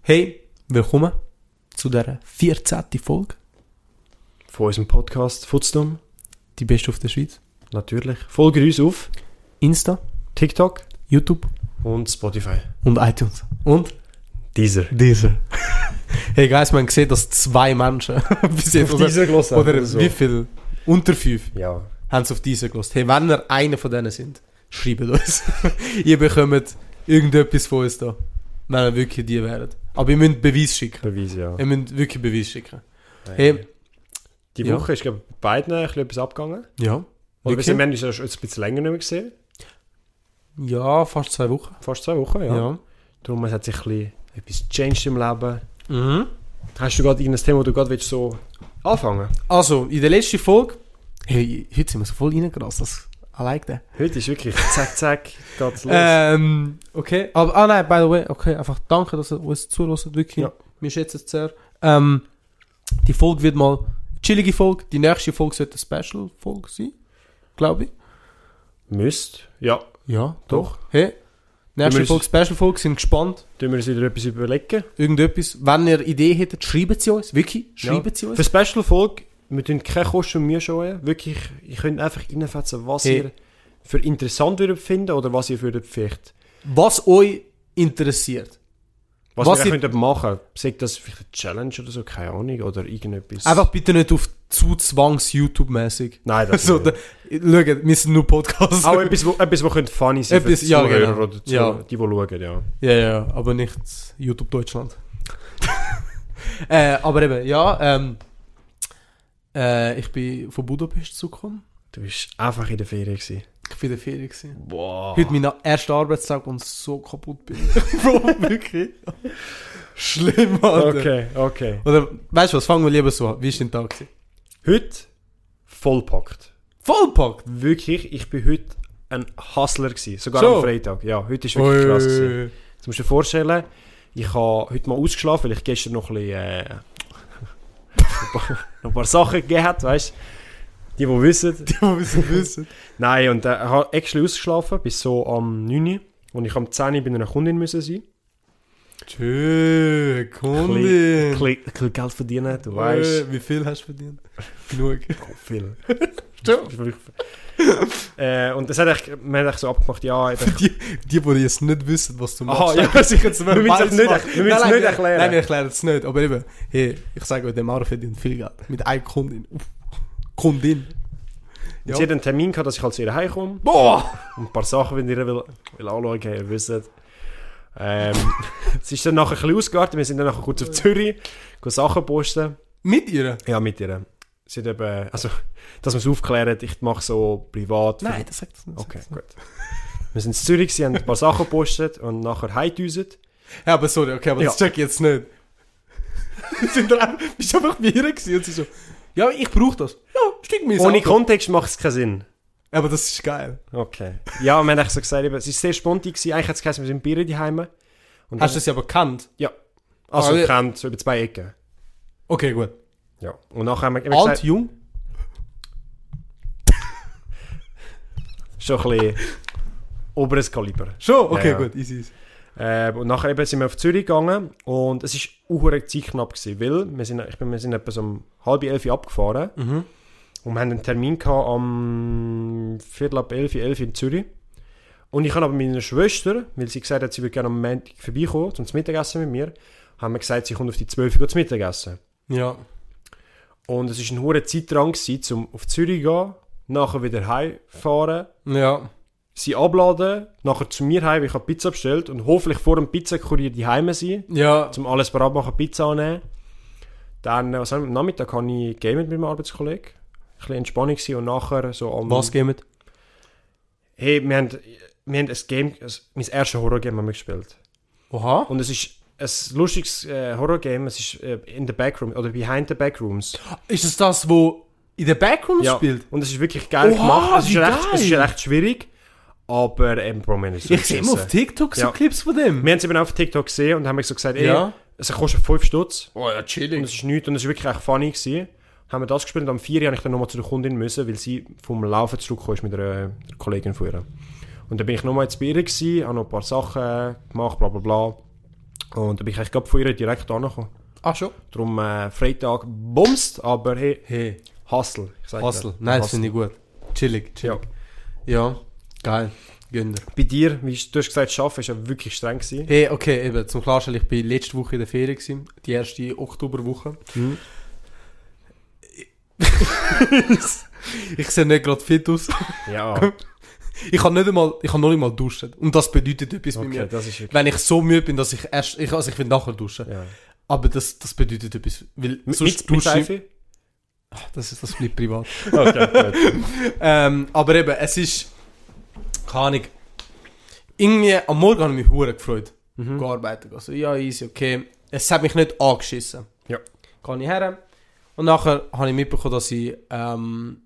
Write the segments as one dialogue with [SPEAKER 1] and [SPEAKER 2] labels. [SPEAKER 1] Hey, willkommen zu dieser 14. Folge.
[SPEAKER 2] Von unserem Podcast Footstum.
[SPEAKER 1] Die beste auf der Schweiz.
[SPEAKER 2] Natürlich. Folgt uns auf
[SPEAKER 1] Insta,
[SPEAKER 2] TikTok
[SPEAKER 1] YouTube
[SPEAKER 2] und Spotify.
[SPEAKER 1] und iTunes. Und
[SPEAKER 2] Dieser.
[SPEAKER 1] Deezer. hey Guys, man sieht, dass zwei Menschen bis jetzt, oder,
[SPEAKER 2] gelassen.
[SPEAKER 1] oder wie viel? Unter fünf
[SPEAKER 2] Ja.
[SPEAKER 1] haben es auf Deezer gelost. Hey, wenn ihr einer von denen sind, schreibt uns. ihr bekommt irgendetwas von uns da. Wenn ihr wirklich die wäret. Aber ihr müsst Beweis schicken.
[SPEAKER 2] Beweis, ja.
[SPEAKER 1] Ihr müsst wirklich Beweis schicken. Hey,
[SPEAKER 2] Die
[SPEAKER 1] ja.
[SPEAKER 2] Woche ist, glaube ich, bei beiden ein bisschen etwas abgegangen.
[SPEAKER 1] ja.
[SPEAKER 2] Oder wir
[SPEAKER 1] Wirklich?
[SPEAKER 2] sind- wir haben uns ja schon jetzt ein bisschen länger nicht mehr gesehen.
[SPEAKER 1] Ja, fast zwei Wochen.
[SPEAKER 2] Fast zwei Wochen, ja.
[SPEAKER 1] Ja.
[SPEAKER 2] Darum es hat sich ein bisschen etwas changed im Leben.
[SPEAKER 1] Mhm.
[SPEAKER 2] Hast du gerade irgendein Thema, wo du gerade willst, so anfangen
[SPEAKER 1] Also, in der letzten Folge. Hey, heute sind wir so voll reingerasst. Das allein der.
[SPEAKER 2] Heute ist wirklich zack, zack, geht's los.
[SPEAKER 1] Ähm, okay. Aber, ah nein, by the way, okay, einfach danke, dass ihr uns zulässt, wirklich.
[SPEAKER 2] Ja.
[SPEAKER 1] Wir schätzen es sehr. Ähm, die Folge wird mal eine chillige Folge. Die nächste Folge sollte eine Special-Folge sein. Glaube ich.
[SPEAKER 2] Müsst. Ja.
[SPEAKER 1] Ja,
[SPEAKER 2] doch.
[SPEAKER 1] Hey, nächste
[SPEAKER 2] müssen-
[SPEAKER 1] Folge, Special-Folge, sind gespannt.
[SPEAKER 2] Tun wir uns wieder etwas überlegen.
[SPEAKER 1] Irgendetwas. Wenn ihr Ideen hättet, schreibt sie uns. Wirklich, schreibt sie uns.
[SPEAKER 2] Für Special-Folge, wir tun keine Kosten und Mühe scheuen. Wirklich, ihr könnt einfach reinfetzen, was
[SPEAKER 1] Hey.
[SPEAKER 2] ihr für interessant würdet finden oder was ihr würdet vielleicht...
[SPEAKER 1] Was euch interessiert. Was
[SPEAKER 2] Was, was
[SPEAKER 1] ihr-
[SPEAKER 2] ihr auch könnt machen. Sagt das vielleicht eine Challenge oder so, keine Ahnung, oder irgendetwas.
[SPEAKER 1] Einfach bitte nicht auf zu zwangs-YouTube-mäßig.
[SPEAKER 2] Nein, das
[SPEAKER 1] Also,
[SPEAKER 2] nicht.
[SPEAKER 1] da, schaut, wir sind nur Podcasts.
[SPEAKER 2] Auch etwas, wo, etwas, wo könnte funny sein
[SPEAKER 1] Etwas-
[SPEAKER 2] für die
[SPEAKER 1] ja,
[SPEAKER 2] Zuhörer
[SPEAKER 1] genau.
[SPEAKER 2] oder zu,
[SPEAKER 1] Ja.
[SPEAKER 2] die, die schauen, ja.
[SPEAKER 1] Ja, ja, aber nicht YouTube Deutschland. äh, aber eben, ja, ähm, äh, ich bin von Budapest zurückgekommen.
[SPEAKER 2] Du warst einfach in der Ferien. Gewesen.
[SPEAKER 1] Ich bin in der Ferien. Gewesen.
[SPEAKER 2] Boah.
[SPEAKER 1] Heute mein erster Arbeitstag und so kaputt bin ich. Bro, wirklich. Schlimm, Alter.
[SPEAKER 2] Okay, okay.
[SPEAKER 1] Oder, weißt du was, fangen wir lieber so an. Wie war dein Tag? Gewesen?
[SPEAKER 2] Heute vollpackt.
[SPEAKER 1] Vollpackt!
[SPEAKER 2] Wirklich, ich bin heute ein Hustler gewesen. Sogar
[SPEAKER 1] So.
[SPEAKER 2] am Freitag. Ja, heute ist wirklich krass gewesen.
[SPEAKER 1] Ui.
[SPEAKER 2] Jetzt musst du dir vorstellen, ich habe heute mal ausgeschlafen, weil ich gestern noch ein bisschen, äh, noch ein paar- noch ein paar Sachen gegeben habe, weißt du? Die, die wissen.
[SPEAKER 1] Die, die wissen, wissen.
[SPEAKER 2] Nein, und äh, ich habe actually ausgeschlafen bis so am 9 Uhr. Und ich am 10 Uhr bei einer Kundin müssen sein.
[SPEAKER 1] Tschö,
[SPEAKER 2] Ein
[SPEAKER 1] Kundin.
[SPEAKER 2] bisschen, ein bisschen Geld verdienen, du weißt.
[SPEAKER 1] Ui, Wie viel hast du verdient? Genug.
[SPEAKER 2] Viel.
[SPEAKER 1] Stimmt.
[SPEAKER 2] äh, und das hat echt, man hat echt so abgemacht, ja, eben,
[SPEAKER 1] Die, die, die jetzt nicht wissen, was du machst.
[SPEAKER 2] Aha, ja, sicher, jetzt wir müssen es nicht, wir müssen es nicht erklären.
[SPEAKER 1] Nein, wir erklären es nicht. Aber eben, hey, ich sage euch, der Maro verdient viel Geld. Mit einer Kundin. Uff. Kundin.
[SPEAKER 2] Und Sie hat einen Termin gehabt, dass ich halt zu ihr heimkomme.
[SPEAKER 1] Boah!
[SPEAKER 2] Und ein paar Sachen, wenn ihr will, will anschauen habt, ihr wisst. Ähm, es ist dann nachher ein bisschen ausgeartet, wir sind dann nachher kurz auf Zürich, gehen Sachen posten.
[SPEAKER 1] Mit ihr?
[SPEAKER 2] Ja, mit ihr. Sie hat eben, also, dass wir es aufklären, ich mache so privat.
[SPEAKER 1] Nein, das sagt es nicht.
[SPEAKER 2] Okay, gut. Wir sind in Zürich, gewesen, haben ein paar Sachen gepostet und nachher heimgedüset.
[SPEAKER 1] Ja, aber sorry, okay, aber das check ich jetzt nicht. Sind da, einfach- bist du einfach bei ihr gewesen und sie so, ja, ich brauche das. Ja, steig mir ins
[SPEAKER 2] Ohne
[SPEAKER 1] Auto.
[SPEAKER 2] Kontext macht es keinen Sinn.
[SPEAKER 1] Aber das ist geil.
[SPEAKER 2] Okay. Ja, wir haben echt so gesagt, eben, es war sehr spontan, gewesen. eigentlich hat es geheißen, wir sind Bier daheim. Und
[SPEAKER 1] Hast du
[SPEAKER 2] dann,
[SPEAKER 1] das ja bekannt?
[SPEAKER 2] Ja. Also,
[SPEAKER 1] Ah,
[SPEAKER 2] wir haben so über zwei Ecken.
[SPEAKER 1] Okay, gut.
[SPEAKER 2] Ja. Und nachher haben wir eben
[SPEAKER 1] Alt,
[SPEAKER 2] gesagt,
[SPEAKER 1] jung?
[SPEAKER 2] schon ein bisschen oberes Kaliber.
[SPEAKER 1] Schon? Okay,
[SPEAKER 2] Ja, ja.
[SPEAKER 1] gut, easy, easy.
[SPEAKER 2] Ähm, und nachher eben sind wir auf Zürich gegangen und es war auch zeitknapp, gewesen, weil wir sind, ich bin, wir sind etwa so um halb elf Uhr abgefahren
[SPEAKER 1] Mhm.
[SPEAKER 2] und wir haben einen Termin gehabt am Viertel ab elf, elf in Zürich. Und ich habe aber meiner Schwester, weil sie gesagt hat, sie würde gerne am Montag vorbeikommen zum Mittagessen mit mir, haben wir gesagt, sie kommt auf die 12 Uhr zum Mittagessen.
[SPEAKER 1] Ja.
[SPEAKER 2] Und es war ein hoher Zeitraum, gewesen, um auf Zürich zu gehen, nachher wieder heimfahren,
[SPEAKER 1] Ja.
[SPEAKER 2] sie abladen, nachher zu mir heim, weil ich habe Pizza bestellt und hoffentlich vor dem Pizzakurier die Heime sein.
[SPEAKER 1] Ja.
[SPEAKER 2] zum alles bereit machen, Pizza annehmen. Dann, äh, was haben wir, am Nachmittag habe ich gamet mit meinem Arbeitskollegen. Ein bisschen Entspannung gewesen und nachher so am...
[SPEAKER 1] Was geben wir?
[SPEAKER 2] Hey, wir haben, wir haben ein Game, ein, mein erstes Horror-Game haben wir gespielt.
[SPEAKER 1] Oha.
[SPEAKER 2] Und es ist ein lustiges äh, Horror-Game, es ist äh, in the Backroom oder behind the Backrooms.
[SPEAKER 1] Ist es das, wo in der Backroom spielt?
[SPEAKER 2] Und es ist wirklich geil
[SPEAKER 1] Oha,
[SPEAKER 2] gemacht. Es ist,
[SPEAKER 1] wie
[SPEAKER 2] recht, es ist
[SPEAKER 1] geil.
[SPEAKER 2] recht schwierig, aber ähm, Bro, wir haben es
[SPEAKER 1] Ich sehe immer auf
[SPEAKER 2] durchgeschissen.
[SPEAKER 1] TikTok so
[SPEAKER 2] Ja.
[SPEAKER 1] Clips von dem.
[SPEAKER 2] Wir haben es eben auf TikTok gesehen und haben so gesagt, ey,
[SPEAKER 1] Ja.
[SPEAKER 2] es kostet 5 Stutz.
[SPEAKER 1] Oh ja,
[SPEAKER 2] Und
[SPEAKER 1] chillig.
[SPEAKER 2] es ist nichts und es war wirklich echt funny. Gewesen. Haben wir das gespielt und am 4 Uhr habe ich dann nochmal zu der Kundin müssen, weil sie vom Laufen zurückgekommen ist mit einer, äh, der Kollegin von ihr. Und dann bin ich nochmal jetzt bei ihr gewesen, habe noch ein paar Sachen äh, gemacht, bla bla bla. Und da bin ich eigentlich gerade von ihr direkt angekommen.
[SPEAKER 1] Ach schon?
[SPEAKER 2] Darum äh, Freitag bumst, aber hey,
[SPEAKER 1] Hey,
[SPEAKER 2] Hustle. Ich sag
[SPEAKER 1] Hustle.
[SPEAKER 2] dir.
[SPEAKER 1] Nein, das
[SPEAKER 2] Hustle.
[SPEAKER 1] finde ich gut. Chillig, chillig. Ja, geil. Gönn dir.
[SPEAKER 2] Bei dir, wie du hast gesagt, Arbeiten war ja wirklich streng. Gewesen.
[SPEAKER 1] Hey, okay, eben, zum Klarstellen, ich war letzte Woche in der Ferien, gewesen, die erste Oktoberwoche.
[SPEAKER 2] Mhm.
[SPEAKER 1] Ich sehe nicht gerade fit aus.
[SPEAKER 2] Ja,
[SPEAKER 1] Ich habe nicht einmal, ich habe noch nicht mal duschen. Und das bedeutet etwas bei
[SPEAKER 2] okay,
[SPEAKER 1] mir.
[SPEAKER 2] das ist wirklich...
[SPEAKER 1] Wenn ich so müde bin, dass ich erst, ich, also ich will nachher duschen.
[SPEAKER 2] Ja.
[SPEAKER 1] Aber das, das bedeutet etwas. Weil
[SPEAKER 2] Mit,
[SPEAKER 1] sonst
[SPEAKER 2] mit, mit
[SPEAKER 1] dusche ich-
[SPEAKER 2] Seife?
[SPEAKER 1] Das ist das bleibt privat.
[SPEAKER 2] Okay, gut.
[SPEAKER 1] ähm, aber eben, es ist. Keine Ahnung. Irgendwie am Morgen habe ich mich hure gefreut.
[SPEAKER 2] Mhm.
[SPEAKER 1] Gearbeitet. Also, ja, easy, okay. Es hat mich nicht angeschissen.
[SPEAKER 2] Ja.
[SPEAKER 1] Kann ich her. Und nachher habe ich mitbekommen, dass ich ähm,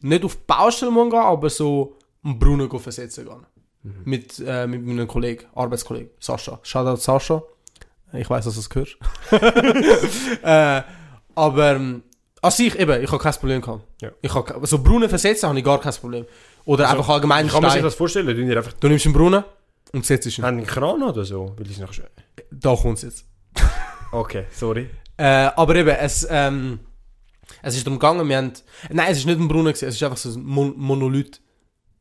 [SPEAKER 1] nicht auf die Baustelle muss gehen aber so einen Brunnen gehen versetzen gehen.
[SPEAKER 2] Mhm.
[SPEAKER 1] Mit, äh, mit meinem Kollegen, Arbeitskollegen, Sascha. Shoutout Sascha. Ich weiß, dass du es hörst. äh, aber ähm, an sich eben, ich habe kein Problem gehabt.
[SPEAKER 2] Ja.
[SPEAKER 1] Ich hab, ke- also Brunnen versetzen habe ich gar kein Problem. Oder
[SPEAKER 2] Also,
[SPEAKER 1] einfach allgemein
[SPEAKER 2] Kann man sich
[SPEAKER 1] Stein.
[SPEAKER 2] das vorstellen? Tun die einfach
[SPEAKER 1] Du nimmst einen Brunnen und setzt ihn.
[SPEAKER 2] einen Kran oder so? Weil die sind noch schön.
[SPEAKER 1] Da kommt es jetzt.
[SPEAKER 2] Okay, sorry.
[SPEAKER 1] Äh, aber eben, es, ähm, es ist umgegangen, wir haben... Nein, es ist nicht ein Brunnen, gewesen, es ist einfach so ein Mon Monolith.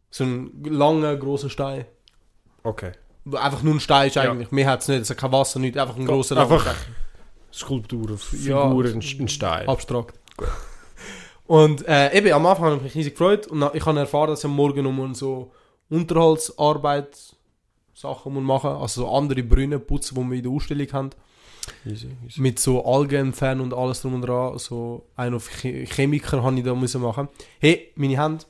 [SPEAKER 1] So ein langer, grosser Stein.
[SPEAKER 2] Okay.
[SPEAKER 1] Wo Einfach nur ein Stein ist eigentlich, mehr hat es nicht, es hat kein Wasser, nicht einfach ein grosser langer Stein.
[SPEAKER 2] einfach Skulpturen, Ah, Figuren, ein Stein.
[SPEAKER 1] Ah. Abstrakt. Und äh, eben, am Anfang habe ich mich riesig gefreut und na- ich habe erfahren, dass ich am Morgen um so Unterholzarbeit Sachen muss machen also so andere Brunnen putzen, die wir in der Ausstellung haben.
[SPEAKER 2] Easy, easy.
[SPEAKER 1] mit so Algen entfernen und alles drum und dran. So einen auf Che- Chemiker habe ich da müssen machen. Hey, meine Hände,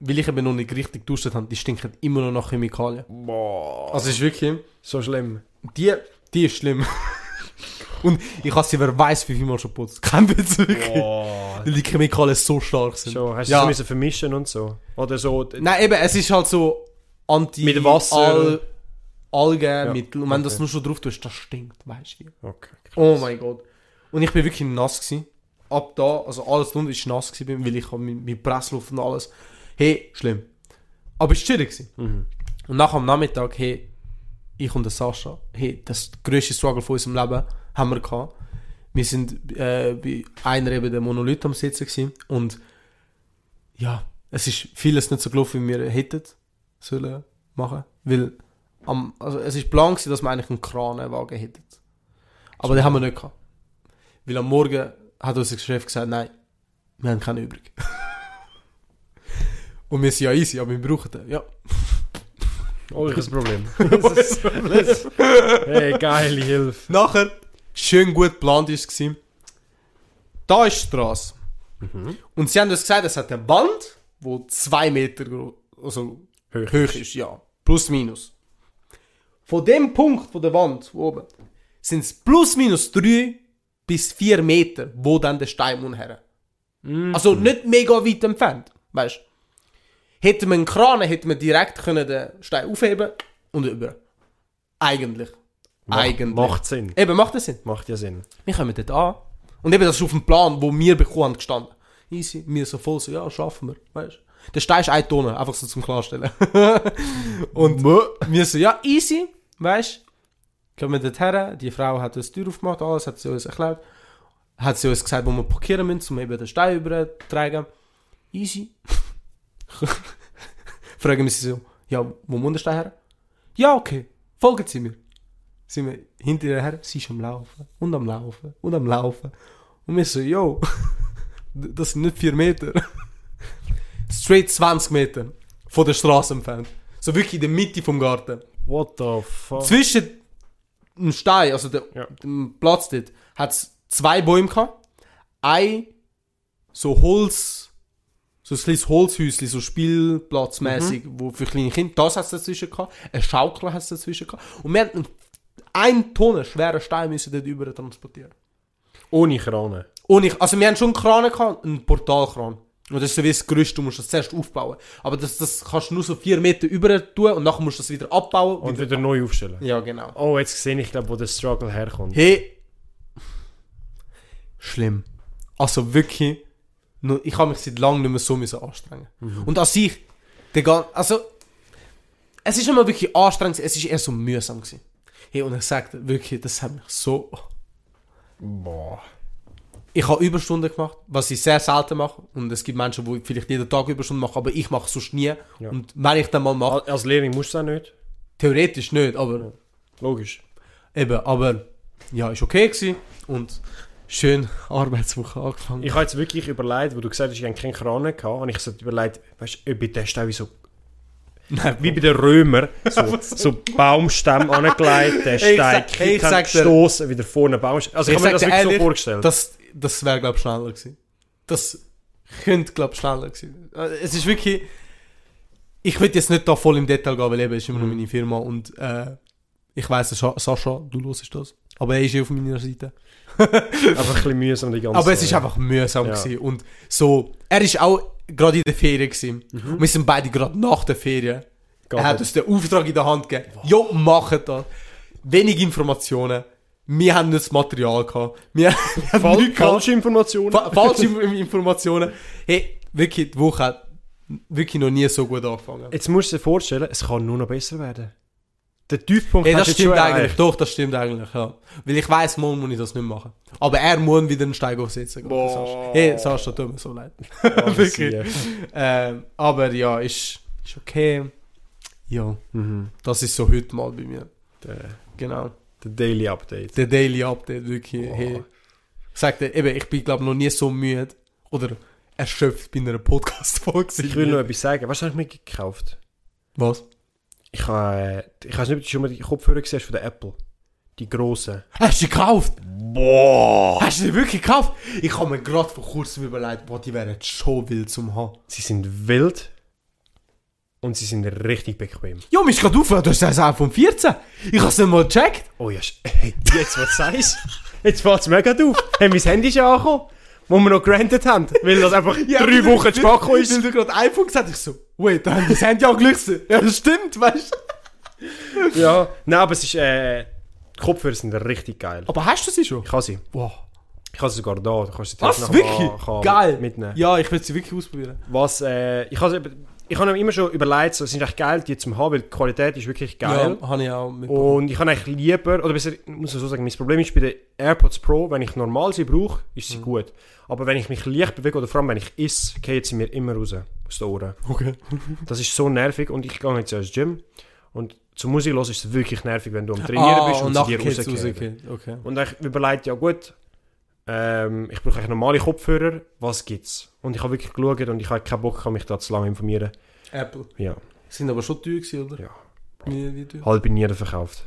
[SPEAKER 1] weil ich eben noch nicht richtig duschen habe, die stinken immer noch nach Chemikalien.
[SPEAKER 2] Boah.
[SPEAKER 1] Also es ist wirklich,
[SPEAKER 2] so schlimm.
[SPEAKER 1] die, die ist schlimm. und ich habe sie, wer weiß, wie viel Mal schon geputzt. Kein Witz, wirklich.
[SPEAKER 2] Boah.
[SPEAKER 1] Weil die Chemikalien so stark sind.
[SPEAKER 2] So, hast du
[SPEAKER 1] Ja.
[SPEAKER 2] so müssen vermischen und so? Oder so? d-
[SPEAKER 1] Nein, eben, es ist halt so anti
[SPEAKER 2] Mit Wasser.
[SPEAKER 1] Al Algenmittel. Und wenn du das
[SPEAKER 2] okay.
[SPEAKER 1] nur schon drauf tust, das stinkt, weißt du wie.
[SPEAKER 2] Okay.
[SPEAKER 1] Oh mein Gott. Und ich bin wirklich nass gewesen. Ab da, also alles drunter ist nass gewesen, weil ich habe mit, mit Pressluft und alles. Hey, schlimm. Aber es war chillig. Gewesen.
[SPEAKER 2] Mhm.
[SPEAKER 1] Und nachher am Nachmittag, hey, ich und der Sascha, hey, das ist der grösste Struggle von unserem Leben haben wir gehabt. Wir sind äh, bei einer eben der Monolith am Sitzen gewesen. und ja, es ist vieles nicht so gelaufen, wie wir hätten sollen machen. Weil am, also es ist blank gewesen, dass wir eigentlich einen Kranenwagen hätten. Aber den haben wir nicht gehabt. Weil am Morgen hat unser Chef gesagt, nein, wir haben keinen übrig. und wir sind ja easy, aber wir brauchen den. Ja, Oh,
[SPEAKER 2] Eures Problem. Das ist- das- hey, geile Hilfe.
[SPEAKER 1] Nachher, schön gut geplant ist es. gewesen. Da ist die Straße. Und sie haben uns gesagt, es hat eine Wand, die zwei Meter gro- also
[SPEAKER 2] Höch.
[SPEAKER 1] hoch ist, ja. Plus minus. Von dem Punkt von der Wand, wo oben, sind es plus minus drei bis vier Meter, wo dann der Stein muss her. Also nicht mega weit entfernt, weißt du. Hätten wir einen Kran, hätten wir direkt können den Stein aufheben und über. Eigentlich. Eigentlich.
[SPEAKER 2] Macht Sinn.
[SPEAKER 1] Eben, macht das Sinn.
[SPEAKER 2] Macht ja Sinn.
[SPEAKER 1] Wir kommen dort an. Und eben, das ist auf dem Plan, wo wir bekommen haben, gestanden. Easy, wir so voll, so, ja, schaffen wir, weißt du. Der Stein ist eine Tonne, einfach so zum Klarstellen. und wir so, ja, easy, weißt du. Kommen wir dort her, die Frau hat uns die Tür aufgemacht, alles, hat sie uns erklärt. Hat sie uns gesagt, wo wir parkieren müssen, um eben den Stein übertragen. Easy. Fragen wir sie so, ja, wo muss der Stein her? Ja, okay, folgen Sie mir sind wir hinter ihr her, sie ist am Laufen und am Laufen und am Laufen. Und wir so, yo, d- das sind nicht 4 Meter. Straight 20 Meter von der Straße entfernt. So wirklich in der Mitte vom Garten.
[SPEAKER 2] What the fuck?
[SPEAKER 1] Zwischen dem Stein, also der,
[SPEAKER 2] Ja.
[SPEAKER 1] dem Platz dort, hat es zwei Bäume gehabt. Ein so Holz, so ein kleines Holzhäuschen, so Spielplatzmäßig, wo für kleine Kinder, das hat es dazwischen gehabt. Eine Schaukel hat es dazwischen gehabt. Und wir hatten einen ein Tonne schweren Stein müssen dort über transportieren.
[SPEAKER 2] Ohne Krane.
[SPEAKER 1] Und ich, also wir haben schon einen Kran gehabt, einen Portalkran. Und das ist so wie das Gerüst, du musst das zuerst aufbauen. Aber das, das kannst du nur so vier Meter über tun und nachher musst du das wieder abbauen.
[SPEAKER 2] Und
[SPEAKER 1] wieder,
[SPEAKER 2] wieder neu aufstellen.
[SPEAKER 1] ja, genau.
[SPEAKER 2] Oh, jetzt sehe ich, glaube wo der Struggle herkommt.
[SPEAKER 1] Hey! Schlimm. Also wirklich, nur- ich habe mich seit langem nicht mehr so müssen anstrengen. Und an sich, der gan- also, es ist immer wirklich anstrengend, gewesen, es ist eher so mühsam gewesen. Hey, und ich sagte wirklich, das hat mich so...
[SPEAKER 2] Boah.
[SPEAKER 1] Ich habe Überstunden gemacht, was ich sehr selten mache. Und es gibt Menschen, die vielleicht jeden Tag Überstunden machen, aber ich mache es sonst nie.
[SPEAKER 2] Ja.
[SPEAKER 1] Und wenn ich dann mal mache,
[SPEAKER 2] Al- Als Lehrling musst du es auch nicht.
[SPEAKER 1] theoretisch nicht, aber
[SPEAKER 2] Logisch.
[SPEAKER 1] eben, aber ja, ist okay gewesen. Und schön Arbeitswoche angefangen.
[SPEAKER 2] Ich habe jetzt wirklich überlegt, wo du gesagt hast, ich habe keinen Kran gehabt, und ich habe überlegt, weißt du, ob ich den Stein wie so,
[SPEAKER 1] Nein,
[SPEAKER 2] wie bei den Römern, so, so Baumstämme angelegt, den
[SPEAKER 1] Ey, ich
[SPEAKER 2] Stein
[SPEAKER 1] sag- ey, ich
[SPEAKER 2] gekippt,
[SPEAKER 1] sag dir-
[SPEAKER 2] gestossen, wieder vorne Baumstämme. Also ich, habe mir
[SPEAKER 1] sag
[SPEAKER 2] das
[SPEAKER 1] dir
[SPEAKER 2] wirklich so
[SPEAKER 1] ehrlich,
[SPEAKER 2] vorgestellt.
[SPEAKER 1] Das, das wäre, glaube ich, schneller gewesen. Das könnte, glaube ich, schneller gewesen. Äh, Es ist wirklich... Ich will jetzt nicht da voll im Detail gehen, weil eben es ist immer
[SPEAKER 2] Mhm.
[SPEAKER 1] noch meine Firma und äh, ich weiss, Sascha- Sascha, du hörst das. Aber er ist eh auf meiner Seite.
[SPEAKER 2] Aber ein bisschen mühsam die ganze
[SPEAKER 1] Aber es ist
[SPEAKER 2] Sache.
[SPEAKER 1] einfach mühsam
[SPEAKER 2] Ja.
[SPEAKER 1] gewesen. und so. Er ist auch gerade in der Ferien gewesen. Und wir sind beide gerade nach der Ferien.
[SPEAKER 2] Mhm. Geht
[SPEAKER 1] er hat
[SPEAKER 2] nicht.
[SPEAKER 1] uns den Auftrag in der Hand gegeben. Jo, macht das. Wenig Informationen. Wir haben nicht das Material gehabt. Wir, wir haben
[SPEAKER 2] Fal
[SPEAKER 1] nichts gehabt.
[SPEAKER 2] falsche Informationen.
[SPEAKER 1] Fa falsche Inf- Informationen. Hey, wirklich, die Woche hat wirklich noch nie so gut angefangen.
[SPEAKER 2] Jetzt musst du dir vorstellen, es kann nur noch besser werden. Der Tiefpunkt
[SPEAKER 1] Hey,
[SPEAKER 2] hast
[SPEAKER 1] das
[SPEAKER 2] du jetzt schon
[SPEAKER 1] stimmt eigentlich.
[SPEAKER 2] erreicht.
[SPEAKER 1] Doch, das stimmt eigentlich, ja. Weil ich weiss, morgen muss ich das nicht machen. Aber er muss wieder einen Steig aufsetzen.
[SPEAKER 2] Boah.
[SPEAKER 1] Sascha. Hey, Sascha, tut mir so leid.
[SPEAKER 2] Ah,
[SPEAKER 1] Wirklich.
[SPEAKER 2] siehe.
[SPEAKER 1] Ähm, aber ja, ist, ist okay. Ja,
[SPEAKER 2] Mhm.
[SPEAKER 1] das ist so heute mal bei mir.
[SPEAKER 2] Der,
[SPEAKER 1] Genau.
[SPEAKER 2] der Daily Update.
[SPEAKER 1] Der Daily Update, wirklich.
[SPEAKER 2] Wow.
[SPEAKER 1] Hey. Ich sagte, eben, ich bin, glaube noch nie so müde oder erschöpft bei einer Podcast-Folge.
[SPEAKER 2] Ich will noch etwas sagen. Was habe ich mir gekauft?
[SPEAKER 1] Was?
[SPEAKER 2] Ich habe, äh, ich weiß nicht, ob du schon mal die Kopfhörer gesehen hast von der Apple. Die grossen.
[SPEAKER 1] Hast du die gekauft?
[SPEAKER 2] Boah!
[SPEAKER 1] Hast du die wirklich gekauft? Ich habe mir gerade vor kurzem überlegt, boah, die wären schon wild zum haben.
[SPEAKER 2] Sie sind wild. Und sie sind richtig bequem.
[SPEAKER 1] Ja, mir ist gerade aufgefallen, du hast das iPhone 14. Ich habe es nicht mal gecheckt.
[SPEAKER 2] Oh ja, sch- hey, jetzt was sagst du? Jetzt fällt es mega auf. Hey, mein Handy ist ja angekommen. Wo wir noch gerantet haben. Weil das einfach drei Wochen zu spät gekommen ist.
[SPEAKER 1] Weil du gerade iPhone gesagt hast, ich so, wait, da haben die das Handy angelöst. Ja, das stimmt, weißt du?
[SPEAKER 2] Ja, nein, aber es ist, äh, die Kopfhörer sind richtig geil.
[SPEAKER 1] Aber hast du sie schon?
[SPEAKER 2] Ich kann sie.
[SPEAKER 1] Boah.
[SPEAKER 2] Ich habe sie sogar da. Du kannst sie
[SPEAKER 1] Was?
[SPEAKER 2] direkt nachher
[SPEAKER 1] Wirklich?
[SPEAKER 2] kann
[SPEAKER 1] Geil.
[SPEAKER 2] Mitnehmen.
[SPEAKER 1] Ja, ich will sie wirklich ausprobieren.
[SPEAKER 2] Was, äh, ich habe sie- ich habe mir immer schon überlegt, so, es ist echt geil, die zu haben, weil die Qualität ist wirklich geil.
[SPEAKER 1] Ja, habe ich auch mit.
[SPEAKER 2] Und ich habe eigentlich lieber, oder besser, ich muss so sagen, mein Problem ist bei den AirPods Pro, wenn ich normal sie brauche, ist sie gut. Aber wenn ich mich leicht bewege oder vor allem wenn ich esse, fallen sie mir immer raus aus den Ohren.
[SPEAKER 1] Okay.
[SPEAKER 2] Das ist so nervig und ich gehe jetzt ja ins Gym und zur Musik hören ist es wirklich nervig, wenn du am Trainieren
[SPEAKER 1] Ah,
[SPEAKER 2] bist und,
[SPEAKER 1] und
[SPEAKER 2] sie
[SPEAKER 1] nachher
[SPEAKER 2] dir
[SPEAKER 1] geht's raus.
[SPEAKER 2] rausgehen.
[SPEAKER 1] Okay. okay.
[SPEAKER 2] Und ich überlegt, ja gut, ähm, ich brauche eigentlich normale Kopfhörer, was gibt's? Und ich habe wirklich geschaut und ich habe keinen Bock, gehabt, mich da zu lange informieren.
[SPEAKER 1] Apple.
[SPEAKER 2] Ja,
[SPEAKER 1] Sind aber schon teuer gewesen, oder?
[SPEAKER 2] Ja.
[SPEAKER 1] Wie, wie teuer?
[SPEAKER 2] halbe Niere verkauft.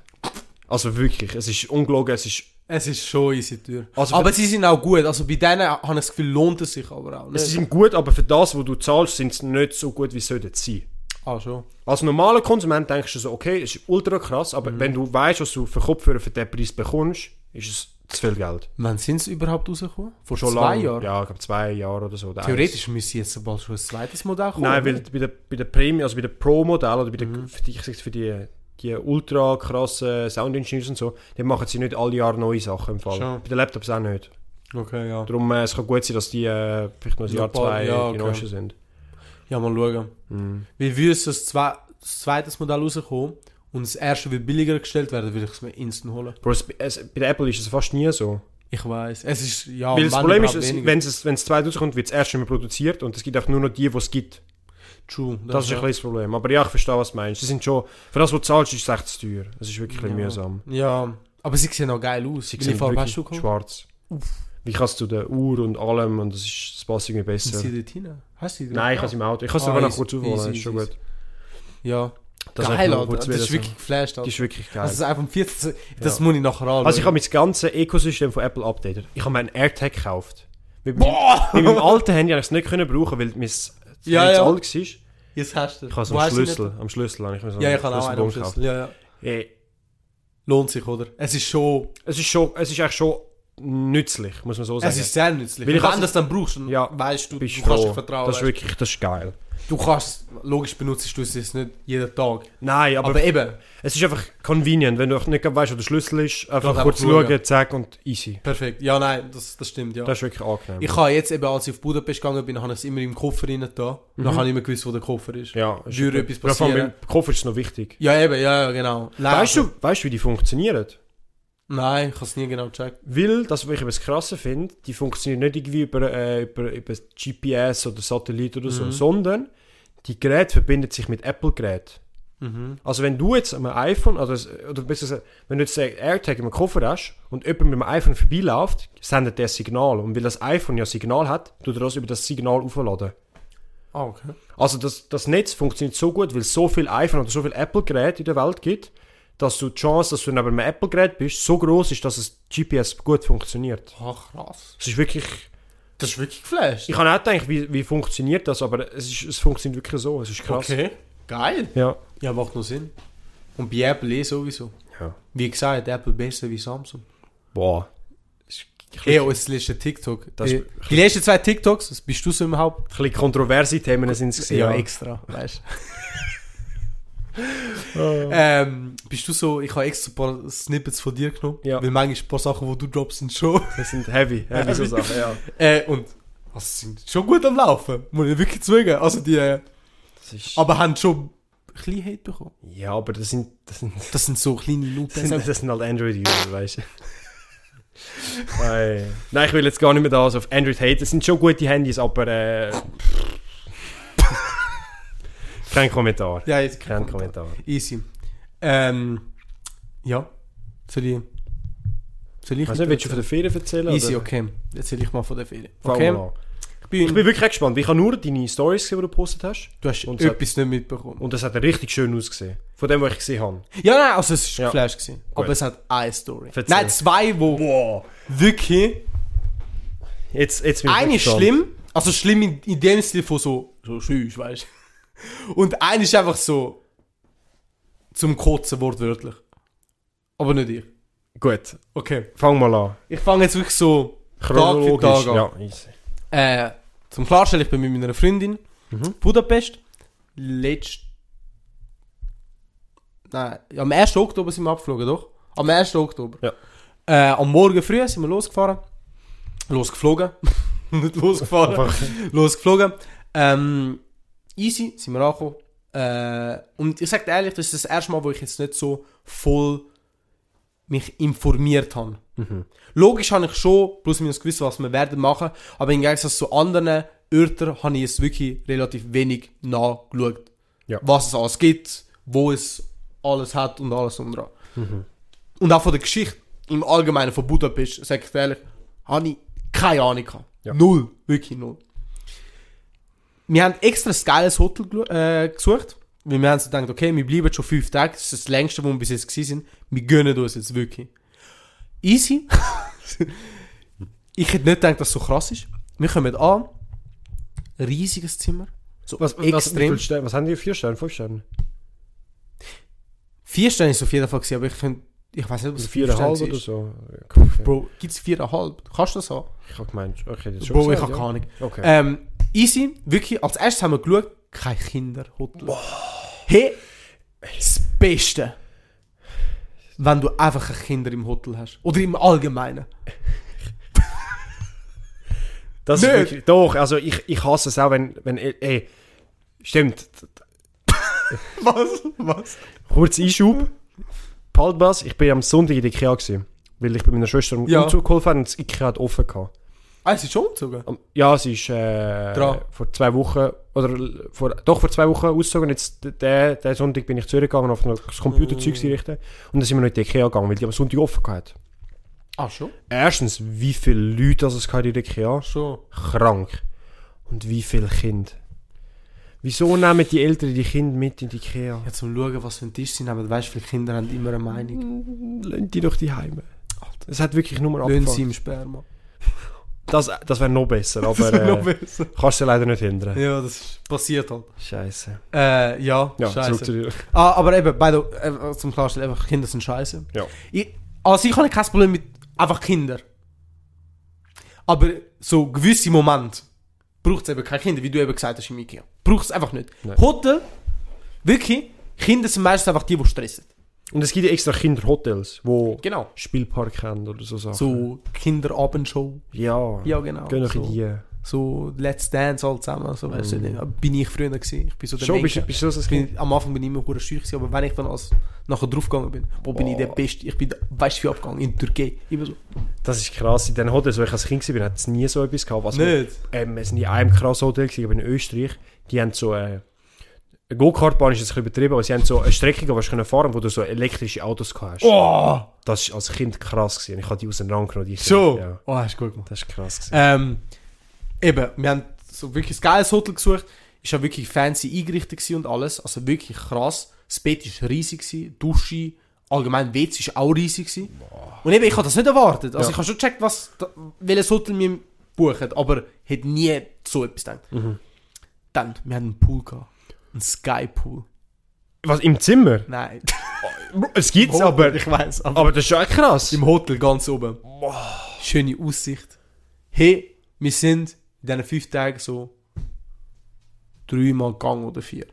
[SPEAKER 2] Also wirklich, es ist ungelogen, es ist,
[SPEAKER 1] Es ist schon easy teuer.
[SPEAKER 2] Also
[SPEAKER 1] aber sie sind auch gut. Also bei denen habe ich das Gefühl, lohnt es sich aber auch. ne?
[SPEAKER 2] es
[SPEAKER 1] Nicht.
[SPEAKER 2] sind gut, aber für das, was du zahlst, sind sie nicht so gut, wie sie sollten sein.
[SPEAKER 1] Ah, schon.
[SPEAKER 2] Als normaler Konsument denkst du so, okay, es ist ultra krass, aber
[SPEAKER 1] Mhm.
[SPEAKER 2] wenn du weißt, was du für Kopfhörer für den Preis bekommst, ist es zu viel Geld.
[SPEAKER 1] Wann sind sie überhaupt rausgekommen? Vor
[SPEAKER 2] Schon
[SPEAKER 1] zwei
[SPEAKER 2] lange.
[SPEAKER 1] Jahren?
[SPEAKER 2] Ja, ich glaube zwei Jahre oder so. oder eins.
[SPEAKER 1] Theoretisch müsste jetzt bald schon ein zweites Modell kommen.
[SPEAKER 2] Nein, weil bei der, bei der Premium, also bei der Pro-Modell oder bei der,
[SPEAKER 1] Mhm.
[SPEAKER 2] für, die, ich sag's für die, die ultra krassen Sound-Engineers und so, die machen sie nicht alle Jahre neue Sachen im Fall.
[SPEAKER 1] Schon.
[SPEAKER 2] Bei den Laptops auch nicht.
[SPEAKER 1] Okay, ja.
[SPEAKER 2] Darum, äh, es kann gut sein, dass die äh, vielleicht noch ein
[SPEAKER 1] Ja,
[SPEAKER 2] Jahr,
[SPEAKER 1] paar-
[SPEAKER 2] zwei
[SPEAKER 1] ja,
[SPEAKER 2] die
[SPEAKER 1] okay. Mhm.
[SPEAKER 2] neuesten sind.
[SPEAKER 1] Ja, mal schauen. Wie würde das, zwei, das zweite Modell rauskommen und das erste wird billiger gestellt werden, würde ich es mir instant holen.
[SPEAKER 2] Bro, es, es, bei der Apple ist es fast nie so.
[SPEAKER 1] Ich weiß. Es ist, ja,
[SPEAKER 2] Weil das
[SPEAKER 1] wenn
[SPEAKER 2] Problem ist,
[SPEAKER 1] überhaupt
[SPEAKER 2] es,
[SPEAKER 1] weniger.
[SPEAKER 2] wenn es, wenn es 2000 kommt, wird es erst immer produziert und es gibt einfach nur noch die, die es gibt.
[SPEAKER 1] True.
[SPEAKER 2] Das ist ein
[SPEAKER 1] ja.
[SPEAKER 2] kleines Problem. Aber ja, ich verstehe, was du meinst. Sie sind schon, für das, was du zahlst, ist es echt zu teuer. Es ist wirklich ein bisschen
[SPEAKER 1] Ja.
[SPEAKER 2] mühsam.
[SPEAKER 1] Ja, aber sie sehen auch geil aus.
[SPEAKER 2] Sie
[SPEAKER 1] Wie viel
[SPEAKER 2] sehen
[SPEAKER 1] Farbe hast
[SPEAKER 2] wirklich
[SPEAKER 1] du gehabt?
[SPEAKER 2] schwarz. Wie kannst du der Uhr und allem und das, ist, das passt irgendwie
[SPEAKER 1] Sind
[SPEAKER 2] besser.
[SPEAKER 1] sie dort hinein? Hast du sie dort?
[SPEAKER 2] Nein, ich habe es im Auto. Ich kann es
[SPEAKER 1] Ah,
[SPEAKER 2] aber noch
[SPEAKER 1] easy,
[SPEAKER 2] kurz aufholen,
[SPEAKER 1] easy,
[SPEAKER 2] ist schon
[SPEAKER 1] easy.
[SPEAKER 2] gut.
[SPEAKER 1] Ja.
[SPEAKER 2] Das
[SPEAKER 1] geil,
[SPEAKER 2] noch
[SPEAKER 1] Alter.
[SPEAKER 2] kurz
[SPEAKER 1] Das
[SPEAKER 2] wieder
[SPEAKER 1] ist
[SPEAKER 2] so.
[SPEAKER 1] wirklich geflasht,
[SPEAKER 2] Die
[SPEAKER 1] Alter.
[SPEAKER 2] ist wirklich geil.
[SPEAKER 1] Also das iPhone 14, das muss ich nachher anschauen.
[SPEAKER 2] Halt. Also ich habe mein ganzes Ökosystem von Apple updated. Ich habe meinen AirTag gekauft. Mit, meinem-
[SPEAKER 1] Boah!
[SPEAKER 2] mit meinem alten Handy habe ich es nicht können brauchen, weil mein
[SPEAKER 1] Ja, ja.
[SPEAKER 2] Handy zu alt war. Ich
[SPEAKER 1] Jetzt hast du es.
[SPEAKER 2] habe es
[SPEAKER 1] Wo
[SPEAKER 2] am
[SPEAKER 1] hast du ihn
[SPEAKER 2] Schlüssel. Am Schlüssel habe ich mir so
[SPEAKER 1] nicht? Ja, ich habe auch einen am
[SPEAKER 2] Schlüsselbund
[SPEAKER 1] Schlüssel. Ja, ja.
[SPEAKER 2] gekauft. Ey,
[SPEAKER 1] Lohnt sich, oder? Es ist schon...
[SPEAKER 2] es ist schon, es ist eigentlich schon nützlich, muss man so sagen.
[SPEAKER 1] Es ist sehr nützlich.
[SPEAKER 2] Weil
[SPEAKER 1] Weil
[SPEAKER 2] Also ich
[SPEAKER 1] wenn
[SPEAKER 2] has-
[SPEAKER 1] du das dann brauchst, dann
[SPEAKER 2] Ja.
[SPEAKER 1] weißt du, du
[SPEAKER 2] Bist
[SPEAKER 1] kannst
[SPEAKER 2] froh.
[SPEAKER 1] dich vertrauen.
[SPEAKER 2] Das ist
[SPEAKER 1] weißt
[SPEAKER 2] wirklich, das ist geil.
[SPEAKER 1] du. Du kannst, logisch benutzt du es jetzt nicht jeden Tag.
[SPEAKER 2] Nein,
[SPEAKER 1] Aber,
[SPEAKER 2] aber, e-
[SPEAKER 1] eben,
[SPEAKER 2] es ist einfach convenient, wenn du auch nicht gerade weißt, wo der Schlüssel ist. Einfach
[SPEAKER 1] einfach
[SPEAKER 2] kurz
[SPEAKER 1] schauen.
[SPEAKER 2] schauen, zack und easy.
[SPEAKER 1] perfekt. Ja, nein, das, das stimmt, ja.
[SPEAKER 2] Das ist wirklich angenehm.
[SPEAKER 1] ich habe jetzt eben, als ich auf Budapest gegangen bin, habe ich es immer im Koffer rein da. Dann habe ich immer gewusst, wo der Koffer ist.
[SPEAKER 2] Mhm. ja, ist
[SPEAKER 1] würde
[SPEAKER 2] gut.
[SPEAKER 1] etwas
[SPEAKER 2] Ja, vor allem
[SPEAKER 1] passieren.
[SPEAKER 2] Beim Koffer ist es noch wichtig.
[SPEAKER 1] Ja, eben, ja, ja, genau. Leider.
[SPEAKER 2] Weißt du, weißt du, wie die funktionieren?
[SPEAKER 1] Nein, ich habe es nie genau gecheckt.
[SPEAKER 2] Weil, das, was ich eben das Krasse finde, die funktionieren nicht irgendwie über, äh, über, über GPS oder Satellit oder so,
[SPEAKER 1] Mhm.
[SPEAKER 2] sondern die Geräte verbinden sich mit Apple-Geräten.
[SPEAKER 1] Mhm.
[SPEAKER 2] Also wenn du jetzt am iPhone, oder, oder besser gesagt, wenn du jetzt ein AirTag im Koffer hast und jemand mit dem iPhone vorbeiläuft, sendet der ein Signal. Und weil das iPhone ja Signal hat, tut er das über das Signal aufladen.
[SPEAKER 1] Ah, okay.
[SPEAKER 2] Also das, das Netz funktioniert so gut, weil es so viel iPhone oder so viel Apple-Geräte in der Welt gibt, dass du die Chance, dass du neben einem Apple-Gerät bist, so groß ist, dass es GPS gut funktioniert.
[SPEAKER 1] Ach, krass.
[SPEAKER 2] Es ist wirklich.
[SPEAKER 1] Das ist wirklich geflasht.
[SPEAKER 2] Ich habe auch gedacht, wie, wie funktioniert das, aber es, ist, es funktioniert wirklich so. Es ist krass.
[SPEAKER 1] Okay. Geil.
[SPEAKER 2] Ja.
[SPEAKER 1] Ja, macht nur Sinn. Und bei Apple eh sowieso.
[SPEAKER 2] ja.
[SPEAKER 1] Wie gesagt, Apple besser wie Samsung.
[SPEAKER 2] Boah.
[SPEAKER 1] Eh, das letzte TikTok.
[SPEAKER 2] Das-
[SPEAKER 1] eh, die letzten zwei TikToks, das bist du so überhaupt?
[SPEAKER 2] Ein bisschen kontroverse Themen sind es gewesen,
[SPEAKER 1] extra, weißt
[SPEAKER 2] Ah.
[SPEAKER 1] ähm, Bist du so, ich habe extra ein paar Snippets von dir genommen,
[SPEAKER 2] Ja.
[SPEAKER 1] weil manchmal ein paar Sachen, die du droppst, sind schon.
[SPEAKER 2] Das sind heavy, heavy so Sachen, ja.
[SPEAKER 1] Äh, und also, sie sind schon gut am Laufen, muss ich wirklich zwingen. Also die, äh,
[SPEAKER 2] Das ist,
[SPEAKER 1] aber haben schon ein bisschen Hate bekommen.
[SPEAKER 2] ja, aber das sind, das sind,
[SPEAKER 1] Das sind so kleine
[SPEAKER 2] das
[SPEAKER 1] Lupen.
[SPEAKER 2] sind, das sind halt Android-User, weißt du. Nein. Nein, ich will jetzt gar nicht mehr da so auf Android hate. Das sind schon gute Handys, aber äh, kein Kommentar.
[SPEAKER 1] Ja, jetzt
[SPEAKER 2] Kein Kommentar.
[SPEAKER 1] Easy. Ähm, ja, soll ich... Soll ich...
[SPEAKER 2] Also, willst du von der Ferien erzählen?
[SPEAKER 1] Easy,
[SPEAKER 2] oder?
[SPEAKER 1] okay. Jetzt erzähl ich mal von der Ferien.
[SPEAKER 2] Fangen
[SPEAKER 1] Okay,
[SPEAKER 2] wir an.
[SPEAKER 1] ich bin,
[SPEAKER 2] Ich bin wirklich gespannt. weil Ich habe nur deine Stories gesehen, die du gepostet hast.
[SPEAKER 1] du hast
[SPEAKER 2] Und es hat-
[SPEAKER 1] etwas nicht mitbekommen.
[SPEAKER 2] Und das hat richtig schön ausgesehen. Von dem, was ich gesehen habe.
[SPEAKER 1] Ja, nein, also es war
[SPEAKER 2] Ja.
[SPEAKER 1] geflasht. Gewesen, aber es hat eine Story.
[SPEAKER 2] Erzähl.
[SPEAKER 1] Nein, zwei, wo
[SPEAKER 2] Boah.
[SPEAKER 1] wirklich...
[SPEAKER 2] Jetzt, jetzt bin ich
[SPEAKER 1] Eine ist
[SPEAKER 2] gespannt.
[SPEAKER 1] schlimm, also schlimm in, in dem Stil von so, so schüss, weißt du. Und eine ist einfach so zum Kotzen wortwörtlich. Aber nicht ich.
[SPEAKER 2] Gut,
[SPEAKER 1] Okay.
[SPEAKER 2] fang mal an.
[SPEAKER 1] Ich fange jetzt wirklich so Tag für
[SPEAKER 2] Chronologisch.
[SPEAKER 1] Tag an.
[SPEAKER 2] ja, easy.
[SPEAKER 1] Äh, zum Klarstellen, ich bin mit meiner Freundin
[SPEAKER 2] Mhm.
[SPEAKER 1] Budapest. Letzt. Nein, am 1. Oktober sind wir abgeflogen, doch? Am 1. Oktober.
[SPEAKER 2] Ja.
[SPEAKER 1] Äh, am Morgen früh sind wir losgefahren. Losgeflogen. Nicht losgefahren.
[SPEAKER 2] Einfach.
[SPEAKER 1] losgeflogen. Ähm, easy sind wir angekommen. Äh, und ich sage ehrlich, das ist das erste Mal, wo ich jetzt nicht so voll mich informiert habe. Logisch habe ich schon plus minus gewusst, was wir werden machen, aber im Gegensatz zu anderen Örtern habe ich es wirklich relativ wenig nachgeschaut.
[SPEAKER 2] Ja.
[SPEAKER 1] Was es alles gibt, wo es alles hat und alles und dran.
[SPEAKER 2] Mhm.
[SPEAKER 1] Und auch von der Geschichte im Allgemeinen von Budapest, sage ich dir ehrlich, habe ich keine Ahnung gehabt.
[SPEAKER 2] Ja.
[SPEAKER 1] Null, wirklich null. Wir haben extra ein geiles Hotel gelu- äh, gesucht, weil wir haben so gedacht, okay, wir bleiben schon fünf Tage, das ist das längste, wo wir bis jetzt gewesen sind, wir gönnen uns jetzt wirklich. Easy. ich hätte nicht gedacht, dass es so krass ist. Wir kommen an, riesiges Zimmer, so
[SPEAKER 2] Was, was, was, wie
[SPEAKER 1] extrem.
[SPEAKER 2] viele Sterne, was haben die? Vier Sterne? Fünf Sterne?
[SPEAKER 1] vier Sterne ist auf jeden Fall gewesen, aber ich finde, ich weiß nicht, ob es
[SPEAKER 2] Also
[SPEAKER 1] vier Sterne
[SPEAKER 2] viereinhalb
[SPEAKER 1] ist.
[SPEAKER 2] oder so? Okay.
[SPEAKER 1] Bro, gibt es viereinhalb? Kannst du das haben?
[SPEAKER 2] Ich habe gemeint, okay, das ist schon
[SPEAKER 1] Bro, ich habe
[SPEAKER 2] gesagt,
[SPEAKER 1] keine Ahnung.
[SPEAKER 2] ja. Okay.
[SPEAKER 1] Ähm, easy, wirklich, als erstes haben wir geschaut, kein Kinderhotel. Hey, das Beste, wenn du einfach ein Kinder im Hotel hast. Oder im Allgemeinen.
[SPEAKER 2] das
[SPEAKER 1] nö.
[SPEAKER 2] ist wirklich, doch, also ich, ich hasse es auch, wenn, wenn ey, stimmt,
[SPEAKER 1] Was? Was?
[SPEAKER 2] kurz Einschub. Palbas, ich bin am Sonntag in der Ikea gewesen, weil ich bei meiner Schwester im
[SPEAKER 1] Ja.
[SPEAKER 2] Umzug geholfen habe und das Ikea hat offen gehabt.
[SPEAKER 1] Ah, es ist schon umgezogen.
[SPEAKER 2] Am- Ja, sie ist äh,
[SPEAKER 1] Dran.
[SPEAKER 2] vor zwei Wochen, oder l- vor, doch vor zwei Wochen ausgezogen. Jetzt, d- der, der Sonntag bin ich zurückgegangen, auf noch das Computerzeug
[SPEAKER 1] Mm.
[SPEAKER 2] zu richten. Und dann sind wir noch in die Ikea gegangen, weil die am Sonntag offen gehabt.
[SPEAKER 1] Ah, schon?
[SPEAKER 2] Erstens, wie viele Leute das es gehabt in der Ikea?
[SPEAKER 1] Schon.
[SPEAKER 2] Krank. Und wie viele Kinder? Wieso nehmen die Eltern die Kinder mit in die Ikea?
[SPEAKER 1] Ja, zum Schauen, was für ein Tisch sind, aber weißt du, viele Kinder haben immer eine Meinung.
[SPEAKER 2] Mm, Lassen die doch die Heime.
[SPEAKER 1] Alter.
[SPEAKER 2] Es hat wirklich nur
[SPEAKER 1] Löhnen sie
[SPEAKER 2] abgefahren.
[SPEAKER 1] im Sperma.
[SPEAKER 2] Das, das wäre noch besser, aber
[SPEAKER 1] wär
[SPEAKER 2] äh,
[SPEAKER 1] besser.
[SPEAKER 2] kannst du leider nicht hindern.
[SPEAKER 1] Ja, das ist passiert halt.
[SPEAKER 2] Scheiße.
[SPEAKER 1] Äh, ja,
[SPEAKER 2] Ja,
[SPEAKER 1] scheiße.
[SPEAKER 2] zurück zu dir.
[SPEAKER 1] Ah, aber eben, by the way, äh, zum Klarstellen, einfach Kinder sind scheiße.
[SPEAKER 2] Ja.
[SPEAKER 1] Ich, also ich habe kein Problem mit einfach Kinder. Aber so gewisse Momente braucht es eben keine Kinder, wie du eben gesagt hast im Ikea. braucht es einfach nicht.
[SPEAKER 2] Nein.
[SPEAKER 1] Hotel, wirklich, Kinder sind meistens einfach die, die stressen.
[SPEAKER 2] Und es gibt ja extra Kinderhotels, wo
[SPEAKER 1] Genau.
[SPEAKER 2] Spielpark haben oder so Sachen.
[SPEAKER 1] So Kinderabendshow.
[SPEAKER 2] Ja.
[SPEAKER 1] Ja, genau.
[SPEAKER 2] Gehen euch in
[SPEAKER 1] so,
[SPEAKER 2] die. Mhm.
[SPEAKER 1] so Let's Dance all zusammen. So, weißt du, da bin ich früher gewesen. Ich bin so der
[SPEAKER 2] Schon
[SPEAKER 1] Main-
[SPEAKER 2] bist, bist du so ein
[SPEAKER 1] Ich
[SPEAKER 2] Kind.
[SPEAKER 1] bin, am Anfang bin ich immer hure schüch, gewesen, aber wenn ich dann als, nachher draufgegangen bin, wo bin ich der Beste? Ich bin, der- weißt du, wie abgegangen? In der Türkei. Immer so.
[SPEAKER 2] Das ist krass. In den Hotels, wo ich als Kind war, hat es nie so etwas gehabt. Was wir-
[SPEAKER 1] Nicht?
[SPEAKER 2] ähm, es war in einem krassen Hotel, gewesen, aber in Österreich, die haben so äh, eine Go-Kart-Bahn ist jetzt ein bisschen übertrieben, aber sie haben so eine Strecke, die du fahren wo du so elektrische Autos gehabt hast.
[SPEAKER 1] Oh!
[SPEAKER 2] Das war als Kind krass. Gewesen. Ich habe die auseinandergenommen. Die
[SPEAKER 1] So!
[SPEAKER 2] Ja,
[SPEAKER 1] Oh, hast du gut gemacht.
[SPEAKER 2] das ist krass. Gewesen.
[SPEAKER 1] Ähm, eben, wir haben so wirklich ein geiles Hotel gesucht. Ist ja wirklich fancy eingerichtet gewesen und alles. Also wirklich krass. Das Bett war riesig, gewesen, Dusche, allgemein WC war auch riesig. Gewesen. Und eben, ich habe das nicht erwartet. Also
[SPEAKER 2] Ja.
[SPEAKER 1] ich habe schon gecheckt, was, da- welches Hotel wir buchen, aber hätte nie so etwas gedacht. Dann, wir haben einen Pool gehabt. Ein Skypool. Äh,
[SPEAKER 2] Was, im Zimmer?
[SPEAKER 1] Nein.
[SPEAKER 2] Es gibt's, aber,
[SPEAKER 1] ich weiß. Aber
[SPEAKER 2] aber das ist schon auch krass.
[SPEAKER 1] im Hotel ganz oben. Schöne Aussicht. Hey, wir sind in diesen fünf Tagen so dreimal gegangen oder vier.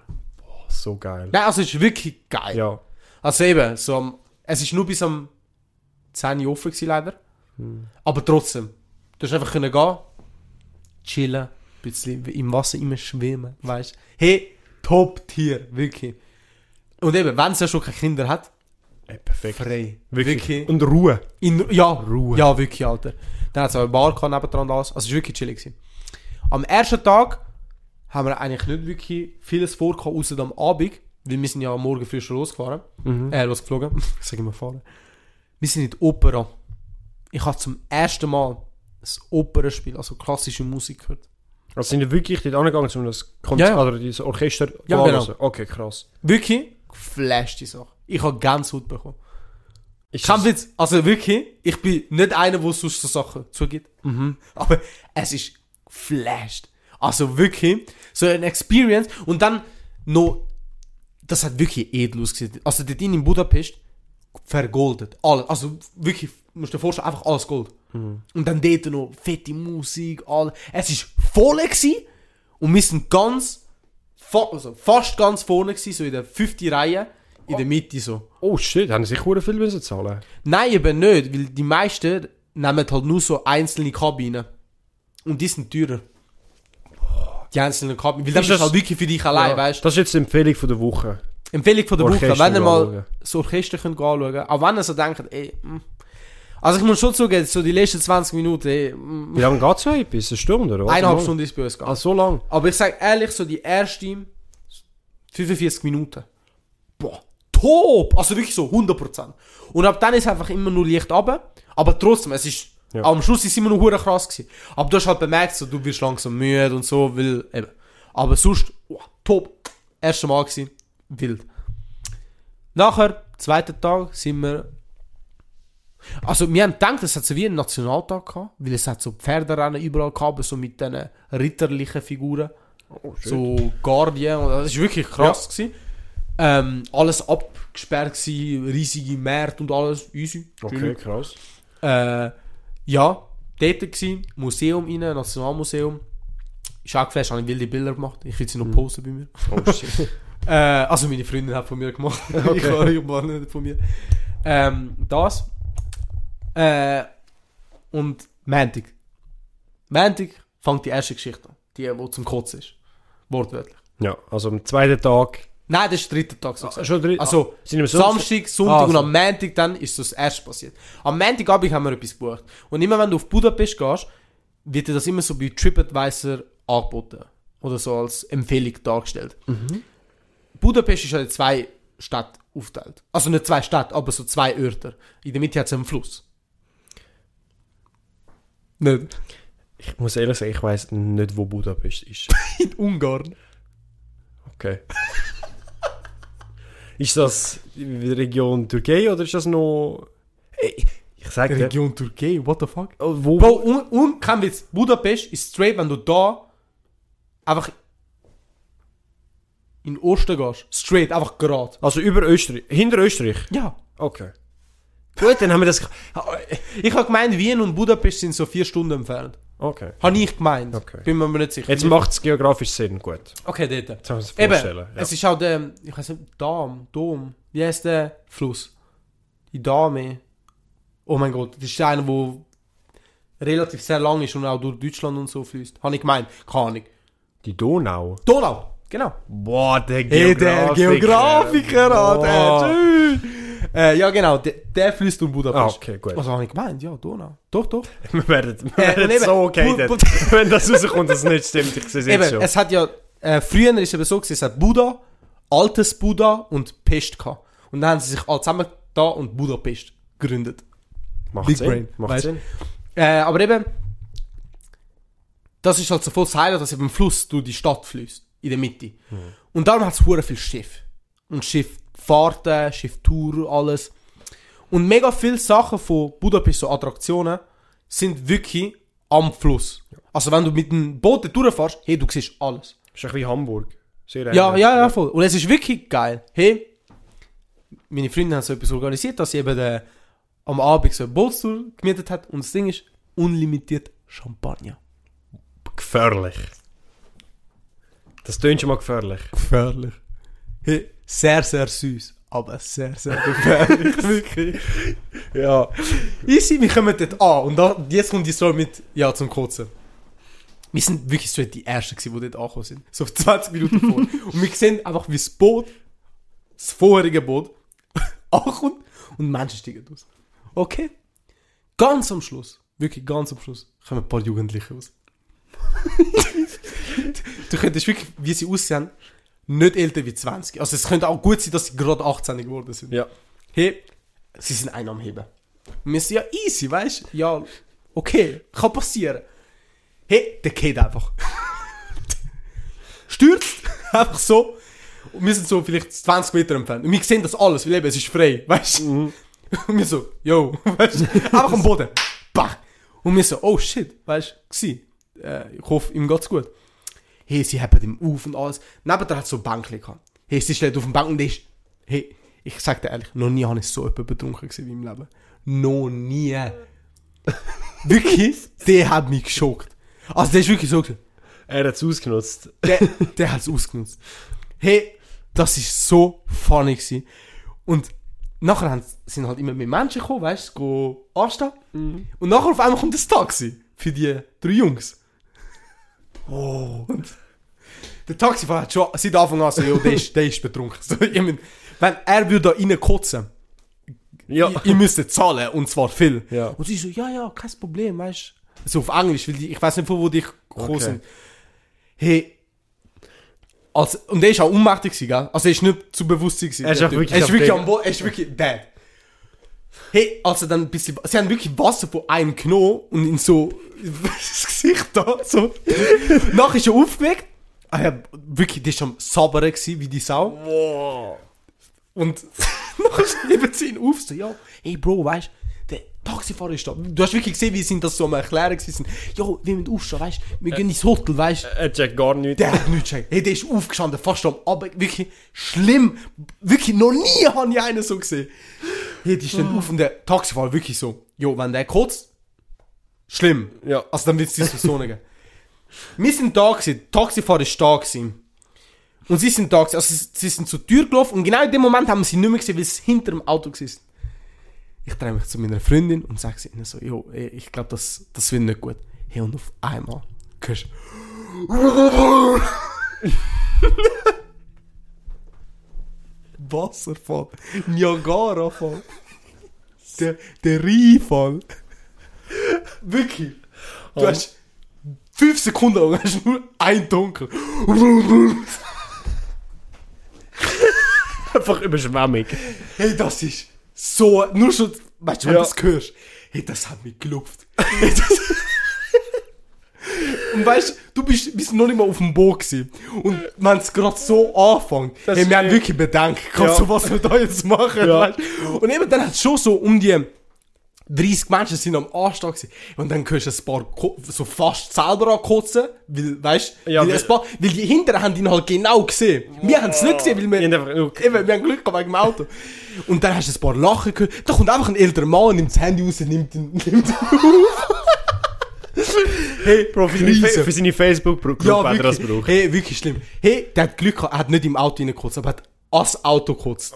[SPEAKER 2] so geil.
[SPEAKER 1] Nein, also es ist wirklich geil.
[SPEAKER 2] Ja.
[SPEAKER 1] Also eben, so am, es ist nur bis am 10 Uhr offen gewesen, leider.
[SPEAKER 2] Hm.
[SPEAKER 1] Aber trotzdem, du hast einfach können gehen, chillen, ein bisschen im Wasser immer schwimmen, weißt Hey, Top-Tier, wirklich. Und eben, wenn es ja schon keine Kinder hat,
[SPEAKER 2] Ey, perfekt.
[SPEAKER 1] frei.
[SPEAKER 2] Wirklich. Und Ruhe.
[SPEAKER 1] In, ja,
[SPEAKER 2] Ruhe.
[SPEAKER 1] Ja, wirklich, Alter. Dann hat es auch eine Bar gehabt nebendran und alles. Also, es war wirklich chillig. Gewesen. Am ersten Tag haben wir eigentlich nicht wirklich vieles vorgehabt, außer am Abend, weil wir sind ja am Morgen früh schon losgefahren. Äh, losgeflogen. ich sage immer fahren. Wir sind in die Opera. Ich habe zum ersten Mal das Opernspiel, also klassische Musik gehört.
[SPEAKER 2] Also sind wir wirklich dort angegangen, um das Konzert
[SPEAKER 1] Ja, ja.
[SPEAKER 2] oder dieses Orchester
[SPEAKER 1] Ja,
[SPEAKER 2] anzuhören?
[SPEAKER 1] genau.
[SPEAKER 2] Okay, krass.
[SPEAKER 1] Wirklich geflasht die Sache. Ich habe ganz gut bekommen.
[SPEAKER 2] Ist
[SPEAKER 1] Kein
[SPEAKER 2] das,
[SPEAKER 1] Witz, also wirklich, ich bin nicht einer, der sonst so Sachen zugibt.
[SPEAKER 2] Mhm.
[SPEAKER 1] Aber es ist geflasht. Also wirklich, so eine Experience. Und dann noch, das hat wirklich edel ausgesehen. Also dort in Budapest, vergoldet. Alles. Also wirklich, musst du dir vorstellen, einfach alles Gold.
[SPEAKER 2] Mhm.
[SPEAKER 1] Und dann dort noch fette Musik, alles. Es ist voll gewesen und wir sind ganz, fa also fast ganz vorne gewesen, so in der fünften Reihe, in der Mitte so.
[SPEAKER 2] oh shit, haben sie sich verdammt viel müssen zahlen
[SPEAKER 1] Nein, eben nicht, weil die meisten nehmen halt nur so einzelne Kabinen. Und die sind teurer. Die einzelnen Kabinen. Weil das
[SPEAKER 2] Ist
[SPEAKER 1] ist
[SPEAKER 2] das-
[SPEAKER 1] halt wirklich für dich allein,
[SPEAKER 2] ja.
[SPEAKER 1] weißt du?
[SPEAKER 2] Das ist jetzt die Empfehlung von der Woche.
[SPEAKER 1] Empfehlung von der Woche,
[SPEAKER 2] Orchester
[SPEAKER 1] wenn ihr mal
[SPEAKER 2] anschauen.
[SPEAKER 1] das Orchester könnt gehen anschauen könnt. Auch wenn ihr so denkt, ey, mm. Also ich muss schon zugeben, so die letzten 20 Minuten, ey, mm,
[SPEAKER 2] Wie lange geht es heute? Bis eine Stunde oder was?
[SPEAKER 1] eineinhalb
[SPEAKER 2] Lang?
[SPEAKER 1] Stunden ist bei uns gegangen.
[SPEAKER 2] Ah, so lang?
[SPEAKER 1] Aber ich sage ehrlich, so die ersten 45 Minuten. Boah, top! Also wirklich so, 100%. Und ab dann ist es einfach immer nur leicht runter. Aber trotzdem, es ist,
[SPEAKER 2] Ja.
[SPEAKER 1] am Schluss ist es immer noch hure krass gewesen. Aber du hast halt bemerkt, so, du wirst langsam müde und so, weil, eben. Aber sonst, boah, top. Erstes Mal gewesen, wild. Nachher, zweiten Tag, sind wir also wir haben gedacht, es hat so wie einen Nationaltag gehabt, weil es hat so Pferderennen überall gehabt, aber so mit diesen ritterlichen Figuren. so Guardian, und das war wirklich krass. Gewesen. Ähm, alles abgesperrt gewesen, riesige Märkte und alles, easy.
[SPEAKER 2] Okay,
[SPEAKER 1] chillig.
[SPEAKER 2] krass.
[SPEAKER 1] Äh, ja, dort gewesen, Museum rein, Nationalmuseum. Ist auch geflasht, habe ich wilde Bilder gemacht. Ich will sie noch posten bei mir.
[SPEAKER 2] Oh shit.
[SPEAKER 1] Äh, also meine Freundin hat von mir gemacht. ich habe ich mache nicht von mir. Ähm, das. Äh, und Montag. Montag fängt die erste Geschichte an. Die, die zum Kotzen ist. Wortwörtlich.
[SPEAKER 2] ja, also am zweiten Tag.
[SPEAKER 1] Nein, das ist der dritte Tag. So
[SPEAKER 2] Ah,
[SPEAKER 1] gesagt.
[SPEAKER 2] schon drin?
[SPEAKER 1] also
[SPEAKER 2] sind wir
[SPEAKER 1] Samstag, Sonntag Also.
[SPEAKER 2] Ah, so.
[SPEAKER 1] und am Montag dann ist so das erste passiert. Am Montagabend haben wir etwas gebucht. Und immer wenn du auf Budapest gehst, wird dir das immer so bei TripAdvisor angeboten. Oder so als Empfehlung dargestellt. Budapest ist ja in zwei Städte aufgeteilt. Also nicht zwei Städte, aber so zwei Örter. In der Mitte hat es einen Fluss. Nicht.
[SPEAKER 2] Ich muss ehrlich sagen, ich weiß nicht, wo Budapest ist.
[SPEAKER 1] In Ungarn.
[SPEAKER 2] Okay. ist das die Region Türkei oder ist das noch. Ey, Ich sag dir.
[SPEAKER 1] Region Türkei, what the fuck?
[SPEAKER 2] Oh, Wo?
[SPEAKER 1] Bro, und, und kein Witz, Budapest ist straight, wenn du da einfach in den Osten gehst. Straight, einfach gerade.
[SPEAKER 2] Also über Österreich. Hinter Österreich.
[SPEAKER 1] Ja.
[SPEAKER 2] Okay. Gut, dann haben wir das. ge-
[SPEAKER 1] Ich habe gemeint, Wien und Budapest sind so vier Stunden entfernt.
[SPEAKER 2] Okay.
[SPEAKER 1] Habe ich gemeint.
[SPEAKER 2] Okay.
[SPEAKER 1] Bin mir aber nicht sicher.
[SPEAKER 2] Jetzt macht es geografisch Sinn, gut.
[SPEAKER 1] okay, dort.
[SPEAKER 2] Jetzt kann man sich
[SPEAKER 1] Eben,
[SPEAKER 2] vorstellen. Ja.
[SPEAKER 1] es ist auch der, ich weiß nicht, Dam, Dom, wie heißt der Fluss? Die Dame. Oh mein Gott, das ist einer, wo relativ sehr lang ist und auch durch Deutschland und so fließt. Habe ich gemeint, keine Ahnung.
[SPEAKER 2] Die Donau.
[SPEAKER 1] Donau, genau.
[SPEAKER 2] Boah, der
[SPEAKER 1] Hey,
[SPEAKER 2] Geografiker. Oh.
[SPEAKER 1] Alter,
[SPEAKER 2] Boah.
[SPEAKER 1] tschüss. Äh, ja, genau, der, der fließt durch Budapest.
[SPEAKER 2] Ah, okay, gut.
[SPEAKER 1] Was habe ich gemeint? Ja, Donau. Doch, doch.
[SPEAKER 2] Wir werden, wir
[SPEAKER 1] Äh,
[SPEAKER 2] werden
[SPEAKER 1] und eben,
[SPEAKER 2] so okay,
[SPEAKER 1] bu- bu-
[SPEAKER 2] wenn das rauskommt, dass es nicht stimmt. Ich sehe es jetzt
[SPEAKER 1] Eben,
[SPEAKER 2] schon.
[SPEAKER 1] es hat ja, äh, früher ist eben so, gewesen, es hat Buddha, altes Buddha und Pest gehabt. Und dann haben sie sich alle zusammen da und Budapest gegründet.
[SPEAKER 2] Macht
[SPEAKER 1] Big
[SPEAKER 2] Sinn.
[SPEAKER 1] Brain,
[SPEAKER 2] Macht
[SPEAKER 1] weißt-
[SPEAKER 2] Sinn.
[SPEAKER 1] Äh, aber eben, das ist halt so voll das Highlight, dass eben ein Fluss durch die Stadt fließt, in der Mitte. Und darum hat es hure viel Schiff. Und Schifffahrten, Schifftour, alles. Und mega viele Sachen von Budapest, so Attraktionen, sind wirklich am Fluss. Also wenn du mit dem Boot dort durchfährst, hey, du siehst alles.
[SPEAKER 2] Ist ein bisschen Hamburg. Sehr
[SPEAKER 1] Ja,
[SPEAKER 2] ähnlich.
[SPEAKER 1] Also, ja, ja, voll. Und es ist wirklich geil. Hey, meine Freundin hat so etwas organisiert, dass sie eben äh, am Abend so eine Bootstour gemietet hat. Und das Ding ist, unlimitiert Champagner.
[SPEAKER 2] Gefährlich. Das tönt schon mal gefährlich.
[SPEAKER 1] Gefährlich. Hey, sehr, sehr süß. Aber sehr, sehr gefährlich. Wirklich.
[SPEAKER 2] Ja.
[SPEAKER 1] Easy, wir kommen dort an. Und da, jetzt kommt die Story mit, ja, zum Kotzen. Wir sind wirklich so die Ersten gewesen, die dort angekommen sind. So 20 Minuten vor. und wir sehen einfach, wie das Boot, das vorherige Boot, ankommt und Menschen steigen aus. Okay? Ganz am Schluss, wirklich ganz am Schluss, kommen ein paar Jugendliche aus. du könntest wirklich, wie sie aussehen, nicht älter wie 20. Also es könnte auch gut sein, dass sie gerade 18 geworden sind.
[SPEAKER 2] Ja.
[SPEAKER 1] Hey, sie sind einen am Heben. Wir sind ja easy, weißt du? Ja, okay, kann passieren. Hey, der geht einfach. Stürzt, einfach so. Und wir sind so vielleicht 20 Meter entfernt. Und wir sehen das alles, weil eben, es ist frei, weißt du? Und wir so, yo, weißt du? Einfach am Boden. Bach. Und wir so, oh shit, weißt du, gsi. Äh, ich hoffe, ihm geht's gut. Hey, sie haben ihm auf und alles. Neben der hat so Bänkli gehabt. Hey, sie steht auf dem Bank und ist, hey, ich sag dir ehrlich, noch nie habe ich so jemanden betrunken gesehen wie im Leben. Noch nie. wirklich, der hat mich geschockt. Also, der ist wirklich so gewesen.
[SPEAKER 2] Er hat es ausgenutzt.
[SPEAKER 1] Der, der hat's ausgenutzt. Hey, das ist so funny gewesen. Und nachher haben, sind halt immer mehr Menschen gekommen, weißt du, go anstehen. Und nachher auf einmal kommt das Taxi für die drei Jungs. Oh. Und der Taxifahrer hat schon seit Anfang an so, jo, der ist, der ist betrunken. So, ich mein, wenn er würde da rein kotzen,
[SPEAKER 2] Ja.
[SPEAKER 1] ihr, ihr müsst jetzt zahlen und zwar viel.
[SPEAKER 2] Ja.
[SPEAKER 1] Und sie so, ja, ja, kein Problem, weißt du. So auf Englisch, weil die, ich weiß nicht, von wo die gekommen
[SPEAKER 2] Okay.
[SPEAKER 1] sind. Hey. Also, und er ist auch ohnmächtig, gewesen, gell? Also er ist nicht zu bewusst gewesen.
[SPEAKER 2] Er ist
[SPEAKER 1] der
[SPEAKER 2] auch
[SPEAKER 1] Typ.
[SPEAKER 2] wirklich
[SPEAKER 1] er ist
[SPEAKER 2] auf
[SPEAKER 1] wirklich
[SPEAKER 2] dem-
[SPEAKER 1] am Boden, er ist wirklich dead. Hey, also dann ein bisschen, sie haben wirklich Wasser von einem genommen und in so, das Gesicht da, so. Nachher ist er aufgeweckt. Ah ja, wirklich, der war am Sabbern gewesen, wie die Sau.
[SPEAKER 2] Wow.
[SPEAKER 1] Und nachher schreiben sie ihn auf, so, ja, hey Bro, weißt du, der Taxifahrer ist da. Du hast wirklich gesehen, wie sie das so am Erklären waren. Ja, wir müssen aufstehen, weißt du, wir gehen ins Hotel, weißt du.
[SPEAKER 2] Er checkt gar nichts.
[SPEAKER 1] Der hat nichts gecheckt. Hey, der ist aufgestanden, fast am Abend. Wirklich schlimm. Wirklich, noch nie habe ich einen so gesehen. Hey, die stehen auf und der Taxifahrer wirklich so. Jo, wenn der kotzt, schlimm.
[SPEAKER 2] Ja.
[SPEAKER 1] Also dann wird es Diskussionen geben. Wir sind da gewesen. der Taxifahrer ist da gewesen. Und sie sind da gewesen. Also sie- sie sind zur Tür gelaufen und genau in dem Moment haben wir sie nicht mehr gesehen, weil sie hinter dem Auto gewesen sind. Ich drehe mich zu meiner Freundin und sage sie ihnen so, jo, ey, ich glaube, das, das wird nicht gut. Hey, und auf einmal hörst du Wasserfall. Niagarafall. Der, der Rheinfall. Wirklich. Du hast fünf Sekunden lang hast nur ein Dunkel.
[SPEAKER 2] Einfach Überschwemmung.
[SPEAKER 1] Hey, das ist so... Nur schon, weißt du, wenn
[SPEAKER 2] Ja.
[SPEAKER 1] du das hörst. Hey, das hat mich gelupft. Hey, das- Und weißt du, du bist, bist noch nicht mal auf dem Boot gewesen. Und wenn es gerade so anfängt,
[SPEAKER 2] Das
[SPEAKER 1] hey, wir haben
[SPEAKER 2] ist-
[SPEAKER 1] wirklich bedankt,
[SPEAKER 2] Ja.
[SPEAKER 1] so, was wir da jetzt machen.
[SPEAKER 2] Ja.
[SPEAKER 1] Weißt? Und eben dann hat es schon so um die 30 Menschen sind am Anstieg gewesen. und dann hörst du ein paar Ko- so fast selber ankotzen, weil, weißt,
[SPEAKER 2] Ja,
[SPEAKER 1] weil,
[SPEAKER 2] weil-
[SPEAKER 1] ein paar, weil die hinteren haben ihn halt genau gesehen. Wir haben es nicht gesehen, weil wir,
[SPEAKER 2] Ich hab einfach nur-
[SPEAKER 1] eben, wir haben Glück gehabt wegen dem Auto. Und dann hast du ein paar Lachen gehört. Da kommt einfach ein älterer Mann, nimmt das Handy raus, nimmt ihn, nimmt ihn auf. Hey, Bro,
[SPEAKER 2] Für seine, Fa- für seine Facebook-Gruppe
[SPEAKER 1] Ja,
[SPEAKER 2] hat er das
[SPEAKER 1] wirklich.
[SPEAKER 2] gebraucht.
[SPEAKER 1] Hey, wirklich schlimm. Hey, der hat Glück gehabt, er hat nicht im Auto reingekotzt, aber er hat ans Auto gekotzt.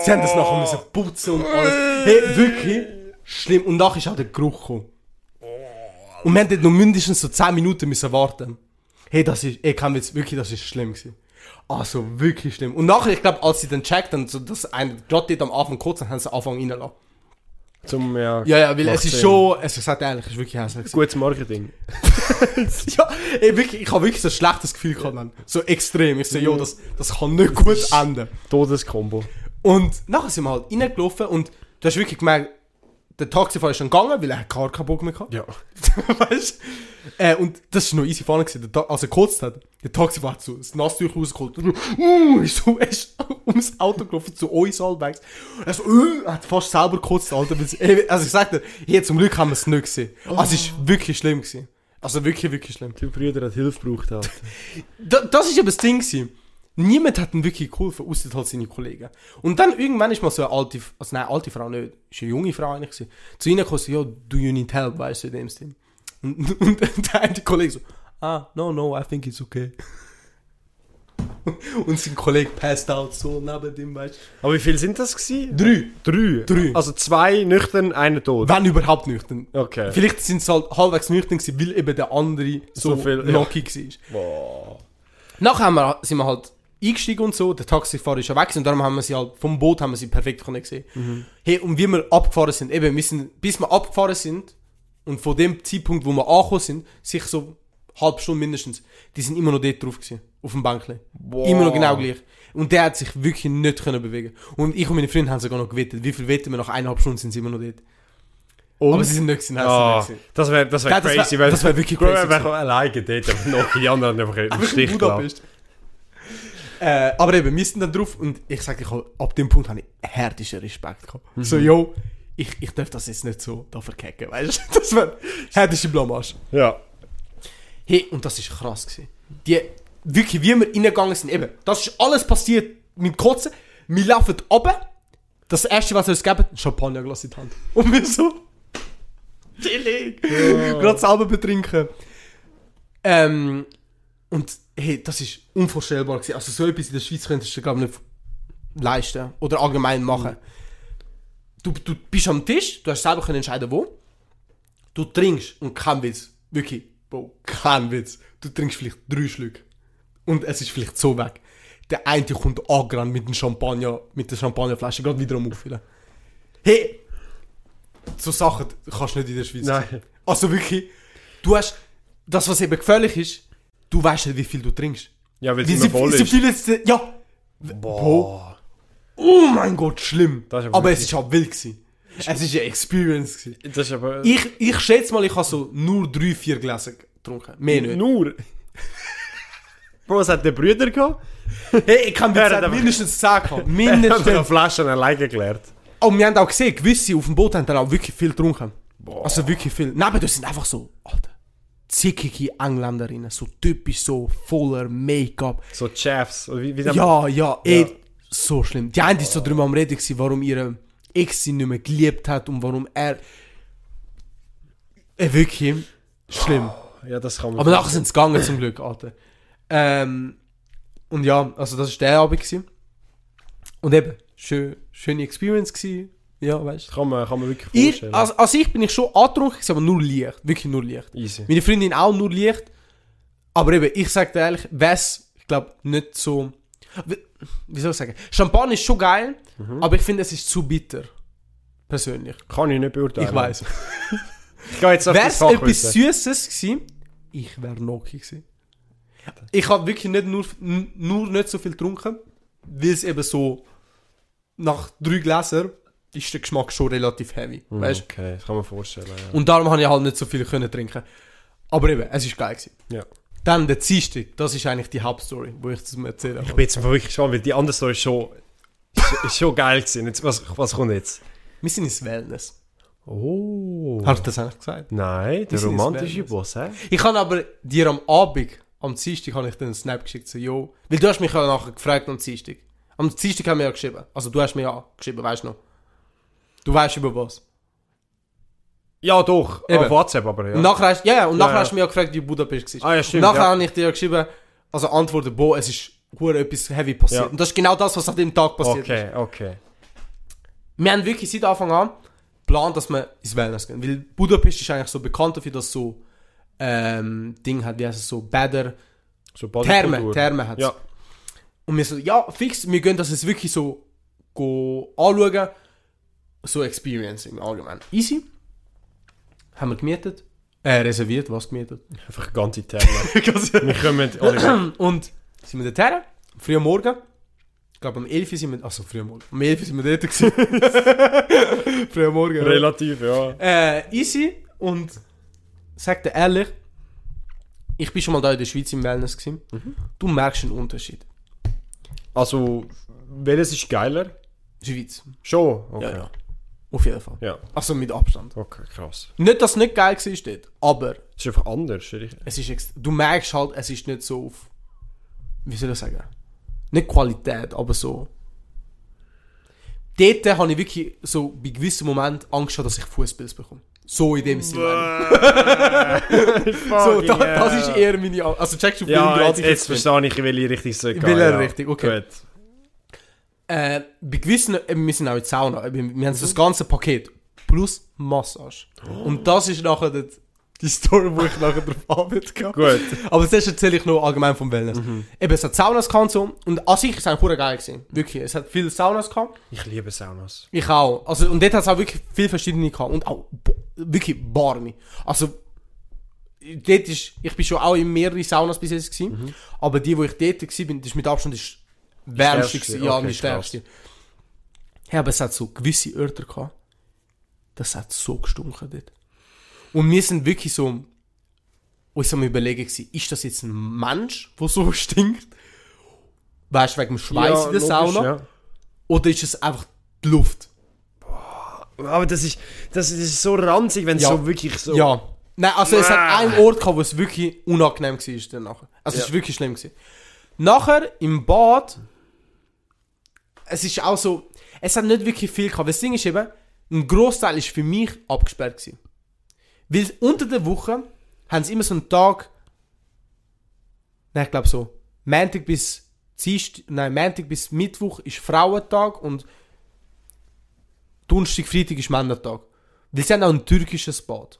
[SPEAKER 1] Sie haben das
[SPEAKER 2] Oh.
[SPEAKER 1] nachher müssen putzen und alles. Hey, wirklich schlimm. Und nachher ist auch der Geruch gekommen.
[SPEAKER 2] Oh.
[SPEAKER 1] Und wir haben dort noch mindestens so 10 Minuten müssen warten. Hey, das ist, ey, kann jetzt wirklich, das ist schlimm gewesen. Also, wirklich schlimm. Und nachher, ich glaube, als sie dann checkt, dann so, dass einer gerade dort am Anfang kurz, dann haben sie anfangen reingelassen.
[SPEAKER 2] Zum, ja,
[SPEAKER 1] Ja, ja, weil
[SPEAKER 2] macht
[SPEAKER 1] es ist
[SPEAKER 2] Sinn.
[SPEAKER 1] schon, also, ich sag ehrlich, es ist wirklich hässlich gewesen.
[SPEAKER 2] Gutes Marketing.
[SPEAKER 1] Ja, ey, wirklich, ich habe wirklich so ein schlechtes Gefühl gehabt, Mann. So extrem. Ich so, jo, das, das kann nicht gut enden.
[SPEAKER 2] Todeskombo.
[SPEAKER 1] Und nachher sind wir halt reingelaufen und du hast wirklich gemerkt, der Taxifahrer ist dann gegangen, weil er hat gar keinen Bock mehr hatte.
[SPEAKER 2] Ja.
[SPEAKER 1] weißt du? Äh, und das war noch easy fahren, gewesen. Der Ta- als er gekotzt hat. Der Taxifahrer hat so das Nasstüch rausgeholt. Und so, uh, ist so, er ist ums Auto gelaufen zu uns Allbags. Er so, uh, hat fast selber gekotzt, Alter. weil es- ey, Also ich sagte, hier zum Glück haben wir es nicht gesehen. Also es war wirklich schlimm. Gewesen. Also wirklich, wirklich schlimm.
[SPEAKER 2] Der Brüder hat Hilfe gebraucht. Alter.
[SPEAKER 1] Da, das ist eben das Ding gewesen. Niemand hat ihm wirklich geholfen, außer halt seine Kollegen. Und dann irgendwann ist mal so eine alte, also nein, alte Frau nicht, ist eine junge Frau eigentlich gewesen, zu ihnen gekommen, so, ja, do you need help, weißt du, in dem Sinn. Und, und der eine Kollege so, ah, no, no, I think it's okay. Und sein Kollege passed out so neben dem, weißt
[SPEAKER 2] Aber wie viele sind das gewesen?
[SPEAKER 1] du. Drei,
[SPEAKER 2] Drei.
[SPEAKER 1] Drei.
[SPEAKER 2] Also zwei nüchtern, einer tot.
[SPEAKER 1] wenn überhaupt nüchtern.
[SPEAKER 2] Okay.
[SPEAKER 1] Vielleicht sind sie halt halbwegs nüchtern gewesen, weil eben der andere so,
[SPEAKER 2] So viel, ja.
[SPEAKER 1] knockig war.
[SPEAKER 2] Boah.
[SPEAKER 1] Nachher haben wir, sind wir halt eingestiegen und so, der Taxifahrer ist ja weg gewesen und darum haben wir sie halt, vom Boot haben wir sie perfekt können gesehen.
[SPEAKER 2] Mhm.
[SPEAKER 1] Hey, und wie wir abgefahren sind, eben, wir sind, bis wir abgefahren sind und von dem Zeitpunkt, wo wir angekommen sind, sich so halb Stunde mindestens, die sind immer noch dort drauf gewesen, auf dem Bänkchen.
[SPEAKER 2] Boah.
[SPEAKER 1] Immer noch genau gleich. Und der hat sich wirklich nicht können bewegen. Und ich und meine Freunde haben sogar noch gewettet, wie viel wetten wir, nach eineinhalb Stunden sind sie immer noch dort.
[SPEAKER 2] Und?
[SPEAKER 1] Aber sie sind nicht gewesen, nein, sie sind
[SPEAKER 2] Ah,
[SPEAKER 1] nicht gewesen.
[SPEAKER 2] das wäre das wär
[SPEAKER 1] Ja, das wär-
[SPEAKER 2] crazy. weil-
[SPEAKER 1] das wär wirklich
[SPEAKER 2] Bro,
[SPEAKER 1] crazy
[SPEAKER 2] Wir wären alleine dort, aber noch die anderen einfach im
[SPEAKER 1] Wirklich
[SPEAKER 2] Stich gelassen.
[SPEAKER 1] Budapest. Äh, aber eben, wir sind dann drauf und ich sage, ich hab- ab dem Punkt habe ich härtesten Respekt gehabt. So,
[SPEAKER 2] Mhm.
[SPEAKER 1] yo, ich, ich darf das jetzt nicht so da verkecken, weißt du? Das war härteste Blamage.
[SPEAKER 2] Ja.
[SPEAKER 1] Hey, und das ist krass gewesen. Die, wirklich, wie wir reingegangen sind, eben, das ist alles passiert mit Kotzen. Wir laufen runter, das erste, was wir uns geben, ein Champagnerglas in die Hand. Und wir so, chillig, gerade selber betrinken. Ähm, und hey, das ist unvorstellbar gewesen. Also so etwas in der Schweiz könntest du glaube ich nicht leisten oder allgemein machen. Du, du bist am Tisch, du hast selber können entscheiden wo. Du trinkst und kein Witz, wirklich, Bro, kein Witz. Du trinkst vielleicht drei Schlücke und es ist vielleicht so weg. Der eine kommt angerannt mit dem Champagner, mit der Champagnerflasche, gerade wieder am Auffüllen. Hey, so Sachen kannst du nicht in der Schweiz.
[SPEAKER 2] Nein.
[SPEAKER 1] Also wirklich, du hast, das was eben gefährlich ist, du weißt nicht, wie viel du trinkst.
[SPEAKER 2] Ja, weil es
[SPEAKER 1] Wie
[SPEAKER 2] immer voll
[SPEAKER 1] sub-
[SPEAKER 2] ist.
[SPEAKER 1] subtil ist. äh, Ja.
[SPEAKER 2] Boah.
[SPEAKER 1] Oh mein Gott, schlimm.
[SPEAKER 2] Das ist aber
[SPEAKER 1] aber es
[SPEAKER 2] wirklich-
[SPEAKER 1] ist auch wild gewesen. Es ist eine Experience gewesen.
[SPEAKER 2] Das ist aber...
[SPEAKER 1] Ich, ich schätze mal, ich habe so nur drei, vier Gläser getrunken. Mehr nicht.
[SPEAKER 2] Nur... Bro, es hat der Brüder gehabt.
[SPEAKER 1] Hey, ich kann
[SPEAKER 2] Er hat
[SPEAKER 1] mir
[SPEAKER 2] einfach-
[SPEAKER 1] mindestens sagen gehabt.
[SPEAKER 2] Er hat eine
[SPEAKER 1] Mindestens.
[SPEAKER 2] Flasche alleine geklärt.
[SPEAKER 1] Und wir haben auch gesehen, gewisse auf dem Boot haben dann auch wirklich viel getrunken. Also wirklich viel. Neben das sind einfach so, Alter, zickige Engländerinnen. So typisch so, voller Make-up.
[SPEAKER 2] So Chefs. Oder Wie, wie sagt man-
[SPEAKER 1] Ja, ja, ey,
[SPEAKER 2] Ja.
[SPEAKER 1] so schlimm. Die eine ist so drüber am Reden, gewesen, warum ihre Ex sie nicht mehr geliebt hat und warum er. Ey, wirklich schlimm.
[SPEAKER 2] ja, das kann man...
[SPEAKER 1] Aber nachher sind sie gegangen, zum Glück, Alter. Ähm, und ja, also das war der Abend. Gewesen. Und eben, schön, schöne Experience gewesen. Ja, weißt du.
[SPEAKER 2] kann man, kann man wirklich
[SPEAKER 1] Ich,
[SPEAKER 2] vorstellen.
[SPEAKER 1] also, also ich bin ich schon angetrunken, gewesen, aber nur leicht. Wirklich nur leicht.
[SPEAKER 2] Easy.
[SPEAKER 1] Meine Freundin auch nur leicht. Aber eben, ich sag dir ehrlich, was, ich glaube, nicht so. Wie, wie soll ich sagen? Champagner ist schon geil, aber ich finde, es ist zu bitter. Persönlich.
[SPEAKER 2] Kann ich nicht beurteilen.
[SPEAKER 1] Ich weiß.
[SPEAKER 2] Ich gehe jetzt auf
[SPEAKER 1] Wäre
[SPEAKER 2] das
[SPEAKER 1] es etwas
[SPEAKER 2] Fachwissen.
[SPEAKER 1] Süßes gewesen, ich wäre Noki gewesen. Ich habe wirklich nicht nur, n- nur nicht so viel getrunken, weil es eben so nach drei Gläsern ist der Geschmack schon relativ heavy.
[SPEAKER 2] Hm,
[SPEAKER 1] Weißt?
[SPEAKER 2] Okay, das kann man vorstellen, ja.
[SPEAKER 1] Und darum habe ich halt nicht so viel können trinken. Aber eben, es ist geil gewesen.
[SPEAKER 2] ja.
[SPEAKER 1] Dann der Dienstag, das ist eigentlich die Hauptstory, wo ich das mir erzählen
[SPEAKER 2] Ich
[SPEAKER 1] wollte.
[SPEAKER 2] bin jetzt einfach wirklich gespannt, weil die andere Story ist schon, ist, ist schon geil gewesen. Jetzt, was, was kommt jetzt?
[SPEAKER 1] Wir sind ins Wellness.
[SPEAKER 2] Oh.
[SPEAKER 1] Habe ich das eigentlich gesagt?
[SPEAKER 2] Nein,
[SPEAKER 1] Wir
[SPEAKER 2] der
[SPEAKER 1] sind ins
[SPEAKER 2] romantische
[SPEAKER 1] Wellness.
[SPEAKER 2] Boss, hä?
[SPEAKER 1] Ich habe aber dir am Abend, am Dienstag, habe ich dir einen Snap geschickt, so, yo. Weil du hast mich ja nachher gefragt am Dienstag. Am Dienstag haben wir ja geschrieben. Also du hast mir ja geschrieben, weißt du noch. Du weißt über was.
[SPEAKER 2] Ja, doch.
[SPEAKER 1] Eben.
[SPEAKER 2] Auf WhatsApp aber, ja.
[SPEAKER 1] Und nachher hast, ja, ja, und
[SPEAKER 2] Ja,
[SPEAKER 1] nachher
[SPEAKER 2] ja.
[SPEAKER 1] hast du mich ja gefragt, wie du in Budapest warst.
[SPEAKER 2] Ah, ja, stimmt,
[SPEAKER 1] und nachher
[SPEAKER 2] ja.
[SPEAKER 1] habe ich dir ja geschrieben, also antworte, Bo, es ist hure etwas heavy passiert.
[SPEAKER 2] Ja.
[SPEAKER 1] Und das ist genau das, was an dem Tag passiert ist.
[SPEAKER 2] okay, okay.
[SPEAKER 1] wir haben wirklich seit Anfang an geplant, dass wir ins Wellness gehen. Weil Budapest ist eigentlich so bekannt dafür, dass so ähm, Ding hat, wie heißt es so, Bäder,
[SPEAKER 2] So Body
[SPEAKER 1] Therme,
[SPEAKER 2] Kultur.
[SPEAKER 1] Therme hat
[SPEAKER 2] Ja.
[SPEAKER 1] Und wir so, ja, fix, wir gehen das jetzt wirklich so go anschauen. So Experiencing allgemein. Easy. Haben wir gemietet. Äh, reserviert, was gemietet.
[SPEAKER 2] Einfach ganze Therme. wir kommen... Oliver,
[SPEAKER 1] Und sind wir dorthin, früh am Morgen. Ich glaube, um 11 Uhr sind wir, also früh am Morgen, um 11 Uhr sind wir dort gewesen. früh am Morgen. ja.
[SPEAKER 2] relativ, ja.
[SPEAKER 1] äh, easy und sag dir ehrlich, ich bin schon mal da in der Schweiz im Wellness gewesen.
[SPEAKER 2] Mhm.
[SPEAKER 1] Du merkst einen Unterschied.
[SPEAKER 2] Also, welches ist geiler?
[SPEAKER 1] Schweiz.
[SPEAKER 2] Schon? Okay.
[SPEAKER 1] Ja, ja. Auf jeden Fall.
[SPEAKER 2] Ja.
[SPEAKER 1] Also mit Abstand.
[SPEAKER 2] Okay, krass.
[SPEAKER 1] Nicht, dass es nicht geil war dort, aber
[SPEAKER 2] Es ist einfach anders, richtig?
[SPEAKER 1] es ist ext- du merkst halt, es ist nicht so auf, wie soll ich sagen, nicht Qualität, aber so. Dort habe ich wirklich so bei gewissen Momenten Angst gehabt, dass ich Fußpilz bekomme. So in dem Sinne. meine ich. So, da, das
[SPEAKER 2] eh
[SPEAKER 1] ist eher meine Angst. Also checkst du, auf welchem
[SPEAKER 2] Ja,
[SPEAKER 1] Grad
[SPEAKER 2] jetzt,
[SPEAKER 1] ich
[SPEAKER 2] jetzt
[SPEAKER 1] bin?
[SPEAKER 2] verstehe ich, in welche Richtung es geht.
[SPEAKER 1] welche
[SPEAKER 2] ja.
[SPEAKER 1] Richtung, okay.
[SPEAKER 2] Gut.
[SPEAKER 1] Äh, bei gewissen, äh, wir sind auch in die Sauna, wir, wir haben so das ganze Paket plus Massage. Und das ist nachher die, die Story, wo ich nachher drauf arbeite gehabt.
[SPEAKER 2] Gut.
[SPEAKER 1] Aber das erzähle ich nur allgemein vom Wellness. Eben, es hat Saunas gehabt und so. Und an sich ist es eigentlich verdammt geil gewesen. Wirklich, es hat viele Saunas gehabt.
[SPEAKER 2] Ich liebe Saunas.
[SPEAKER 1] Ich auch. Also, und dort hat es auch wirklich viele verschiedene gehabt. Und auch bo- wirklich warme. Also, dort ist, ich bin schon auch in mehreren Saunas bis jetzt gewesen.
[SPEAKER 2] Mhm.
[SPEAKER 1] Aber die, wo ich dort war, bin, das ist mit Abstand das wärmste
[SPEAKER 2] Stärkste,
[SPEAKER 1] gewesen. Ja,
[SPEAKER 2] okay,
[SPEAKER 1] die stärkste. Ja, aber es hat so gewisse Örter gehabt. Das hat so gestunken dort. Und wir sind wirklich so uns am überlegen gewesen, ist das jetzt ein Mensch, der so stinkt? Weißt du, wegen dem Schweiß in der Sauna? Oder ist es einfach die Luft?
[SPEAKER 2] Aber das ist, das, das ist so ranzig, wenn es
[SPEAKER 1] Ja.
[SPEAKER 2] so wirklich so...
[SPEAKER 1] Ja. Nein, also es hat
[SPEAKER 2] Ah.
[SPEAKER 1] einen Ort gehabt, wo es wirklich unangenehm war dann nachher. Also es
[SPEAKER 2] Ja.
[SPEAKER 1] war wirklich schlimm. Gewesen. Nachher im Bad, es ist auch so, es hat nicht wirklich viel gehabt. Das Ding ist eben, ein Großteil ist für mich abgesperrt gewesen. Weil unter der Woche haben sie immer so einen Tag, nein, ich glaube so, Montag bis Dienst, nein, Montag bis Mittwoch ist Frauentag und Donnerstag, Freitag ist Männertag. Weil sie haben auch ein türkisches Bad.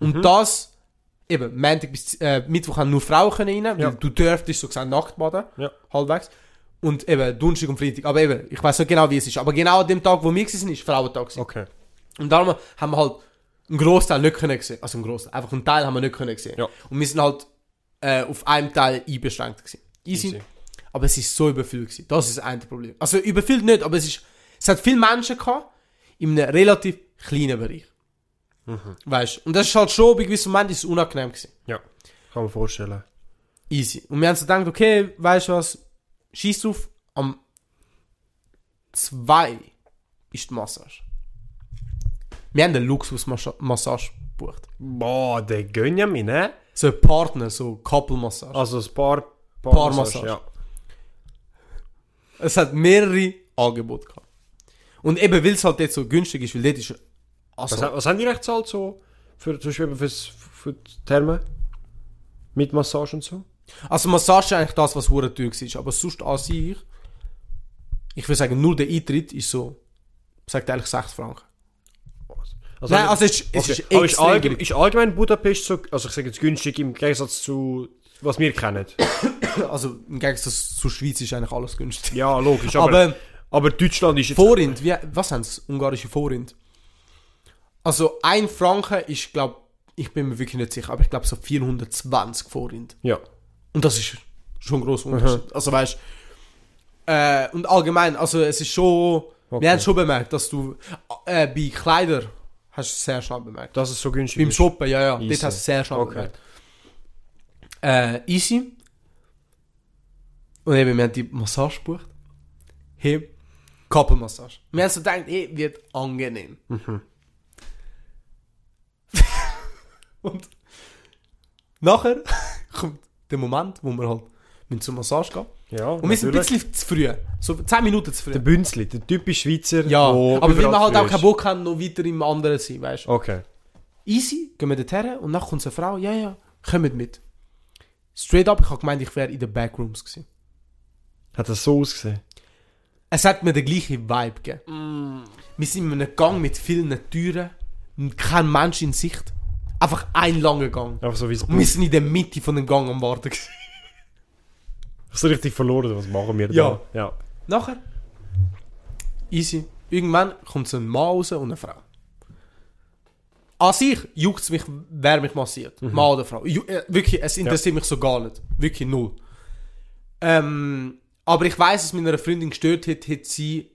[SPEAKER 1] Und
[SPEAKER 2] Mhm.
[SPEAKER 1] das, eben, Montag bis äh, Mittwoch haben nur Frauen können rein,
[SPEAKER 2] Ja.
[SPEAKER 1] weil du dürftest so gesagt nackt baden,
[SPEAKER 2] Ja.
[SPEAKER 1] halbwegs. Und eben, Donnerstag und Freitag. Aber eben, ich weiß nicht genau, wie es ist. Aber genau an dem Tag, wo wir waren, ist Frauentag. gewesen.
[SPEAKER 2] Okay.
[SPEAKER 1] Und darum haben wir halt einen Großteil nicht können sehen. Also einen Großteil, einfach einen Teil haben wir nicht können sehen.
[SPEAKER 2] Ja.
[SPEAKER 1] Und wir sind halt äh, auf einem Teil einbeschränkt gewesen. Easy.
[SPEAKER 2] Easy.
[SPEAKER 1] Aber es ist so überfüllt gewesen. Das ist das eine Problem. Also überfüllt nicht, aber es ist, es hat viele Menschen gehabt in einem relativ kleinen Bereich. Weißt du? Und das ist halt schon bei gewissen Momenten ist es unangenehm gewesen.
[SPEAKER 2] Ja. Kann man vorstellen.
[SPEAKER 1] Easy. Und wir haben so gedacht, okay, weißt du was, schieß auf, am 2 ist die Massage. Wir haben eine Luxusmassage gebucht.
[SPEAKER 2] Boah, der Gönjamin, ne?
[SPEAKER 1] So ein Partner, so Couple-Massage.
[SPEAKER 2] Also ein paar... Paar,
[SPEAKER 1] Paar Massage.
[SPEAKER 2] Ja.
[SPEAKER 1] Es hat mehrere Angebote gehabt. Und eben, weil es halt jetzt so günstig ist, weil dort ist... Also,
[SPEAKER 2] Was, was haben die recht zahlt so? Für, zum Beispiel fürs, für die Therme? Mit Massage und so?
[SPEAKER 1] also Massage ist eigentlich das, was hure teuer war. Aber sonst an sich... Ich würde sagen, nur der Eintritt ist so... Sagt eigentlich 6 Franken.
[SPEAKER 2] Also,
[SPEAKER 1] Nein, also es ist- es ist
[SPEAKER 2] aber ist,
[SPEAKER 1] extrem
[SPEAKER 2] allgemein,
[SPEAKER 1] günstig.
[SPEAKER 2] ist allgemein Budapest so, also ich sage jetzt günstig im Gegensatz zu was wir kennen.
[SPEAKER 1] Also im Gegensatz zur Schweiz ist eigentlich alles günstig.
[SPEAKER 2] Ja, logisch, aber,
[SPEAKER 1] aber...
[SPEAKER 2] aber, Deutschland ist jetzt...
[SPEAKER 1] Vorrind, wie, was haben sie? Ungarische Vorrind. Also ein Franken ist, glaube ich bin mir wirklich nicht sicher, aber ich glaube so 420 Vorrind.
[SPEAKER 2] ja.
[SPEAKER 1] Und das ist schon ein grosser Unterschied. Also weißt äh, und allgemein, also es ist schon,
[SPEAKER 2] Okay.
[SPEAKER 1] wir haben schon bemerkt, dass du äh, bei Kleider hast du es sehr schnell bemerkt.
[SPEAKER 2] Dass es so günstig
[SPEAKER 1] Beim
[SPEAKER 2] ist.
[SPEAKER 1] Shoppen, ja, ja, dort
[SPEAKER 2] Easy.
[SPEAKER 1] hast du es sehr schnell
[SPEAKER 2] Okay.
[SPEAKER 1] bemerkt. Äh, easy. Und eben, wir haben die Massage gebucht. Hey, Kopfmassage. Wir haben so gedacht, hey, wird angenehm.
[SPEAKER 2] Mhm.
[SPEAKER 1] Und nachher kommt der Moment, wo wir halt mit zur Massage gehen.
[SPEAKER 2] Ja,
[SPEAKER 1] Und wir sind ein bisschen zu früh. So 10 Minuten zu früh.
[SPEAKER 2] Der Bünzli, der typische Schweizer,
[SPEAKER 1] Ja,
[SPEAKER 2] wo
[SPEAKER 1] aber weil
[SPEAKER 2] überall
[SPEAKER 1] wir halt auch
[SPEAKER 2] früh ist.
[SPEAKER 1] keinen Bock haben, noch weiter im anderen sein, weißt du.
[SPEAKER 2] Okay.
[SPEAKER 1] Easy, gehen wir dorthin und nachher kommt so eine Frau, ja, ja, kommt mit. Straight up, ich habe gemeint, ich wäre in den Backrooms gewesen.
[SPEAKER 2] Hat das so ausgesehen?
[SPEAKER 1] Es hat mir den gleichen Vibe gegeben. Wir sind in einem Gang mit vielen Türen, kein Mensch in Sicht. Einfach ein langer Gang.
[SPEAKER 2] Einfach so wie es
[SPEAKER 1] Und wir sind in der Mitte von dem Gang am Warten. gewesen.
[SPEAKER 2] so richtig verloren, was machen wir da?
[SPEAKER 1] Ja.
[SPEAKER 2] ja.
[SPEAKER 1] Nachher, easy. Irgendwann kommt so ein Mann raus und eine Frau. An sich juckt es mich, wer mich massiert.
[SPEAKER 2] Mhm.
[SPEAKER 1] Mann oder Frau. Ju äh, wirklich, es interessiert mich so gar nicht. Wirklich null. Ähm, aber ich weiß, dass meiner Freundin gestört hat, hat sie,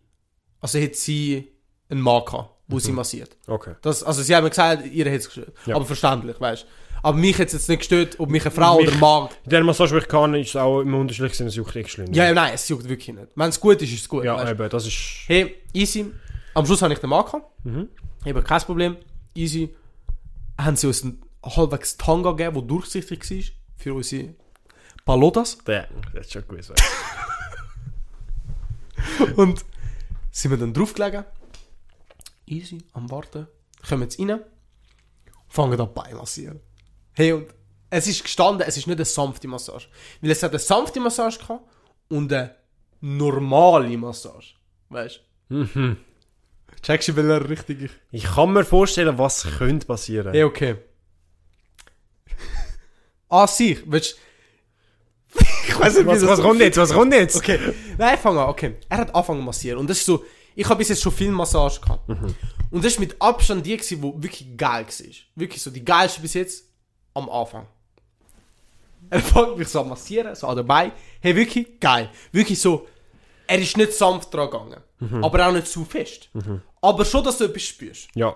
[SPEAKER 1] also hat sie einen Mann gehabt, wo sie massiert.
[SPEAKER 2] Okay.
[SPEAKER 1] Das, also sie haben mir gesagt, ihr hat es gestört.
[SPEAKER 2] Mhm. Ja.
[SPEAKER 1] Aber verständlich, weißt du. Aber mich hat es jetzt nicht gestört, ob mich eine Frau
[SPEAKER 2] Mich-
[SPEAKER 1] oder ein Mann...
[SPEAKER 2] In der Massage, die ich kann, ist es auch im Unterschied gesehen, es juckt echt schlimm.
[SPEAKER 1] Ja, ja, nein, es juckt wirklich nicht. Wenn es gut ist, ist es gut.
[SPEAKER 2] ja
[SPEAKER 1] weisst du.
[SPEAKER 2] eben, das ist...
[SPEAKER 1] Hey, easy. Am Schluss habe ich den Marker. Eben kein Problem. Easy. Haben sie uns einen halbwegs Tanga gegeben, der durchsichtig war für unsere Palotas.
[SPEAKER 2] Der, das ist schon gewesen.
[SPEAKER 1] Und sind wir dann draufgelegen. Easy, am Warten. Kommen jetzt rein. Fangen an Bein massieren. Hey, und es ist gestanden, es ist nicht eine sanfte Massage. Weil es hat eine sanfte Massage gehabt und eine normale Massage. Weißt du? Checkst du, welcher richtig ist?
[SPEAKER 2] Ich kann mir vorstellen, was könnte passieren.
[SPEAKER 1] Ja, okay. An sich, willst Ich weiß nicht,
[SPEAKER 2] Was,
[SPEAKER 1] das-
[SPEAKER 2] was kommt jetzt? Was kommt jetzt?
[SPEAKER 1] Okay. Nein, fang an, okay. Er hat angefangen zu massieren. Und das ist so, ich habe bis jetzt schon viel Massage gehabt.
[SPEAKER 2] Mhm.
[SPEAKER 1] Und das war mit Abstand die, gewesen, die wirklich geil war. Wirklich so, die geilste bis jetzt am Anfang. Er fängt mich so an massieren, so an der Beine. Hey, wirklich geil. Wirklich so, er ist nicht sanft dran gegangen.
[SPEAKER 2] Mhm.
[SPEAKER 1] Aber auch nicht zu fest. Aber schon, dass du etwas spürst
[SPEAKER 2] Ja.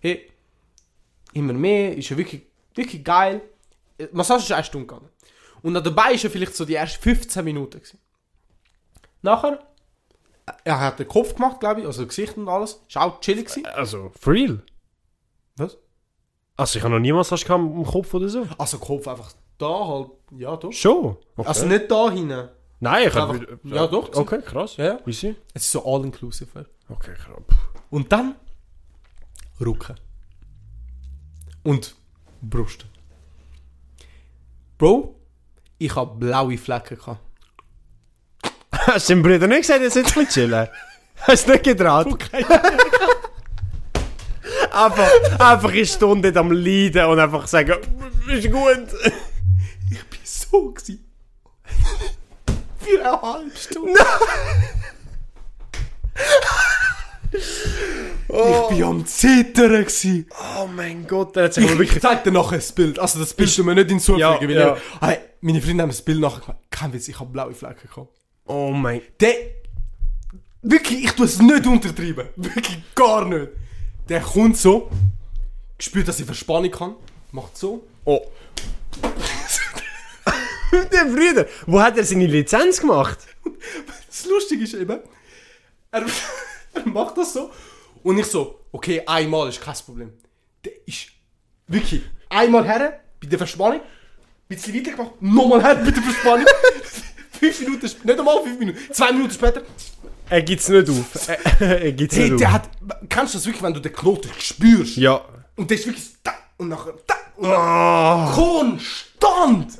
[SPEAKER 1] hey, immer mehr, ist ja wirklich, wirklich geil. Äh, Massage ist eine Stunde gegangen. Und dabei ist ja vielleicht so die ersten 15 Minuten. Gewesen. Nachher, äh, er hat den Kopf gemacht, glaube ich, also das Gesicht und alles. Ist auch chillig gewesen.
[SPEAKER 2] Also, for real?
[SPEAKER 1] Was?
[SPEAKER 2] Also, ich habe noch nie Massage gehabt im Kopf oder so.
[SPEAKER 1] Also Kopf einfach da halt, ja doch.
[SPEAKER 2] Schon? Okay.
[SPEAKER 1] Also nicht da hinten.
[SPEAKER 2] Nein, ich
[SPEAKER 1] Einfach-
[SPEAKER 2] habe...
[SPEAKER 1] ja, doch.
[SPEAKER 2] Okay, krass.
[SPEAKER 1] Ja, ja.
[SPEAKER 2] Easy.
[SPEAKER 1] Es ist so all-inclusive. ja.
[SPEAKER 2] Okay, krass.
[SPEAKER 1] Und dann Rücken. Und Brust. Bro, ich habe blaue Flecken gehabt.
[SPEAKER 2] Hast du dem Bruder nicht gesagt, jetzt jetzt ein bisschen chillen? Hast du nicht getraut? einfach, einfach eine Stunde dort am Leiden und einfach sagen, ist gut.
[SPEAKER 1] so gewesen. Für eine halbe Stunde. Ich bin am Zittern gewesen.
[SPEAKER 2] Oh mein Gott, der hat sich aber
[SPEAKER 1] Ich
[SPEAKER 2] wirklich...
[SPEAKER 1] zeig dir nachher das Bild. Also das Bild tun wir nicht hinzufügen.
[SPEAKER 2] Ja,
[SPEAKER 1] weil
[SPEAKER 2] ja.
[SPEAKER 1] Er, hey, meine Freunde haben das Bild nachher gemacht. Kein Witz, ich habe blaue Flecken gehabt.
[SPEAKER 2] Oh mein...
[SPEAKER 1] Der... Wirklich, ich tue es nicht untertreiben. Wirklich gar nicht. Der kommt so, spürt, dass ich Verspannung kann, macht so.
[SPEAKER 2] Oh. der Bruder, wo hat er seine Lizenz gemacht?
[SPEAKER 1] Das Lustige ist eben, er, er macht das so und ich so, okay, einmal ist kein Problem. Der ist wirklich einmal her bei der Verspannung, ein bisschen weiter gemacht, nochmal her bei der Verspannung. fünf Minuten, sp- nicht einmal fünf Minuten, zwei Minuten später.
[SPEAKER 2] Er gibt's nicht auf. Er, er gibt's
[SPEAKER 1] Hey,
[SPEAKER 2] nicht
[SPEAKER 1] der
[SPEAKER 2] auf.
[SPEAKER 1] hat, kennst du das wirklich, wenn du den Knoten spürst?
[SPEAKER 2] Ja.
[SPEAKER 1] Und der ist wirklich so da und nachher da und nachher. Konstant!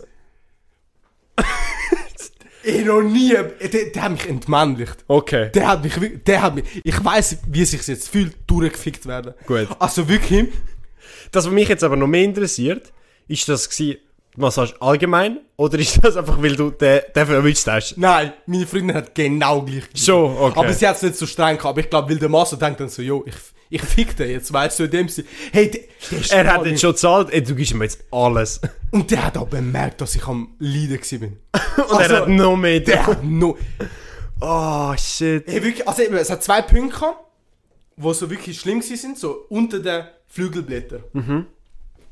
[SPEAKER 1] ich noch nie, der, der hat mich entmännlicht.
[SPEAKER 2] Okay.
[SPEAKER 1] Der hat mich, wirklich- der hat mich, ich weiß, wie sich jetzt fühlt, durchgefickt werden.
[SPEAKER 2] Gut.
[SPEAKER 1] Also wirklich,
[SPEAKER 2] Das, was mich jetzt aber noch mehr interessiert, ist das gewesen, die Massage allgemein oder ist das einfach, weil du den, den verwischt hast?
[SPEAKER 1] nein, meine Freundin hat genau gleich gegeben.
[SPEAKER 2] Schon, okay.
[SPEAKER 1] Aber sie hat es nicht so streng gehabt. Aber ich glaube, weil der Masse denkt dann so, yo, ich, ich fick den jetzt, weißt du, in dem Sinne, hey, der, der ist
[SPEAKER 2] Er hat
[SPEAKER 1] voll-
[SPEAKER 2] jetzt schon gezahlt, ey, du gibst ihm jetzt alles.
[SPEAKER 1] Und der hat auch bemerkt, dass ich am Leiden gewesen bin.
[SPEAKER 2] Und er hat noch mehr.
[SPEAKER 1] Also, der Ah, hat no,
[SPEAKER 2] Oh, shit.
[SPEAKER 1] Hey, wirklich, also eben, es hat zwei Punkte gehabt, wo so wirklich schlimm gewesen sind, so unter den Flügelblättern. Mhm.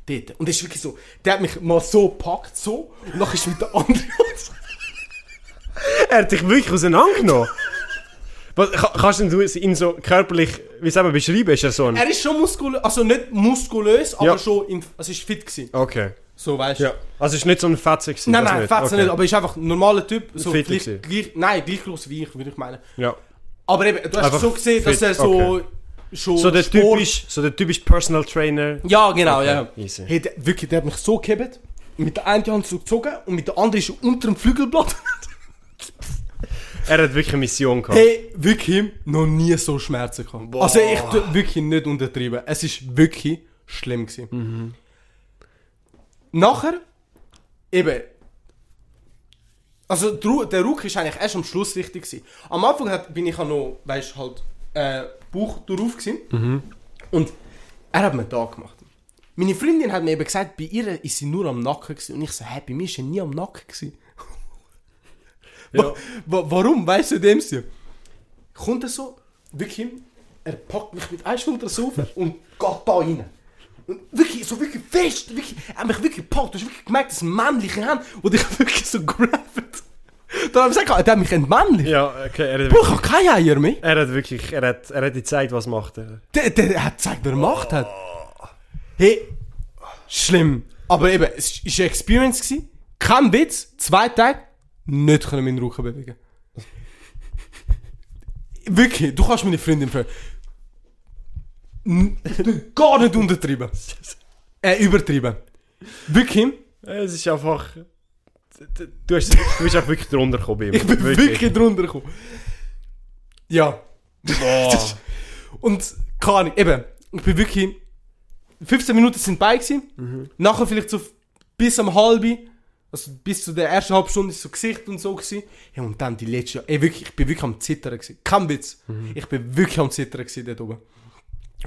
[SPEAKER 1] Dort. Und das ist wirklich so, der hat mich mal so gepackt, so, und dann ist mit der anderen...
[SPEAKER 2] Er hat dich wirklich auseinandergenommen. Was, ka- kannst denn du es ihn so körperlich, wie soll man beschreiben, ist er so ein...
[SPEAKER 1] Er ist schon muskulös, also nicht muskulös, aber
[SPEAKER 2] Ja.
[SPEAKER 1] schon, in, also ist fit gewesen.
[SPEAKER 2] Okay.
[SPEAKER 1] So, weißt du.
[SPEAKER 2] Ja. Also ist nicht so ein Fetzen gewesen?
[SPEAKER 1] Nein,
[SPEAKER 2] das
[SPEAKER 1] nein, Fetzen
[SPEAKER 2] Okay.
[SPEAKER 1] nicht, aber ist einfach ein normaler Typ, so
[SPEAKER 2] Fit
[SPEAKER 1] gleich,
[SPEAKER 2] gewesen.
[SPEAKER 1] gleich, nein, gleich groß wie ich, würde ich meinen.
[SPEAKER 2] Ja.
[SPEAKER 1] Aber eben, du hast
[SPEAKER 2] Einfach
[SPEAKER 1] so gesehen, dass
[SPEAKER 2] fit,
[SPEAKER 1] er so
[SPEAKER 2] okay.
[SPEAKER 1] schon
[SPEAKER 2] So der,
[SPEAKER 1] Sport-
[SPEAKER 2] typisch, so der typisch Personal Trainer.
[SPEAKER 1] Ja, genau, ja.
[SPEAKER 2] Easy.
[SPEAKER 1] Hey, der, wirklich, der hat mich so gehebt, mit der einen Hand so gezogen und mit der anderen ist er unter dem Flügelblatt.
[SPEAKER 2] Er hat wirklich eine Mission gehabt.
[SPEAKER 1] Hey, wirklich noch nie so Schmerzen gehabt. Also ich tu wirklich nicht untertrieben. Es ist wirklich schlimm gewesen. Nachher eben. Also der Ru- der Ruck ist eigentlich erst am Schluss richtig gewesen. Am Anfang hat, bin ich ja noch, weißt halt äh, Bauch drauf gewesen. Und er hat mir da gemacht. Meine Freundin hat mir eben gesagt, bei ihr ist sie nur am Nacken gewesen. und ich so, hey, bei mir ist sie nie am Nacken gewesen.
[SPEAKER 2] Ja.
[SPEAKER 1] Wa- Warum? Weißt du, in dem Sinn? Kommt er so, wirklich, er packt mich mit einer Schulter so auf und geht da rein. Und wirklich, so wirklich fest, wirklich, er hat mich wirklich gepackt. Du hast wirklich gemerkt, das sind männliche Hände, die dich wirklich so grabbed. Da habe ich gesagt, er hat mich entmännlich.
[SPEAKER 2] Ja, okay, er hat,
[SPEAKER 1] Boah, ich habe keine Eier mehr.
[SPEAKER 2] er hat wirklich, er hat, er hat gezeigt, was macht er.
[SPEAKER 1] Der, der hat gezeigt, wer Macht hat. Hey, schlimm. Aber eben, es war eine Experience. Gewesen. Kein Witz, zwei Tage nicht können meinen Rücken bewegen. Wirklich, du kannst meine Freundin fragen. N- Gar nicht untertrieben. Äh, übertrieben. Wirklich,
[SPEAKER 2] Es ist einfach. Du, hast, du bist auch wirklich drunter gekommen. bei ihm.
[SPEAKER 1] ich bin wirklich, drunter gekommen. Ja.
[SPEAKER 2] Boah.
[SPEAKER 1] Und keine Ahnung, eben, ich bin wirklich. 15 Minuten sind bei gewesen. Nachher vielleicht so f- bis am halben, also bis zu der ersten halben Stunde ist so Gesicht und so gewesen. Ja, und dann die letzte, ey, wirklich, ich bin wirklich am Zittern gewesen. Kein Witz. Ich bin wirklich am Zittern gewesen dort oben.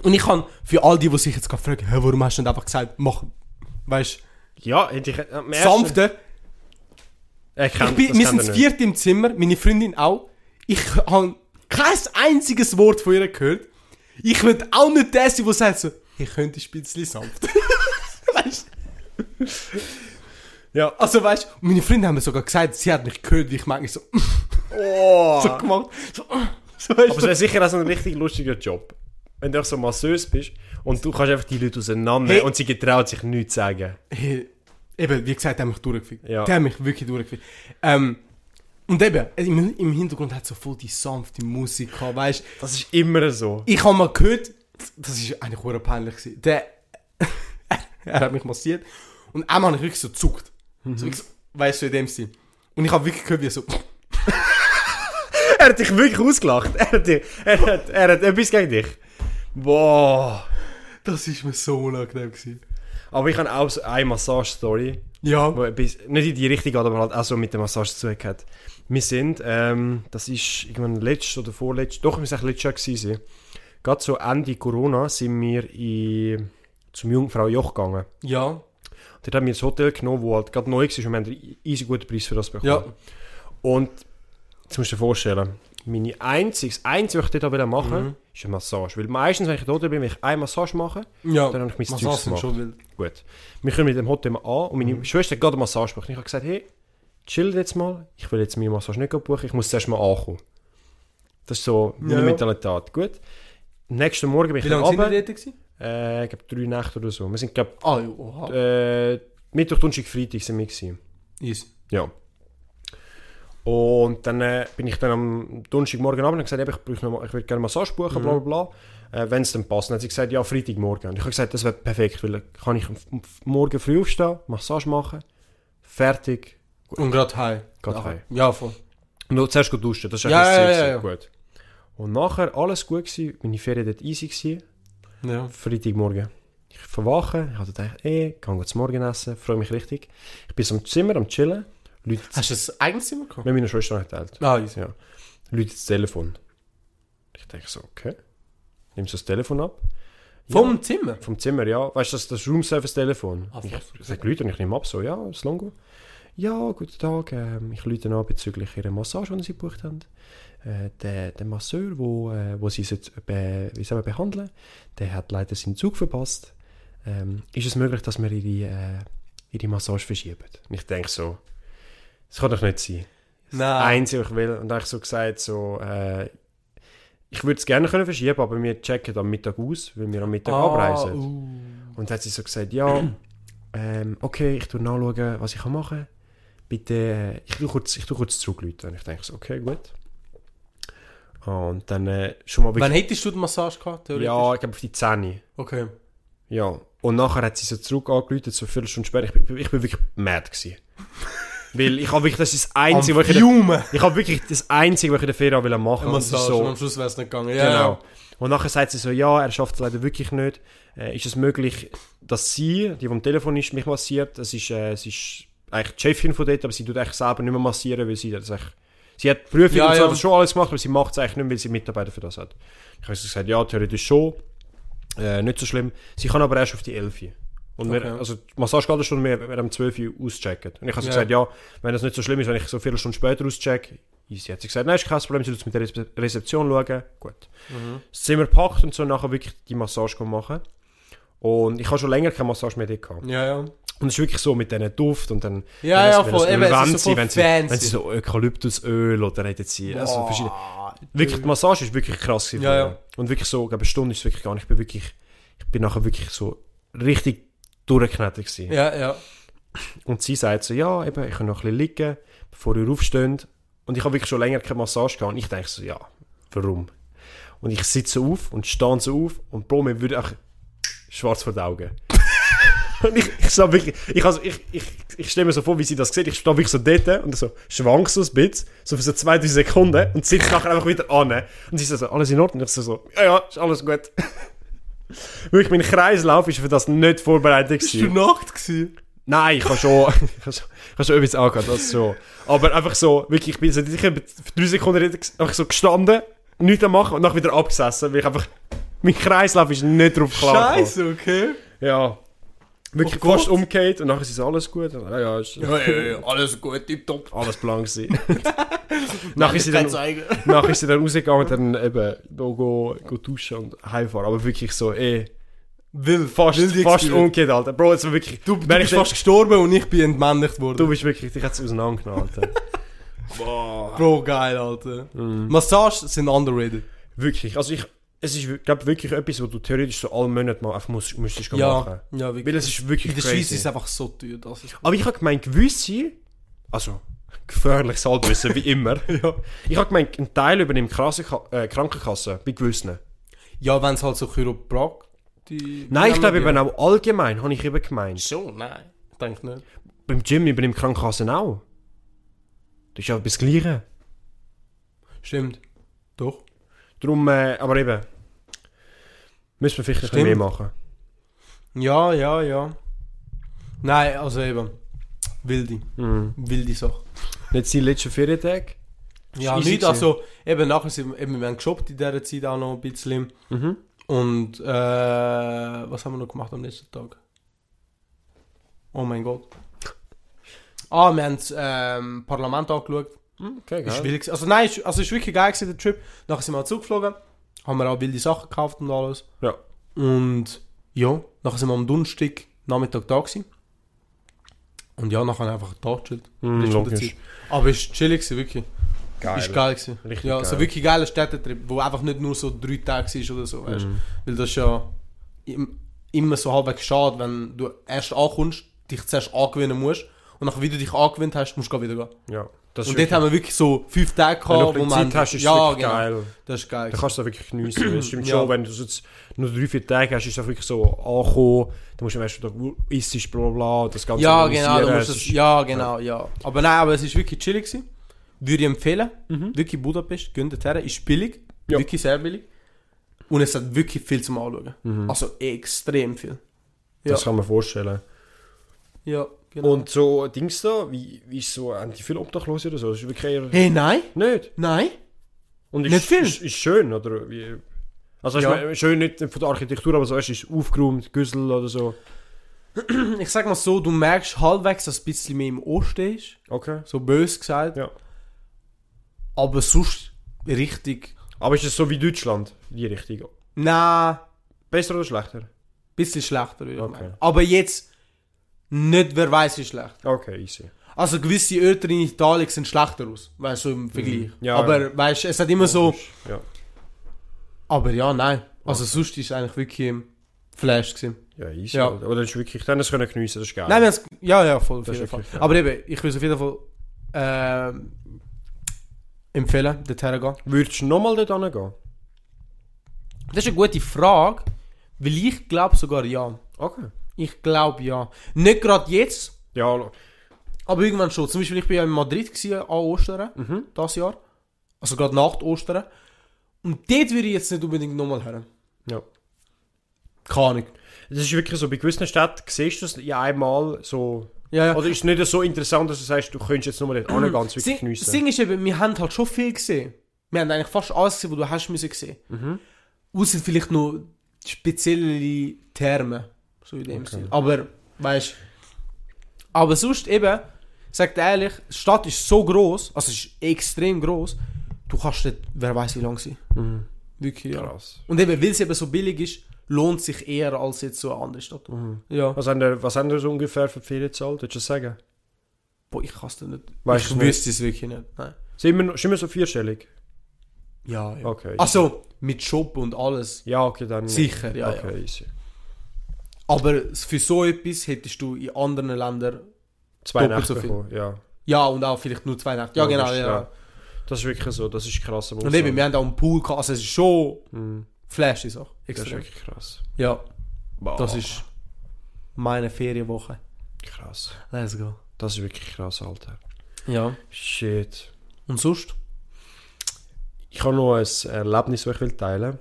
[SPEAKER 1] Und ich kann für all die, die sich jetzt gerade fragen, hey, warum hast du nicht einfach gesagt, mach, weißt
[SPEAKER 2] Ja, hätte ich.
[SPEAKER 1] du,
[SPEAKER 2] am ersten-
[SPEAKER 1] sanfter.
[SPEAKER 2] Er kann,
[SPEAKER 1] Ich bin,
[SPEAKER 2] das
[SPEAKER 1] wir
[SPEAKER 2] kann
[SPEAKER 1] sind
[SPEAKER 2] er nicht.
[SPEAKER 1] viert im Zimmer, meine Freundin auch. Ich habe kein einziges Wort von ihr gehört. Ich will auch nicht der sein, der sagt so, ich könnte ein bisschen sanft. weißt
[SPEAKER 2] Ja.
[SPEAKER 1] Also weißt du, meine Freunde haben mir sogar gesagt, sie hat nicht gehört, wie ich manchmal so,
[SPEAKER 2] Oh.
[SPEAKER 1] so gemacht so, so weißt du.
[SPEAKER 2] Aber es wäre sicher auch so ein richtig lustiger Job. Wenn du auch so Masseuse bist und du kannst einfach die Leute auseinander
[SPEAKER 1] Hey.
[SPEAKER 2] und sie getraut sich nichts zu sagen.
[SPEAKER 1] Hey, eben, wie gesagt, der hat mich durchgefickt.
[SPEAKER 2] Ja.
[SPEAKER 1] Der hat mich wirklich durchgefickt. Ähm, und eben, im, im Hintergrund hat so voll die sanfte Musik gehabt, weißt du.
[SPEAKER 2] Das ist immer so.
[SPEAKER 1] Ich habe mal gehört, das ist eigentlich hure peinlich gewesen. Der, er hat mich massiert und einmal habe ich wirklich so gezuckt.
[SPEAKER 2] Mhm.
[SPEAKER 1] So, ich so, weißt du, in dem Sinn. Und ich habe wirklich gehört, wie er so,
[SPEAKER 2] Er hat dich wirklich ausgelacht. Er hat, dich- er hat, er hat etwas gegen dich. Boah.
[SPEAKER 1] das ist mir so unangenehm gewesen.
[SPEAKER 2] Aber ich habe auch so eine Massage-Story.
[SPEAKER 1] Ja.
[SPEAKER 2] wo etwas, nicht in die Richtung geht, aber halt auch so mit der Massage zu tun hat. Wir sind, ähm, das ist irgendwann letztes oder vorletztes, doch, wir sind letztes Jahr gewesen. Gerade so Ende Corona sind wir in, zum Jungfrau Joch gegangen.
[SPEAKER 1] Ja.
[SPEAKER 2] Dort haben wir ein Hotel genommen, das halt gerade neu war und wir haben einen easy guten Preis für das bekommen.
[SPEAKER 1] Ja.
[SPEAKER 2] Und jetzt musst du dir vorstellen, meine einziges, das einzige, was ich dort auch machen wollte, ist eine Massage. Weil meistens, wenn ich dort bin, will ich eine Massage machen.
[SPEAKER 1] Ja.
[SPEAKER 2] Dann habe ich mein
[SPEAKER 1] Was
[SPEAKER 2] Zeugs
[SPEAKER 1] hast du denn
[SPEAKER 2] gemacht.
[SPEAKER 1] schon wild?
[SPEAKER 2] Gut. Wir kommen mit dem Hotthema an und meine
[SPEAKER 1] Mhm.
[SPEAKER 2] Schwester hat gerade eine Massage buchen. Ich habe gesagt, hey, chill jetzt mal, ich will jetzt meine Massage nicht buchen, ich muss zuerst mal ankommen. Das ist so meine
[SPEAKER 1] Ja, ja.
[SPEAKER 2] Mentalität. Gut. Am nächsten Morgen bin
[SPEAKER 1] Wie
[SPEAKER 2] ich dann
[SPEAKER 1] lange sind
[SPEAKER 2] runter.
[SPEAKER 1] die dort gewesen?
[SPEAKER 2] Äh, ich glaube drei Nächte oder so. Wir sind, glaube
[SPEAKER 1] Ah, ja, oha.
[SPEAKER 2] äh, Mittwoch, Donnerstag, Freitag sind wir gewesen.
[SPEAKER 1] Easy.
[SPEAKER 2] Ja. Und dann äh, bin ich dann am Donnerstagmorgen Abend und gesagt, eben, ich, bräuchte noch mal, ich würde gerne Massage buchen, bla bla bla.
[SPEAKER 1] Mhm.
[SPEAKER 2] Äh, Wenn es dann passt. Dann hat sie gesagt, ja, Freitagmorgen. Und ich habe gesagt, das wäre perfekt, weil dann kann ich am F- morgen früh aufstehen, Massage machen, fertig.
[SPEAKER 1] Und gerade heim.
[SPEAKER 2] Gerade
[SPEAKER 1] Ja.
[SPEAKER 2] heim.
[SPEAKER 1] Ja, voll.
[SPEAKER 2] Und noch zuerst gehen duschen, das ist
[SPEAKER 1] Ja,
[SPEAKER 2] eigentlich das
[SPEAKER 1] ja,
[SPEAKER 2] Ziel
[SPEAKER 1] ja,
[SPEAKER 2] gewesen. Gut. Und nachher, alles gut gewesen, meine Ferien dort easy gewesen.
[SPEAKER 1] Ja.
[SPEAKER 2] Freitagmorgen. Ich verwache, ich habe gedacht, eh, kann gut zum Morgen essen, freue mich richtig. Ich bin so im Zimmer, am Chillen, Leute,
[SPEAKER 1] Hast du ein eigenes Zimmer gehabt?
[SPEAKER 2] mit meiner Schwester noch geteilt.
[SPEAKER 1] Ah, easy.
[SPEAKER 2] Ja. Leute das Telefon. Ich denke so, okay. Nimmst du das Telefon ab?
[SPEAKER 1] Vom Zimmer?
[SPEAKER 2] Vom Zimmer, ja. Weißt du, das, das Roomservice-Telefon.
[SPEAKER 1] Ah,
[SPEAKER 2] ich
[SPEAKER 1] fuck.
[SPEAKER 2] sag Leute und ich nehme ab, so, ja, das Longo. Ja, guten Tag. Ähm, ich rufe an bezüglich ihrer Massage, die sie gebucht haben. Äh, der, der Masseur, wo, äh, wo sie sollt, be, wie soll man behandeln, der hat leider seinen Zug verpasst. Ähm, ist es möglich, dass wir ihre, äh, ihre Massage verschieben? Und ich denke so, das kann doch nicht sein. Das
[SPEAKER 1] Nein.
[SPEAKER 2] Einzige, was ich will. Und dann habe ich so gesagt, so, äh, ich würde es gerne können verschieben, aber wir checken am Mittag aus, weil wir am Mittag
[SPEAKER 1] Ah,
[SPEAKER 2] abreisen.
[SPEAKER 1] uh.
[SPEAKER 2] Und dann hat sie so gesagt, ja, ähm, okay, ich tu nachschauen, was ich kann machen kann. Bitte, äh, ich tu kurz, ich tu kurz zurückrufen. Und ich denke so, okay, gut. Ah, und dann äh, schon mal
[SPEAKER 1] Wann hättest du die Massage gehabt, theoretisch?
[SPEAKER 2] Ja, ich glaube auf die 10.
[SPEAKER 1] Okay.
[SPEAKER 2] Ja. Und nachher hat sie so zurück angeläutet, so viele Stunden später. Ich, bin- ich bin wirklich mad gewesen. Weil ich habe wirklich, das ist das Einzige, was ich, in der-
[SPEAKER 1] Fiume!
[SPEAKER 2] ich habe wirklich das Einzige, was ich in der Ferien will machen.
[SPEAKER 1] Eine
[SPEAKER 2] Und das
[SPEAKER 1] Massage,
[SPEAKER 2] ist
[SPEAKER 1] und
[SPEAKER 2] so,
[SPEAKER 1] am Schluss wäre es nicht gegangen. Ja,
[SPEAKER 2] Genau.
[SPEAKER 1] genau.
[SPEAKER 2] Und nachher sagt sie so, ja, er schafft es leider wirklich nicht. Äh, ist es möglich, dass sie, die, die am Telefon ist, mich massiert? Es ist, äh, es ist eigentlich die Chefin von dort, aber sie tut eigentlich selber nicht mehr massieren, weil sie das eigentlich... Sie hat Prüfung
[SPEAKER 1] Ja,
[SPEAKER 2] und so
[SPEAKER 1] ja.
[SPEAKER 2] das schon alles gemacht, aber sie macht es eigentlich nicht, mehr, weil sie Mitarbeiter für das hat. Ich habe so gesagt, ja, theoretisch schon. Äh, nicht so schlimm. Sie kann aber erst auf die 11. Und wir,
[SPEAKER 1] Okay.
[SPEAKER 2] also die Massage geht schon, wir werden am 12 Uhr auschecken. Und ich habe so
[SPEAKER 1] Ja.
[SPEAKER 2] gesagt, ja, wenn das nicht so schlimm ist, wenn ich so viele Stunden später auschecke, easy. Hat sie gesagt, nein, ist kein Problem, sie tut es mit der Rezep- Rezeption schauen. Gut. Das Zimmer gepackt und so nachher wirklich die Massage machen. Und ich habe schon länger keine Massage mehr dort gehabt.
[SPEAKER 1] Ja, ja.
[SPEAKER 2] Und es ist wirklich so mit diesen Duft und dann...
[SPEAKER 1] Ja,
[SPEAKER 2] wenn es-
[SPEAKER 1] ja,
[SPEAKER 2] wenn
[SPEAKER 1] voll.
[SPEAKER 2] es
[SPEAKER 1] Eben, es ist
[SPEAKER 2] Ölwände
[SPEAKER 1] so
[SPEAKER 2] sind,
[SPEAKER 1] voll
[SPEAKER 2] wenn sie,
[SPEAKER 1] fancy.
[SPEAKER 2] wenn sie so Eukalyptusöl oder hätten sie... Also
[SPEAKER 1] Boah,
[SPEAKER 2] verschiedene...
[SPEAKER 1] Ah,
[SPEAKER 2] Wirklich, die
[SPEAKER 1] dude.
[SPEAKER 2] Massage ist wirklich krass. gewesen.
[SPEAKER 1] Ja, ja.
[SPEAKER 2] Und wirklich so, ich glaube, eine Stunde ist es wirklich gar nicht. Ich bin wirklich... Ich bin nachher wirklich so richtig durchgeknetet gewesen.
[SPEAKER 1] Ja, ja.
[SPEAKER 2] Und sie sagt so, ja, eben, ich kann noch ein bisschen liegen, bevor ihr aufsteht. Und ich habe wirklich schon länger keine Massage gehabt. Und ich denke so, ja, warum? Und ich sitze so auf und stehe so auf und Bro, mir würde auch schwarz vor den Augen. und ich, ich, sah wirklich, ich, also, ich, ich, ich stelle mir so vor, wie sie das sieht. Ich stehe wirklich so dort und so schwank so ein bisschen, so für so zwei, drei Sekunden und sitze nachher einfach wieder an. Und sie so, so, alles in Ordnung? Ich so, so ja, ja, ist alles gut. wirklich, mein Kreislauf ist für das nicht vorbereitet.
[SPEAKER 1] Bist
[SPEAKER 2] gewesen.
[SPEAKER 1] du Nacht gewesen?
[SPEAKER 2] Nein, ich habe schon, ich habe schon, ich habe schon etwas angehört, das schon. Aber einfach so, wirklich, ich bin so, ich habe für drei Sekunden einfach so gestanden, nichts am machen und nachher wieder abgesessen, weil ich einfach, mein Kreislauf ist nicht drauf klar. gekommen.
[SPEAKER 1] Scheiße, okay.
[SPEAKER 2] Ja. Wirklich
[SPEAKER 1] Oh Gott.
[SPEAKER 2] fast umgekehrt und nachher ist alles gut. Und, ja, ja, ist
[SPEAKER 1] Ja, ja, ja. Alles gut, tipptopp.
[SPEAKER 2] alles blank gewesen. nachher, ist sie dann,
[SPEAKER 1] zeigen.
[SPEAKER 2] nachher ist sie dann rausgegangen und dann eben noch go, go duschen und heimfahren. Aber wirklich so, eh,
[SPEAKER 1] Will,
[SPEAKER 2] fast,
[SPEAKER 1] will die
[SPEAKER 2] fast
[SPEAKER 1] Experience.
[SPEAKER 2] umgekehrt, Alter. Bro, jetzt war wirklich,
[SPEAKER 1] Du, du
[SPEAKER 2] wenn
[SPEAKER 1] bist
[SPEAKER 2] ich-
[SPEAKER 1] fast gestorben und ich bin entmännlicht worden.
[SPEAKER 2] du bist wirklich, dich hat es auseinandergenommen, Alter. Boah.
[SPEAKER 1] Bro, geil, Alter. Massagen sind underrated.
[SPEAKER 2] Wirklich. Also ich, es ist glaub, wirklich etwas, was du theoretisch so alle Monate mal einfach musst, müsstest gehen machen.
[SPEAKER 1] Ja, ja,
[SPEAKER 2] Weil
[SPEAKER 1] wirklich.
[SPEAKER 2] es ist wirklich
[SPEAKER 1] In der
[SPEAKER 2] crazy.
[SPEAKER 1] Schweiz ist es einfach so teuer. Das ist
[SPEAKER 2] Aber ich habe gemeint, gewisse, also gefährliches Halbwissen, wie immer. ja. Ich habe gemeint, ein Teil übernimmt krasse Ka- äh, Krankenkasse, bei gewissen.
[SPEAKER 1] ja, wenn es halt so Chiropraktik...
[SPEAKER 2] Nein, ich glaube
[SPEAKER 1] Ja.
[SPEAKER 2] eben auch allgemein, habe ich eben gemeint.
[SPEAKER 1] So, nein. Ich denke nicht.
[SPEAKER 2] Beim Gym übernimmt Krankenkasse auch. Das ist ja das Gleiche.
[SPEAKER 1] Stimmt. Doch.
[SPEAKER 2] Darum, äh, aber eben, müssen wir vielleicht ein bisschen
[SPEAKER 1] Stimmt.
[SPEAKER 2] mehr machen.
[SPEAKER 1] Ja, ja, ja. Nein, also eben. Wilde. Wilde Sache.
[SPEAKER 2] Nicht sein letzter Ferientag.
[SPEAKER 1] Ja,
[SPEAKER 2] easy
[SPEAKER 1] nicht.
[SPEAKER 2] gewesen.
[SPEAKER 1] Also, eben nachher sind wir, eben, wir haben geshoppt in dieser Zeit auch noch ein bisschen.
[SPEAKER 2] Mhm.
[SPEAKER 1] Und äh, was haben wir noch gemacht am nächsten Tag? Oh mein Gott. Ah, wir haben das ähm, Parlament angeschaut.
[SPEAKER 2] Hm, Okay,
[SPEAKER 1] Ist
[SPEAKER 2] geil.
[SPEAKER 1] wild gewesen. Also nein, ist, also ist wirklich geil gewesen, der Trip. Nachher sind wir auch zugeflogen. Haben wir auch wilde Sachen gekauft und alles.
[SPEAKER 2] Ja.
[SPEAKER 1] Und ja, nachher sind wir am Donnerstag Nachmittag da gewesen. Und ja, nachher einfach da gechillt.
[SPEAKER 2] Mm,
[SPEAKER 1] Rest von der
[SPEAKER 2] logisch.
[SPEAKER 1] Zeit. Aber ist chillig gewesen, wirklich.
[SPEAKER 2] Geil.
[SPEAKER 1] Ist geil gewesen.
[SPEAKER 2] Richtig
[SPEAKER 1] ja, so
[SPEAKER 2] geil.
[SPEAKER 1] wirklich geiler Städtetrip, wo einfach nicht nur so drei Tage ist oder so,
[SPEAKER 2] Mm.
[SPEAKER 1] weißt du. Weil das ist ja im, immer so halbwegs schade, wenn du erst ankommst, dich zuerst angewöhnen musst und nachher, wie du dich angewöhnt hast, musst du gleich wieder gehen.
[SPEAKER 2] Ja, das
[SPEAKER 1] und dort haben wir wirklich so fünf Tage
[SPEAKER 2] wenn du ein
[SPEAKER 1] gehabt,
[SPEAKER 2] bisschen Zeit hast, ist es
[SPEAKER 1] ja,
[SPEAKER 2] wirklich
[SPEAKER 1] genau.
[SPEAKER 2] geil.
[SPEAKER 1] Das ist geil.
[SPEAKER 2] Dann kannst du es wirklich geniessen. Es stimmt
[SPEAKER 1] Ja.
[SPEAKER 2] schon, wenn du es jetzt nur drei, vier Tage hast, ist es wirklich so angekommen, dann musst du am ersten Tag isst, bla bla, das Ganze
[SPEAKER 1] Ja, genau, du
[SPEAKER 2] organisieren.
[SPEAKER 1] musst
[SPEAKER 2] Es
[SPEAKER 1] das,
[SPEAKER 2] ist-
[SPEAKER 1] ja, genau, ja. Aber nein, aber es ist wirklich chillig gewesen. Würde ich empfehlen. Wirklich Budapest, gönnt dort her. Ist billig,
[SPEAKER 2] Ja.
[SPEAKER 1] wirklich sehr billig. Und es hat wirklich viel zum Anschauen. Also extrem viel.
[SPEAKER 2] Das
[SPEAKER 1] Ja.
[SPEAKER 2] kann man vorstellen.
[SPEAKER 1] Ja, genau.
[SPEAKER 2] Und so Dings da, wie, wie ist so, haben die viele Obdachlose oder so? Das ist wirklich eher...
[SPEAKER 1] hey, nein,
[SPEAKER 2] Nicht.
[SPEAKER 1] nein.
[SPEAKER 2] Und ist,
[SPEAKER 1] Nicht viel.
[SPEAKER 2] Ist, ist schön, oder wie... Also
[SPEAKER 1] Ja.
[SPEAKER 2] ich meine, schön nicht von der Architektur, aber so, es ist aufgeräumt, Güssel oder so.
[SPEAKER 1] Ich sag mal so, du merkst halbwegs, dass es ein bisschen mehr im Osten ist.
[SPEAKER 2] Okay.
[SPEAKER 1] So bös gesagt.
[SPEAKER 2] Ja.
[SPEAKER 1] Aber sonst richtig.
[SPEAKER 2] Aber ist es so wie Deutschland, die Richtung?
[SPEAKER 1] Nein.
[SPEAKER 2] Besser oder schlechter?
[SPEAKER 1] bisschen schlechter, würde ich
[SPEAKER 2] Okay.
[SPEAKER 1] meinen. Aber jetzt nicht, wer weiß, wie schlecht.
[SPEAKER 2] Okay, easy.
[SPEAKER 1] Also gewisse Orte in Italien sehen schlechter aus, weißt du, so im Vergleich.
[SPEAKER 2] Mhm. Ja,
[SPEAKER 1] aber weißt du, es hat immer so.
[SPEAKER 2] Ja.
[SPEAKER 1] Aber ja, nein. Also sonst ist es eigentlich wirklich im Flash gewesen.
[SPEAKER 2] Ja, easy.
[SPEAKER 1] Ja.
[SPEAKER 2] Alter. Aber das ist wirklich, dann hast du können geniessen, das ist geil.
[SPEAKER 1] Nein, wir haben's, ja, ja, voll, auf
[SPEAKER 2] Ah. Das ist
[SPEAKER 1] jeden Fall.
[SPEAKER 2] wirklich fair.
[SPEAKER 1] Aber eben, ich will es auf jeden Fall ähm, empfehlen, dorthin gehen?
[SPEAKER 2] Würdest du nochmal dort hingehen?
[SPEAKER 1] Das ist eine gute Frage, weil ich glaube sogar ja.
[SPEAKER 2] Okay.
[SPEAKER 1] Ich glaube ja. Nicht gerade jetzt,
[SPEAKER 2] Ja, lo-
[SPEAKER 1] Aber irgendwann schon. Zum Beispiel, ich war ja in Madrid gewesen, an Ostern,
[SPEAKER 2] Mhm.
[SPEAKER 1] das Jahr. Also gerade nach Ostern. Und dort würde ich jetzt nicht unbedingt nochmal hören.
[SPEAKER 2] ja.
[SPEAKER 1] Keine Ahnung.
[SPEAKER 2] Es ist wirklich so, bei gewissen Städten siehst du es ja einmal so.
[SPEAKER 1] Ja, ja.
[SPEAKER 2] Oder ist es nicht so interessant, dass du sagst, du könntest jetzt nochmal dort hingehen und es wirklich
[SPEAKER 1] Sing,
[SPEAKER 2] geniessen?
[SPEAKER 1] Sing ist eben, wir haben halt schon viel gesehen. Wir haben eigentlich fast alles gesehen, was du hast müssen sehen.
[SPEAKER 2] Mhm.
[SPEAKER 1] Außer vielleicht noch spezielle Terme. So in dem Sinne. Aber, weißt du. Aber sonst eben, sagt ehrlich, die Stadt ist so groß, also es ist extrem groß, du kannst nicht, wer weiß wie lang sein. Wirklich, ja.
[SPEAKER 2] Mhm. Krass.
[SPEAKER 1] Und eben, weil es eben so billig ist, lohnt sich eher als jetzt so eine andere Stadt.
[SPEAKER 2] Mhm.
[SPEAKER 1] Ja.
[SPEAKER 2] Was haben wir, was haben wir so ungefähr für die Ferienzahl? Würdest du das sagen?
[SPEAKER 1] Boah, ich kann es dir nicht.
[SPEAKER 2] Weißt
[SPEAKER 1] ich
[SPEAKER 2] du's nicht?
[SPEAKER 1] wüsste es wirklich nicht. Nein.
[SPEAKER 2] Sind wir, noch- sind wir so vierstellig?
[SPEAKER 1] Ja, ja.
[SPEAKER 2] Okay.
[SPEAKER 1] Also, mit Shop und alles.
[SPEAKER 2] Ja, okay, dann.
[SPEAKER 1] Sicher, ja, ja.
[SPEAKER 2] Okay, easy.
[SPEAKER 1] Aber für so etwas hättest du in anderen Ländern.
[SPEAKER 2] Zwei
[SPEAKER 1] Doppelt
[SPEAKER 2] Nächte
[SPEAKER 1] so viel.
[SPEAKER 2] bekommen, ja.
[SPEAKER 1] Ja, und auch vielleicht nur zwei Nächte. Ja, genau,
[SPEAKER 2] Logisch,
[SPEAKER 1] ja.
[SPEAKER 2] Das ist wirklich so, das ist krass.
[SPEAKER 1] Und eben, wir haben auch einen Pool gehabt. Also, es ist schon.
[SPEAKER 2] Mhm.
[SPEAKER 1] Flash ist auch.
[SPEAKER 2] Das ist
[SPEAKER 1] Extrem.
[SPEAKER 2] wirklich krass.
[SPEAKER 1] Ja,
[SPEAKER 2] Boah,
[SPEAKER 1] das ist meine Ferienwoche.
[SPEAKER 2] Krass.
[SPEAKER 1] Let's go.
[SPEAKER 2] Das ist wirklich krass, Alter.
[SPEAKER 1] Ja.
[SPEAKER 2] Shit.
[SPEAKER 1] Und sonst?
[SPEAKER 2] Ich habe noch ein Erlebnis, das ich will teilen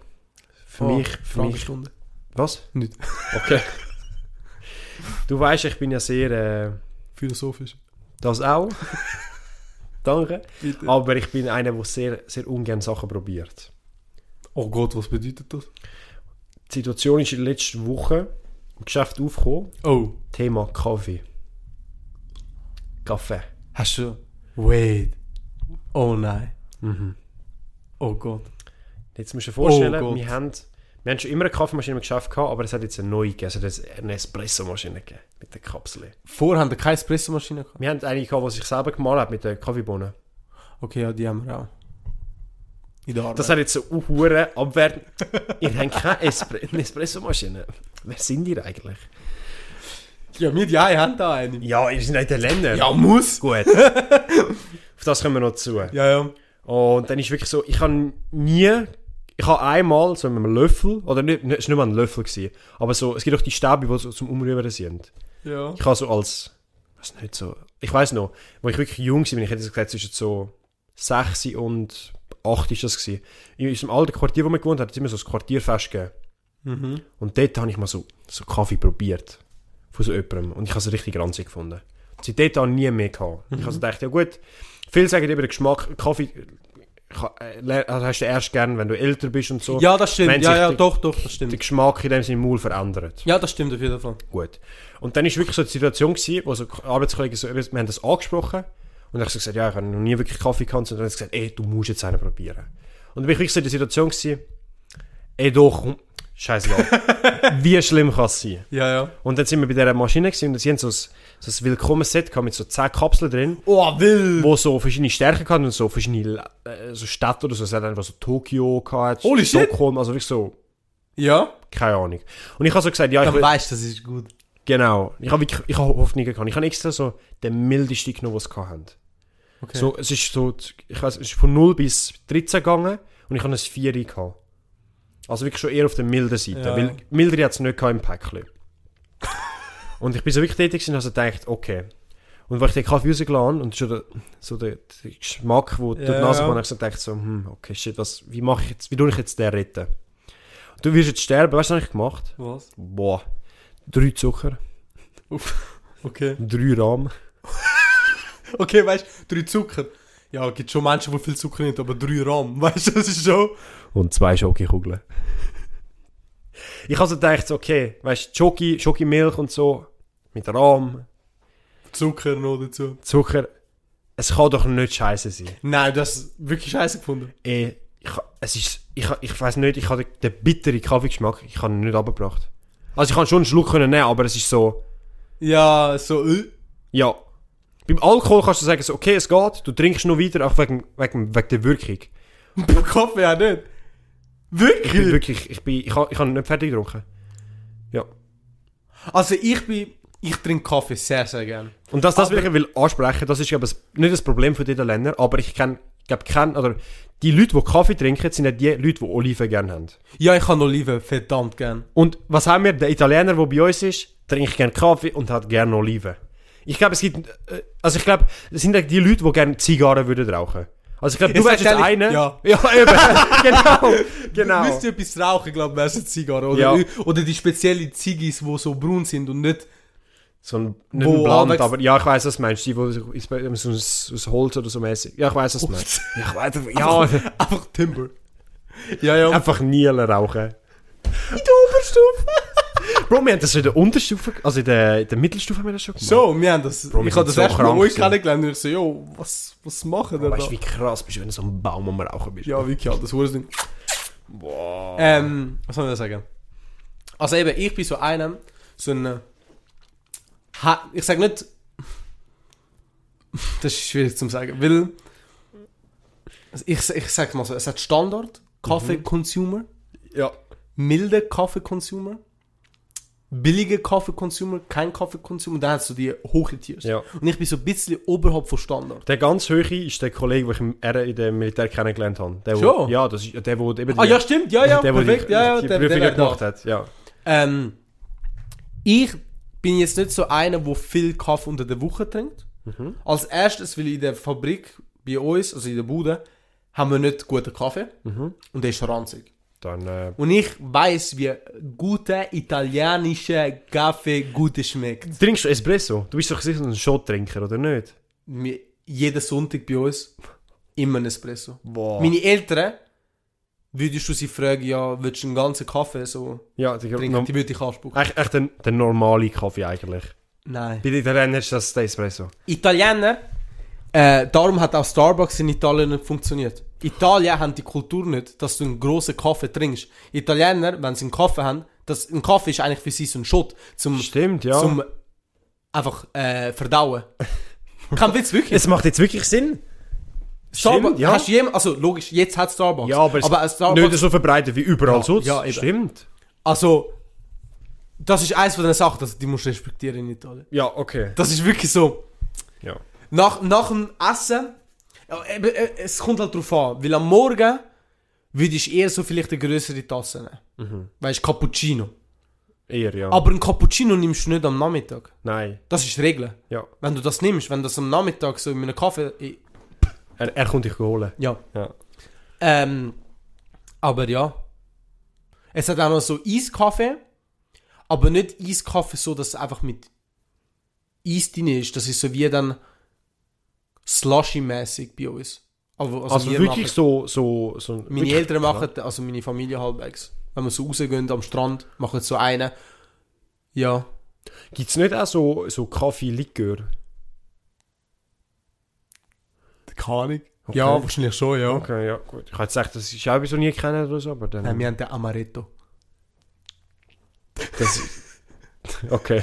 [SPEAKER 2] Für
[SPEAKER 1] Oh,
[SPEAKER 2] mich, für mich.
[SPEAKER 1] Fragestunde.
[SPEAKER 2] Was?
[SPEAKER 1] Nicht.
[SPEAKER 2] Okay. du weißt, ich bin ja sehr. Äh,
[SPEAKER 1] Philosophisch.
[SPEAKER 2] das auch. Danke.
[SPEAKER 1] Bitte.
[SPEAKER 2] Aber ich bin einer, der sehr, sehr ungern Sachen probiert.
[SPEAKER 1] Oh Gott, was bedeutet das?
[SPEAKER 2] Die Situation ist in der letzten Woche im Geschäft aufgekommen.
[SPEAKER 1] Oh.
[SPEAKER 2] Thema Kaffee. Kaffee.
[SPEAKER 1] Hast du. Wait. Oh nein. Oh Gott.
[SPEAKER 2] Jetzt musst du dir vorstellen,
[SPEAKER 1] Oh Gott.
[SPEAKER 2] wir, haben, wir haben schon immer eine Kaffeemaschine im Geschäft gehabt, aber es hat jetzt eine neue gegeben. Es hat jetzt eine Espressomaschine gegeben mit der Kapsel.
[SPEAKER 1] Vorher haben wir keine Espressomaschine gehabt.
[SPEAKER 2] Wir haben eine gehabt, die sich selber gemahlen hat mit den Kaffeebohnen.
[SPEAKER 1] Okay, ja, die haben wir auch. In der Arbeit.
[SPEAKER 2] Das hat jetzt so hure abwertend. Ihr habt keine Espre eine Espressomaschine. Wer sind ihr eigentlich?
[SPEAKER 1] ja, wir die eine haben da eine.
[SPEAKER 2] Ja, ihr seid Italiener.
[SPEAKER 1] Ja, muss.
[SPEAKER 2] Gut. Auf das kommen wir noch zu.
[SPEAKER 1] Ja, ja.
[SPEAKER 2] Und dann ist wirklich so, ich habe nie, ich habe einmal so mit einem Löffel, oder nicht, nicht- es war nicht mal ein Löffel, gewesen, aber so, es gibt auch die Stäbe, die so zum Umrühren sind.
[SPEAKER 1] Ja.
[SPEAKER 2] Ich habe so als, was nicht so, ich weiß noch, wo ich wirklich jung war, ich hätte jetzt gesagt, zwischen so 6 und 8 ist das gewesen. In unserem alten Quartier, wo wir gewohnt haben, hat es immer so ein Quartierfest gegeben.
[SPEAKER 1] Mhm.
[SPEAKER 2] Und dort habe ich mal so, so Kaffee probiert. Von so jemandem. Und ich habe es richtig ranzig gefunden. Seitdem habe ich nie mehr gehabt. Ich habe
[SPEAKER 1] Mhm.
[SPEAKER 2] so gedacht, ja gut, viele sagen über den Geschmack, Kaffee äh, le- also hast du erst gern, wenn du älter bist und so.
[SPEAKER 1] Ja, das
[SPEAKER 2] Wenn
[SPEAKER 1] stimmt. Ja,
[SPEAKER 2] sich
[SPEAKER 1] ja,
[SPEAKER 2] die-
[SPEAKER 1] doch, doch, das
[SPEAKER 2] Der
[SPEAKER 1] stimmt.
[SPEAKER 2] Geschmack in dem Sinne im Maul verändert.
[SPEAKER 1] Ja, das stimmt auf jeden Fall.
[SPEAKER 2] Gut. Und dann war wirklich so die Situation, gewesen, wo so Arbeitskollegen so, wir haben das angesprochen. Und dann habe ich so gesagt, ja, ich habe noch nie wirklich Kaffee gekannt. Und dann hat sie gesagt, ey, du musst jetzt einen probieren. Und dann bin ich wirklich so in der Situation, gewesen, ey, doch, scheiße, wie schlimm kann es sein?
[SPEAKER 1] Ja, ja.
[SPEAKER 2] Und dann sind wir bei dieser Maschine gewesen und sie haben so ein, so ein Willkommen-Set gehabt mit so 10 Kapseln drin,
[SPEAKER 1] Oh, will.
[SPEAKER 2] wo so verschiedene Stärken hatten und so verschiedene äh, so Städte oder so. Es hat einfach so Tokio gehabt,
[SPEAKER 1] Holy shit!
[SPEAKER 2] Stockholm, also wirklich so,
[SPEAKER 1] Ja?
[SPEAKER 2] keine Ahnung. Und ich habe so gesagt, ja, ich
[SPEAKER 1] Dann
[SPEAKER 2] will,
[SPEAKER 1] weißt du, das ist gut.
[SPEAKER 2] genau, ich habe wirklich, ich habe Hoffnungen gehabt. Ich habe extra so den mildesten genommen, was sie hatten.
[SPEAKER 1] Okay.
[SPEAKER 2] So, es ist so, ich weiß, es ist von 0 bis 13 gegangen und ich habe ein 4 gehabt. Also wirklich schon eher auf der milden Seite,
[SPEAKER 1] Ja.
[SPEAKER 2] weil mildere hat es nicht gehabt im Päckchen. und ich bin so wirklich tätig gewesen und habe so gedacht, okay. Und weil ich den Kaffee rausgelassen habe und schon der, so der, der Geschmack, der durch
[SPEAKER 1] Ja,
[SPEAKER 2] die Nase
[SPEAKER 1] ja.
[SPEAKER 2] kam, habe ich so gedacht, so, hm, okay, shit, was, wie mache ich jetzt, wie tue ich jetzt den retten? Du wirst jetzt sterben, weißt du, was habe ich gemacht?
[SPEAKER 1] Was?
[SPEAKER 2] Boah. Drei Zucker,
[SPEAKER 1] Okay.
[SPEAKER 2] drei Rahm.
[SPEAKER 1] Okay, weißt du, drei Zucker. Ja, gibt schon Menschen, die viel Zucker nicht, aber drei Rahm. Weißt du, das ist schon.
[SPEAKER 2] und zwei Schokokugeln. ich habe so gedacht, so, okay, weißt du, Schoki, Schokimilch und so, mit Rahm,
[SPEAKER 1] Zucker noch dazu.
[SPEAKER 2] Zucker, es kann doch nicht scheiße sein.
[SPEAKER 1] Nein, das ist wirklich scheiße gefunden.
[SPEAKER 2] Ey, ich, ha- es ist, ich, ha- ich weiß nicht, ich habe den bitteren Kaffeegeschmack, ich habe ihn nicht abgebracht. Also ich kann schon einen Schluck können nehmen, aber es ist so,
[SPEAKER 1] Ja, so. Äh.
[SPEAKER 2] ja. Beim Alkohol kannst du sagen, so, okay, es geht, du trinkst noch weiter, auch wegen, wegen, wegen der Wirkung.
[SPEAKER 1] Beim Kaffee auch nicht.
[SPEAKER 2] Ich bin
[SPEAKER 1] Wirklich?
[SPEAKER 2] wirklich, ich bin, ich habe ich habe nicht fertig getrunken. Ja.
[SPEAKER 1] Also ich bin, ich trinke Kaffee sehr, sehr gerne.
[SPEAKER 2] Und das, das
[SPEAKER 1] Aber-
[SPEAKER 2] will ich will ansprechen, das ist eben das- nicht das Problem für die Länder, aber ich kenne ich glaube, kennen, oder die Leute, die Kaffee trinken, sind nicht die Leute, die Oliven gerne haben.
[SPEAKER 1] Ja, ich kann Oliven verdammt gern.
[SPEAKER 2] Und was haben wir? Der Italiener, der bei uns ist, trinkt gerne Kaffee und hat gerne Oliven. Ich glaube, es gibt, äh, also ich glaube, es sind eigentlich die Leute, die gerne Zigarren würden rauchen. Also ich glaube, du
[SPEAKER 1] Jetzt
[SPEAKER 2] wärst jetzt
[SPEAKER 1] erzähl ich-
[SPEAKER 2] einer.
[SPEAKER 1] Ja.
[SPEAKER 2] eben. genau.
[SPEAKER 1] Müsst
[SPEAKER 2] genau.
[SPEAKER 1] ihr etwas rauchen, glaube ich, wärst eine Zigarre. Oder,
[SPEAKER 2] Ja.
[SPEAKER 1] oder die speziellen Ziggis, die so braun sind und nicht...
[SPEAKER 2] So ein, nicht
[SPEAKER 1] Wo
[SPEAKER 2] ein Blatt,
[SPEAKER 1] anwächst-
[SPEAKER 2] aber ja, ich weiss, was du meinst. Die, die so aus, aus Holz oder so mäßig. Ja, ich weiss, was du meinst. Ja, ich weiss, ja.
[SPEAKER 1] Einfach Timber. Ja, ja.
[SPEAKER 2] Einfach Nielen rauchen. In der Oberstufe! Bro, wir haben das in der Unterstufe, also in der, in der Mittelstufe haben wir das schon gemacht.
[SPEAKER 1] So, wir haben das...
[SPEAKER 2] wir
[SPEAKER 1] ich habe
[SPEAKER 2] sind
[SPEAKER 1] das
[SPEAKER 2] so
[SPEAKER 1] erst mal
[SPEAKER 2] krank
[SPEAKER 1] euch
[SPEAKER 2] gewesen.
[SPEAKER 1] kennengelernt und ich so, jo, was, was machen wir da?
[SPEAKER 2] Weißt du, wie krass bist du, wenn du so ein Baum am Rauchen bist?
[SPEAKER 1] Ja, wirklich, ja, das Hurensding.
[SPEAKER 2] Boah.
[SPEAKER 1] Ähm, was soll ich da sagen? Also eben, ich bin so einem, so ein... äh, Ha ich sag nicht... Das ist schwierig zu sagen, weil... also Ich, ich sag mal so, es hat Standard, Kaffee-Consumer,
[SPEAKER 2] Ja.
[SPEAKER 1] milde Kaffee-Consumer, billige Kaffee-Consumer, kein Kaffee-Consumer, dann hast du die hohen Tiers.
[SPEAKER 2] Ja.
[SPEAKER 1] Und ich bin so ein bisschen oberhalb von Standard.
[SPEAKER 2] Der ganz hohe ist der Kollege, den ich im R in dem Militär kennengelernt habe. Der, wo-
[SPEAKER 1] Schon?
[SPEAKER 2] Ja, das ist der, der eben die,
[SPEAKER 1] Ah ja, stimmt, ja, ja,
[SPEAKER 2] Also der, wo
[SPEAKER 1] perfekt,
[SPEAKER 2] die,
[SPEAKER 1] ja, ja,
[SPEAKER 2] die
[SPEAKER 1] der- der
[SPEAKER 2] Prüfungen
[SPEAKER 1] wäre da.
[SPEAKER 2] gemacht hat. Ja.
[SPEAKER 1] Ähm, ich bin jetzt nicht so einer, der viel Kaffee unter der Woche trinkt.
[SPEAKER 2] Mhm.
[SPEAKER 1] Als erstes, weil in der Fabrik bei uns, also in der Bude, haben wir nicht guten Kaffee
[SPEAKER 2] Mhm.
[SPEAKER 1] und der ist ranzig.
[SPEAKER 2] Dann, äh,
[SPEAKER 1] Und ich weiß, wie guter italienischer Kaffee gut schmeckt.
[SPEAKER 2] trinkst du Espresso? Du bist doch sicher ein Shot-Trinker, oder nicht?
[SPEAKER 1] Wir- Jeden Sonntag bei uns immer ein Espresso.
[SPEAKER 2] Boah.
[SPEAKER 1] Meine Eltern, würdest du sie fragen, ja, willst du einen ganzen Kaffee so
[SPEAKER 2] ja, die,
[SPEAKER 1] trinken?
[SPEAKER 2] no,
[SPEAKER 1] Die würde ich anspucken.
[SPEAKER 2] echt, echt ein, der normale Kaffee eigentlich.
[SPEAKER 1] Nein.
[SPEAKER 2] Bei den Italienern ist das der Espresso.
[SPEAKER 1] Italiener, äh, darum hat auch Starbucks in Italien nicht funktioniert. Italien haben die Kultur nicht, dass du einen grossen Kaffee trinkst. Italiener, wenn sie einen Kaffee haben, das, ein Kaffee ist eigentlich für sie so ein Schott zum,
[SPEAKER 2] Stimmt, ja.
[SPEAKER 1] zum einfach äh, verdauen. Kein Witz, wirklich.
[SPEAKER 2] Es macht jetzt wirklich Sinn.
[SPEAKER 1] Starbucks,
[SPEAKER 2] stimmt, ja.
[SPEAKER 1] hast du jemand, also logisch, jetzt hat Starbucks.
[SPEAKER 2] Ja, aber es
[SPEAKER 1] aber Starbucks,
[SPEAKER 2] nicht so verbreitet wie überall sonst.
[SPEAKER 1] ja, eben.
[SPEAKER 2] Stimmt.
[SPEAKER 1] also, das ist eins von den Sachen, dass die musst du respektieren in Italien.
[SPEAKER 2] Ja, okay.
[SPEAKER 1] Das ist wirklich so.
[SPEAKER 2] Ja.
[SPEAKER 1] Nach, nach dem Essen, ja, eben, äh, es kommt halt drauf an, weil am Morgen würde ich eher so vielleicht eine größere Tasse nehmen.
[SPEAKER 2] Mhm.
[SPEAKER 1] Weißt Cappuccino.
[SPEAKER 2] Eher, ja.
[SPEAKER 1] Aber ein Cappuccino nimmst du nicht am Nachmittag.
[SPEAKER 2] Nein.
[SPEAKER 1] Das ist die Regel.
[SPEAKER 2] Ja.
[SPEAKER 1] Wenn du das nimmst, wenn das am Nachmittag so in einem Kaffee. i-
[SPEAKER 2] Er, er kommt dich holen.
[SPEAKER 1] Ja.
[SPEAKER 2] Ja.
[SPEAKER 1] Ähm, aber ja. Es hat auch noch so Eiskaffee, aber nicht Eiskaffee so, dass es einfach mit Eis drin ist. Das ist so wie dann Slushy-mäßig bei uns. Aber, also
[SPEAKER 2] Also
[SPEAKER 1] wir
[SPEAKER 2] wirklich
[SPEAKER 1] machen-
[SPEAKER 2] so, so, so
[SPEAKER 1] meine
[SPEAKER 2] wirklich-
[SPEAKER 1] Eltern machen, also meine Familie halbwegs. Wenn wir so rausgehen am Strand, machen so einen. Ja.
[SPEAKER 2] Gibt's nicht auch so, so Kaffee-Likör?
[SPEAKER 1] Keine Ahnung. Ja, wahrscheinlich schon, ja.
[SPEAKER 2] Okay, ja, gut. Ich hätte gesagt, das ist auch bis noch nie kennen oder so, aber dann.
[SPEAKER 1] Nein, wir haben den Amaretto.
[SPEAKER 2] das, okay.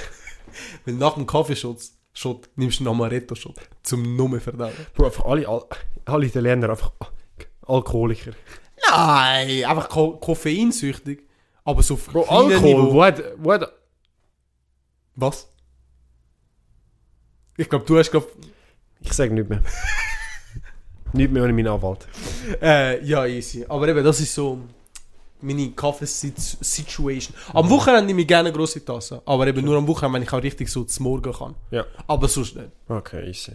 [SPEAKER 1] Weil nach dem Kaffeeschutz Schott, nimmst du einen Amaretto-Schott. Zum Nummer verdauen.
[SPEAKER 2] Bro, einfach alle, alle, alle Italiener einfach Alkoholiker.
[SPEAKER 1] Nein, einfach Ko koffeinsüchtig. Aber so auf
[SPEAKER 2] Bro,
[SPEAKER 1] kleinem
[SPEAKER 2] Alkohol, wo hat, wo hat
[SPEAKER 1] Was? Ich glaube, du hast glaub,
[SPEAKER 2] Ich sage nicht mehr. nicht mehr ohne meinen Anwalt.
[SPEAKER 1] äh, ja easy. Aber eben, das ist so meine Kaffeesituation. Am
[SPEAKER 2] Mhm.
[SPEAKER 1] Wochenende nehme ich gerne eine grosse Tasse. Aber eben nur am Wochenende, wenn ich auch richtig so zum Morgen kann.
[SPEAKER 2] Ja.
[SPEAKER 1] Aber sonst nicht.
[SPEAKER 2] Okay, easy.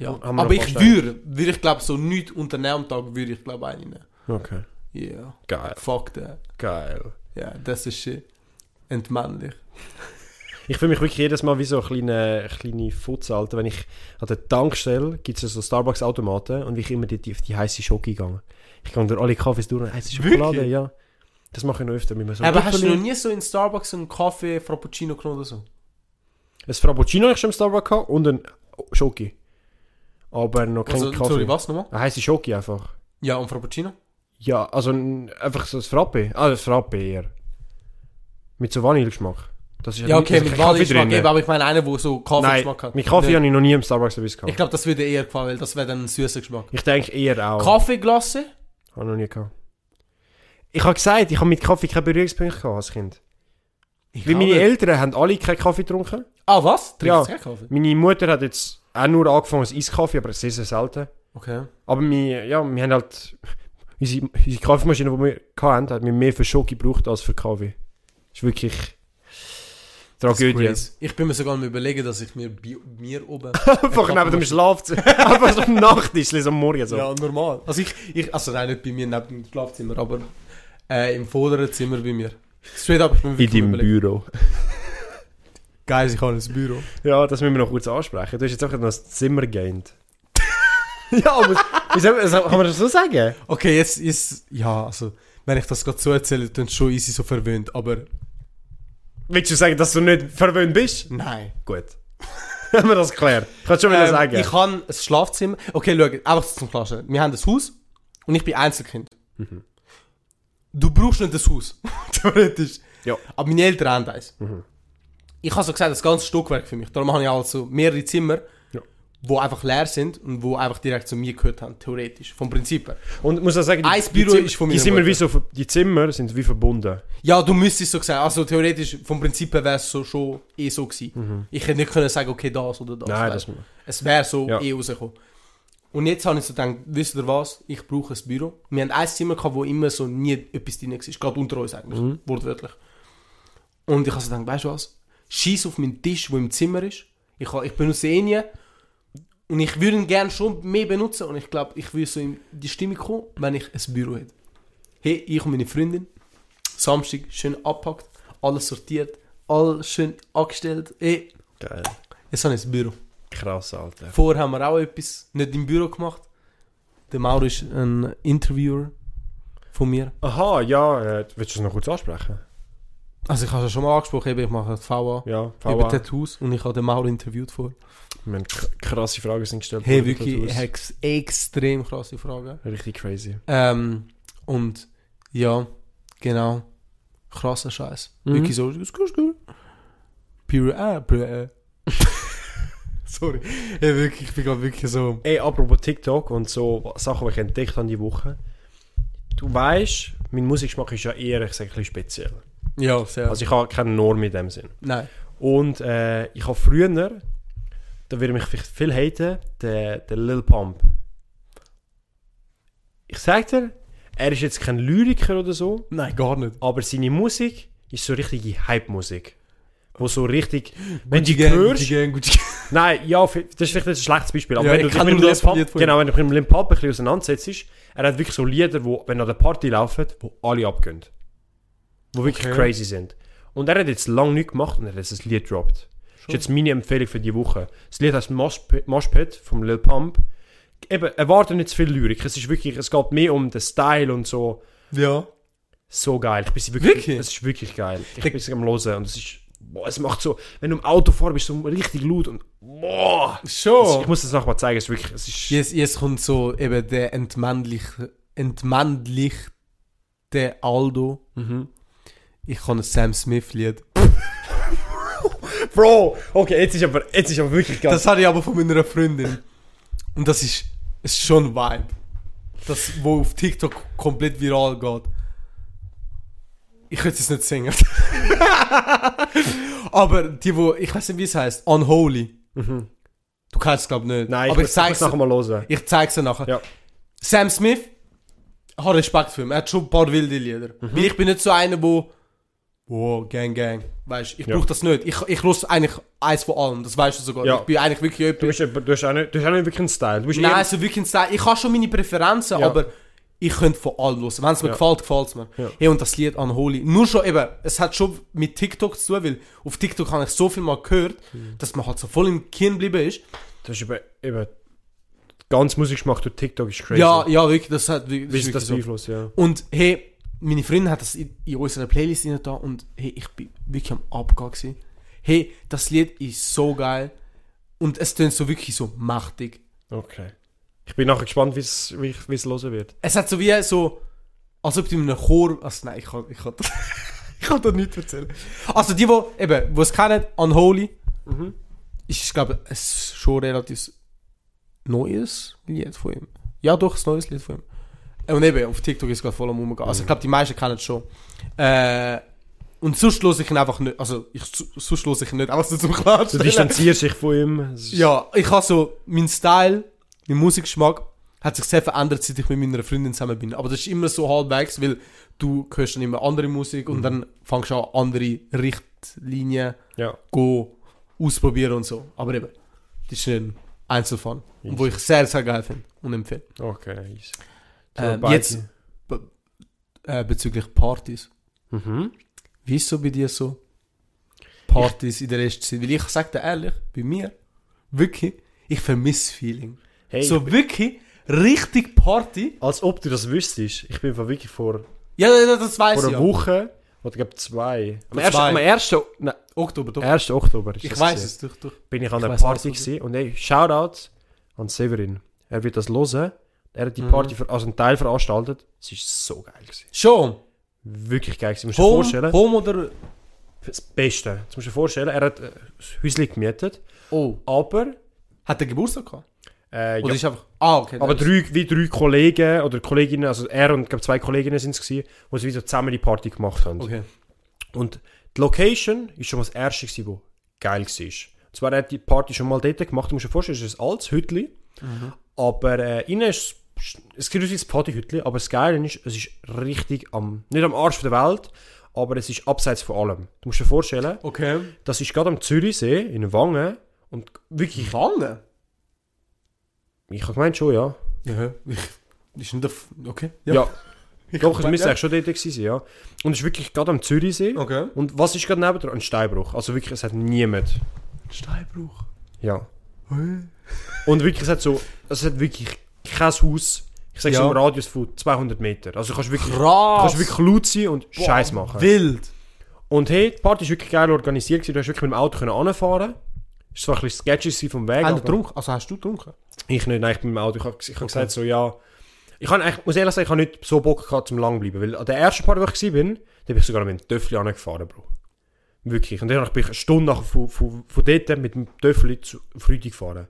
[SPEAKER 1] Ja.
[SPEAKER 2] Haben wir noch
[SPEAKER 1] Aber ich
[SPEAKER 2] Vorschläge?
[SPEAKER 1] würde, würde ich glaube so nichts unternehmen am Tag, würde ich glaube einen nehmen.
[SPEAKER 2] Okay.
[SPEAKER 1] Yeah.
[SPEAKER 2] Geil.
[SPEAKER 1] Fuck that.
[SPEAKER 2] Geil.
[SPEAKER 1] Ja, das ist shit. Entmännlich.
[SPEAKER 2] Ich fühle mich wirklich jedes Mal wie so ein kleiner kleine Futsalter, wenn ich an der Tankstelle gibt es so Starbucks-Automaten und wie ich immer die, die, auf die heiße Schoki gegangen. Ich gehe durch alle Kaffees durch und heiße Schokolade,
[SPEAKER 1] Wirklich?
[SPEAKER 2] ja. Das mache ich noch öfter mit mir so.
[SPEAKER 1] Aber hast du noch
[SPEAKER 2] Gipfeli.
[SPEAKER 1] nie so in Starbucks einen Kaffee Frappuccino genommen oder so?
[SPEAKER 2] Ein Frappuccino habe ich schon im Starbucks gehabt und ein Schoki. Aber noch kein
[SPEAKER 1] Also,
[SPEAKER 2] Kaffee.
[SPEAKER 1] sorry, was nochmal?
[SPEAKER 2] Eine heiße Schoki einfach.
[SPEAKER 1] Ja, und Frappuccino?
[SPEAKER 2] Ja, also ein, einfach so ein Frappe. Ah, ein Frappe eher. Mit so Vanillegeschmack. Das ist
[SPEAKER 1] Ja, okay,
[SPEAKER 2] das ist
[SPEAKER 1] mit
[SPEAKER 2] kein Kaffee
[SPEAKER 1] Walnussgeschmack
[SPEAKER 2] drin.
[SPEAKER 1] eben, aber ich meine einen, der so
[SPEAKER 2] Nein,
[SPEAKER 1] Kaffeegeschmack hat.
[SPEAKER 2] mit Kaffee
[SPEAKER 1] Nicht.
[SPEAKER 2] habe ich noch nie im Starbucks etwas
[SPEAKER 1] Ich
[SPEAKER 2] gehabt.
[SPEAKER 1] glaube, das würde eher gefallen, weil das wäre dann ein süßer Geschmack.
[SPEAKER 2] Ich denke eher
[SPEAKER 1] Oh.
[SPEAKER 2] auch.
[SPEAKER 1] Kaffeeglasse?
[SPEAKER 2] Habe noch nie gehabt. Ich habe gesagt, ich habe mit Kaffee keinen Berührungspunkt gehabt als Kind.
[SPEAKER 1] Ich
[SPEAKER 2] Weil meine Eltern haben alle keinen Kaffee getrunken.
[SPEAKER 1] Ah, was? Trinkst
[SPEAKER 2] Ja.
[SPEAKER 1] du keinen Kaffee?
[SPEAKER 2] Meine Mutter hat jetzt auch nur angefangen als Eiskaffee, aber sehr, sehr selten.
[SPEAKER 1] Okay.
[SPEAKER 2] Aber wir, ja, wir haben halt... Unsere, unsere Kaffeemaschine, die wir hatten, hat mir mehr für Schoki gebraucht als für Kaffee. Das ist wirklich...
[SPEAKER 1] Das ist
[SPEAKER 2] Tragödie.
[SPEAKER 1] crazy. Ich bin mir sogar am überlegen, dass ich mir Bi mir oben...
[SPEAKER 2] Einfach neben dem Schlafzimmer. Einfach so am Nachttisch, so am Morgen so.
[SPEAKER 1] Ja, normal. Also ich, ich, also nein, nicht bei mir neben dem Schlafzimmer, aber äh, im vorderen Zimmer bei mir. Straight up, ich bin
[SPEAKER 2] In deinem
[SPEAKER 1] überlegen.
[SPEAKER 2] Büro.
[SPEAKER 1] Geil, ich habe ein Büro.
[SPEAKER 2] Ja, das müssen wir noch kurz ansprechen. Du hast jetzt auch noch das Zimmer geeint. ja, aber... Wieso, also, kann man das so sagen?
[SPEAKER 1] Okay, jetzt ist, ja, also, wenn ich das gerade so erzähle, dann schon easy so verwöhnt, aber
[SPEAKER 2] Willst du sagen, dass du nicht verwöhnt bist?
[SPEAKER 1] nein.
[SPEAKER 2] Gut. Haben wir das geklärt. Kannst du schon wieder sagen.
[SPEAKER 1] Ähm, ich habe ein Schlafzimmer. Okay, schau, einfach zum Klarstellen. Wir haben ein Haus und ich bin Einzelkind.
[SPEAKER 2] Mhm.
[SPEAKER 1] Du brauchst nicht das Haus, theoretisch.
[SPEAKER 2] Ja.
[SPEAKER 1] Aber meine Eltern haben eins.
[SPEAKER 2] Mhm.
[SPEAKER 1] Ich habe so gesagt, das ganze Stockwerk für mich. Darum habe ich also mehrere Zimmer,
[SPEAKER 2] Ja.
[SPEAKER 1] wo einfach leer sind und wo einfach direkt zu mir gehört haben, theoretisch, vom Prinzip her.
[SPEAKER 2] Und ich muss auch sagen, die-
[SPEAKER 1] Ein
[SPEAKER 2] die
[SPEAKER 1] Büro
[SPEAKER 2] Zimmer-
[SPEAKER 1] ist von
[SPEAKER 2] die
[SPEAKER 1] meiner
[SPEAKER 2] Zimmer,
[SPEAKER 1] Mutter.
[SPEAKER 2] wie so, ver- die Zimmer sind wie verbunden.
[SPEAKER 1] Ja, du müsstest so sagen, also theoretisch, vom Prinzip her wäre es so, schon eh so gewesen. Ich hätte nicht können sagen, okay, das oder das.
[SPEAKER 2] Mhm. Nein,
[SPEAKER 1] Weißt
[SPEAKER 2] das
[SPEAKER 1] du? es wäre so
[SPEAKER 2] Ja.
[SPEAKER 1] eh rausgekommen. Und jetzt habe ich so gedacht, wisst ihr was, ich brauche ein Büro. Wir haben ein Zimmer, gehabt, wo immer so nie etwas drin war, gerade unter uns eigentlich,
[SPEAKER 2] Mhm.
[SPEAKER 1] wortwörtlich. Und ich habe so gedacht, weißt du was, schieß auf meinen Tisch, der im Zimmer ist. Ich, habe, ich benutze ihn nie. Und ich würde ihn gerne schon mehr benutzen und ich glaube, ich würde so in die Stimmung kommen, wenn ich ein Büro hätte. Hey, ich und meine Freundin, Samstag schön abpackt, alles sortiert, alles schön angestellt. Hey,
[SPEAKER 2] Geil.
[SPEAKER 1] jetzt habe ich ein Büro.
[SPEAKER 2] Krass, Alter.
[SPEAKER 1] Vorher haben wir auch etwas nicht im Büro gemacht. Der Mauro ist ein Interviewer von mir.
[SPEAKER 2] Aha, ja, äh, willst du es noch kurz ansprechen?
[SPEAKER 1] Also ich habe es ja schon mal angesprochen, eben, ich mache die VA,
[SPEAKER 2] Ja,
[SPEAKER 1] über
[SPEAKER 2] VA.
[SPEAKER 1] Tattoos und ich habe den Mauro interviewt vor.
[SPEAKER 2] Wir haben k- krasse Fragen sind gestellt.
[SPEAKER 1] Hey,
[SPEAKER 2] worden,
[SPEAKER 1] wirklich,
[SPEAKER 2] Tattoos.
[SPEAKER 1] er hat extrem krasse Fragen.
[SPEAKER 2] Richtig crazy.
[SPEAKER 1] Ähm, und ja, genau. Krasser Scheiß.
[SPEAKER 2] Mhm.
[SPEAKER 1] Wirklich so. skur, skur. Pure ah, pure ah. Sorry. Ey, wirklich, ich bin gerade wirklich so.
[SPEAKER 2] Ey, apropos TikTok und so Sachen, die ich entdeckt habe die Woche. Du weißt, mein Musikgeschmack ist ja eher, ich sag, ein bisschen speziell.
[SPEAKER 1] Ja, sehr.
[SPEAKER 2] Also ich habe keine Norm in dem Sinn.
[SPEAKER 1] Nein.
[SPEAKER 2] Und äh, ich habe früher, da würde mich vielleicht viel haten, der, der Lil Pump. Ich sag dir, er ist jetzt kein Lyriker oder so,
[SPEAKER 1] Nein, gar nicht.
[SPEAKER 2] aber seine Musik ist so richtige Hype-Musik. Wo so richtig, wenn du
[SPEAKER 1] Gucci
[SPEAKER 2] die
[SPEAKER 1] Gang,
[SPEAKER 2] hörst,
[SPEAKER 1] Gucci Gang, Gucci Gang.
[SPEAKER 2] nein, ja, fi- das ist vielleicht ein schlechtes Beispiel, aber
[SPEAKER 1] Ja,
[SPEAKER 2] wenn du
[SPEAKER 1] ich
[SPEAKER 2] dich
[SPEAKER 1] kann
[SPEAKER 2] mit dem
[SPEAKER 1] nur
[SPEAKER 2] Lil
[SPEAKER 1] das Lied
[SPEAKER 2] Pump,
[SPEAKER 1] von ihm.
[SPEAKER 2] genau, wenn du dich mit dem Lil Pump ein bisschen auseinandersetzt, er hat wirklich so Lieder, wo, wenn an der Party laufen, wo alle abgehen. Wo wirklich
[SPEAKER 1] Okay.
[SPEAKER 2] crazy sind. Und er hat jetzt lange nichts gemacht und er hat jetzt ein Lied gedroppt. Das ist jetzt meine Empfehlung für die Woche. Das Lied heißt Moshp- Moshpit vom Lil Pump. Eben, erwarten nicht zu viel Lyrik. Es ist wirklich, es geht mehr um den Style und so.
[SPEAKER 1] Ja.
[SPEAKER 2] So geil. Ich bin sie wirklich,
[SPEAKER 1] Wirklich?
[SPEAKER 2] Es ist wirklich geil. Ich
[SPEAKER 1] Der-
[SPEAKER 2] bin sie am Hören und es ist, boah, es macht so, wenn du im Auto fahrst, bist du richtig laut und, boah. Es-
[SPEAKER 1] Schon.
[SPEAKER 2] Ich muss das nochmal zeigen, es ist wirklich, es ist,
[SPEAKER 1] Jetzt, jetzt kommt so eben der entmännliche, entmännlichte Aldo.
[SPEAKER 2] Mhm.
[SPEAKER 1] Ich kann ein Sam Smith-Lied.
[SPEAKER 2] Bro! Okay, jetzt ist aber, jetzt ist aber wirklich geil.
[SPEAKER 1] Das habe ich aber von meiner Freundin. Und das ist, ist schon ein Vibe. Das, wo auf TikTok komplett viral geht. Ich könnte es nicht singen. aber die, wo, ich weiß nicht, wie es heißt, Unholy. Du kannst es, glaube ich, nicht.
[SPEAKER 2] Mhm. Nein,
[SPEAKER 1] aber
[SPEAKER 2] ich,
[SPEAKER 1] ich,
[SPEAKER 2] muss- ich muss
[SPEAKER 1] zeig's,
[SPEAKER 2] es nochmal hören.
[SPEAKER 1] ich zeig's dir nachher.
[SPEAKER 2] Ja.
[SPEAKER 1] Sam Smith, habe Respekt für ihn. Er hat schon ein paar wilde Lieder.
[SPEAKER 2] Mhm.
[SPEAKER 1] Weil ich bin nicht so einer, wo wow, Gang Gang. Weißt, ich
[SPEAKER 2] Ja.
[SPEAKER 1] brauche das nicht. Ich, ich höre eigentlich eins von allem. Das weißt du sogar.
[SPEAKER 2] Ja.
[SPEAKER 1] Ich bin eigentlich wirklich jemand.
[SPEAKER 2] Du bist, aber- du hast auch nicht, du hast auch nicht wirklich einen Style. Du bist
[SPEAKER 1] Nein,
[SPEAKER 2] eher,
[SPEAKER 1] also wirklich ein Style. Ich habe schon meine Präferenzen,
[SPEAKER 2] Ja.
[SPEAKER 1] aber ich könnte von allem los. Wenn es mir
[SPEAKER 2] Ja.
[SPEAKER 1] gefällt, gefällt es mir.
[SPEAKER 2] Ja.
[SPEAKER 1] Hey, und das Lied Unholy. Nur schon eben, es hat schon mit TikTok zu tun, weil auf TikTok habe ich so viel mal gehört,
[SPEAKER 2] Mhm.
[SPEAKER 1] dass man halt so voll im Kinn geblieben ist.
[SPEAKER 2] du hast eben, eben, ganz Musikgeschmack durch TikTok ist crazy.
[SPEAKER 1] Ja, ja, wirklich, das hat wirklich,
[SPEAKER 2] Wie ist
[SPEAKER 1] wirklich
[SPEAKER 2] das
[SPEAKER 1] so.
[SPEAKER 2] beeinflusst, ja.
[SPEAKER 1] Und hey, meine Freundin hat das in, in unserer Playlist rein da und hey, ich bin wirklich am Abgehen. gewesen. Hey, das Lied ist so geil und es tönt so wirklich so mächtig.
[SPEAKER 2] Okay. Ich bin nachher gespannt, wie's- wie es wie es hören wird.
[SPEAKER 1] Es hat so wie so, als ob du in einem Chor, also nein, ich kann, ich kann, ich kann da nichts erzählen. Also die, wo, eben, wo es kennen, Unholy, ist, glaube ich, es schon relativ neues Lied von ihm. Ja, doch, ein neues Lied von ihm. Äh, Und eben, auf TikTok ist es gerade voll am Umgehen. Also ich glaube, die meisten kennen es schon. Äh, und sonst höre ich ihn einfach nicht, also ich, sonst höre ich ihn nicht, einfach so zum
[SPEAKER 2] Du
[SPEAKER 1] Klarstellen.
[SPEAKER 2] distanzierst dich von ihm. Es ist-
[SPEAKER 1] Ja, ich habe so meinen Style, meinen Musikgeschmack hat sich sehr verändert, seit ich mit meiner Freundin zusammen bin. Aber das ist immer so halbwegs, weil du hörst dann immer andere Musik
[SPEAKER 2] Mhm.
[SPEAKER 1] und dann fängst du an, andere Richtlinien
[SPEAKER 2] Ja.
[SPEAKER 1] go ausprobieren und so. Aber eben, das ist ein Einzelfall. Und wo ich sehr, sehr geil finde und empfehle.
[SPEAKER 2] Okay, easy.
[SPEAKER 1] Ähm,
[SPEAKER 2] beide.
[SPEAKER 1] jetzt- Äh, bezüglich Partys.
[SPEAKER 2] Mhm.
[SPEAKER 1] Wie ist so bei dir so? Partys in der Restzeit. Weil ich sag dir ehrlich, bei mir, wirklich, ich vermisse das Feeling.
[SPEAKER 2] Hey,
[SPEAKER 1] so wirklich, richtig Party.
[SPEAKER 2] als ob du das wüsstest. Ich bin von wirklich vor,
[SPEAKER 1] Ja, ja, ja, das weiß
[SPEAKER 2] vor
[SPEAKER 1] ich.
[SPEAKER 2] einer
[SPEAKER 1] ja.
[SPEAKER 2] Woche oder glaube zwei. Am
[SPEAKER 1] Zwei.
[SPEAKER 2] 1. Am 1. Nein,
[SPEAKER 1] Oktober, doch.
[SPEAKER 2] 1. Oktober ist
[SPEAKER 1] ich
[SPEAKER 2] das
[SPEAKER 1] weiß
[SPEAKER 2] gewesen.
[SPEAKER 1] es, doch, doch.
[SPEAKER 2] Bin ich an
[SPEAKER 1] Ich
[SPEAKER 2] einer
[SPEAKER 1] weiss alles,
[SPEAKER 2] Party
[SPEAKER 1] was
[SPEAKER 2] gewesen. und ey, Shoutout an Severin. Er wird das hören. Er
[SPEAKER 1] Mhm.
[SPEAKER 2] hat die Party ver- also einen Teil veranstaltet. Es ist so geil gewesen.
[SPEAKER 1] Schon.
[SPEAKER 2] Wirklich geil gewesen. Musst du dir
[SPEAKER 1] Home,
[SPEAKER 2] vorstellen.
[SPEAKER 1] Home oder.
[SPEAKER 2] Das Beste. Jetzt musst du dir vorstellen, er hat äh, das Häuschen gemietet,
[SPEAKER 1] Oh.
[SPEAKER 2] aber
[SPEAKER 1] Hat er Geburtstag gehabt?
[SPEAKER 2] äh,
[SPEAKER 1] Oder
[SPEAKER 2] ja,
[SPEAKER 1] ist einfach. Ah, okay.
[SPEAKER 2] Aber
[SPEAKER 1] das-
[SPEAKER 2] drei, wie drei Kollegen oder Kolleginnen, also er und glaub, zwei Kolleginnen sind es gewesen, die so wie so zusammen die Party gemacht haben.
[SPEAKER 1] Okay.
[SPEAKER 2] Und die Location ist schon mal das erste, gewesen, wo geil war. Und zwar hat die Party schon mal dort gemacht, du musst dir vorstellen, es ist ein altes Hütli, aber äh, innen ist es gibt ein Partyhütli, aber das Geile ist, es ist richtig am, nicht am Arsch der Welt, aber es ist abseits von allem. Du musst dir vorstellen,
[SPEAKER 1] Okay.
[SPEAKER 2] das ist gerade am Zürichsee, in Wangen, und wirklich,
[SPEAKER 1] Wange?
[SPEAKER 2] ich habe gemeint schon, ja.
[SPEAKER 1] Ja. Ich, ist nicht der. F- Okay.
[SPEAKER 2] Ja.
[SPEAKER 1] Ich
[SPEAKER 2] Doch, es
[SPEAKER 1] mein,
[SPEAKER 2] müsste
[SPEAKER 1] ja.
[SPEAKER 2] eigentlich schon dort gewesen sein, ja. Und es ist wirklich gerade am Zürichsee.
[SPEAKER 1] Okay.
[SPEAKER 2] Und was ist gerade neben dir? Ein Steinbruch. Also wirklich, es hat niemand.
[SPEAKER 1] Steinbruch.
[SPEAKER 2] Ja.
[SPEAKER 1] Hey.
[SPEAKER 2] Und wirklich, es hat so, es hat wirklich kein Haus. Ich sage
[SPEAKER 1] Ja.
[SPEAKER 2] so im Radius von 200 Meter. Also du kannst wirklich, du
[SPEAKER 1] Krass.
[SPEAKER 2] kannst wirklich laut sein und Scheiß machen.
[SPEAKER 1] Wild.
[SPEAKER 2] Und hey, die Party war wirklich geil organisiert. gewesen. Du hast wirklich mit dem Auto können anfahren. Es war zwar ein bisschen sketchy gewesen vom Weg.
[SPEAKER 1] Haben
[SPEAKER 2] aber-
[SPEAKER 1] wir getrunken? Also hast du getrunken?
[SPEAKER 2] Ich nicht, nein, ich bin mit dem Auto. Ich habe ich hab gesagt, so, ja. Ich hab eigentlich, muss ehrlich sagen, ich habe nicht so Bock gehabt, zum lang bleiben. Weil an der ersten Part, wo ich war, bin, da bin ich sogar mit dem Töffel angefahren, Bro. Wirklich. Und dann bin ich eine Stunde nachher von, von, von dort mit dem Töffel zu Freude gefahren.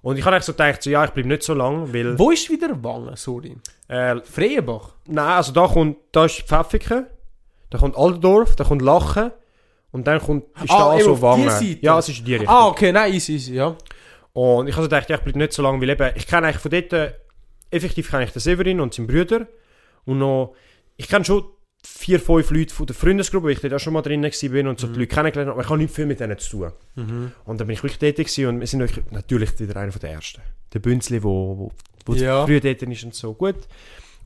[SPEAKER 2] Und ich habe eigentlich so gedacht, so, ja, ich bleibe nicht so lang, weil.
[SPEAKER 1] Wo ist wieder Wangen? Sorry.
[SPEAKER 2] Äh,
[SPEAKER 1] Freienbach.
[SPEAKER 2] nein, also da kommt, da ist Pfäffiken, da kommt Altendorf, da kommt Lachen und dann kommt, ist
[SPEAKER 1] Ah,
[SPEAKER 2] da
[SPEAKER 1] eben
[SPEAKER 2] so
[SPEAKER 1] auf die Seite?
[SPEAKER 2] Wangen. Ja, es ist in die Richtung.
[SPEAKER 1] Ah, okay, nein, easy, easy, ja.
[SPEAKER 2] Und ich habe so gedacht, ja, ich bleibe nicht so lange, weil eben, ich kenne eigentlich von dort, äh, effektiv kenne ich den Severin und seinen Brüder. Und noch, ich kenne schon vier, fünf Leute von der Freundesgruppe, weil ich dort auch schon mal drin war und so die Leute kennengelernt habe, aber ich habe nicht viel mit denen zu tun.
[SPEAKER 1] Mhm.
[SPEAKER 2] Und dann bin ich wirklich dort gewesen und wir sind wirklich- natürlich wieder einer von der Ersten. Der Bünzli, wo, wo, wo
[SPEAKER 1] Ja.
[SPEAKER 2] früher dort ist und so, gut.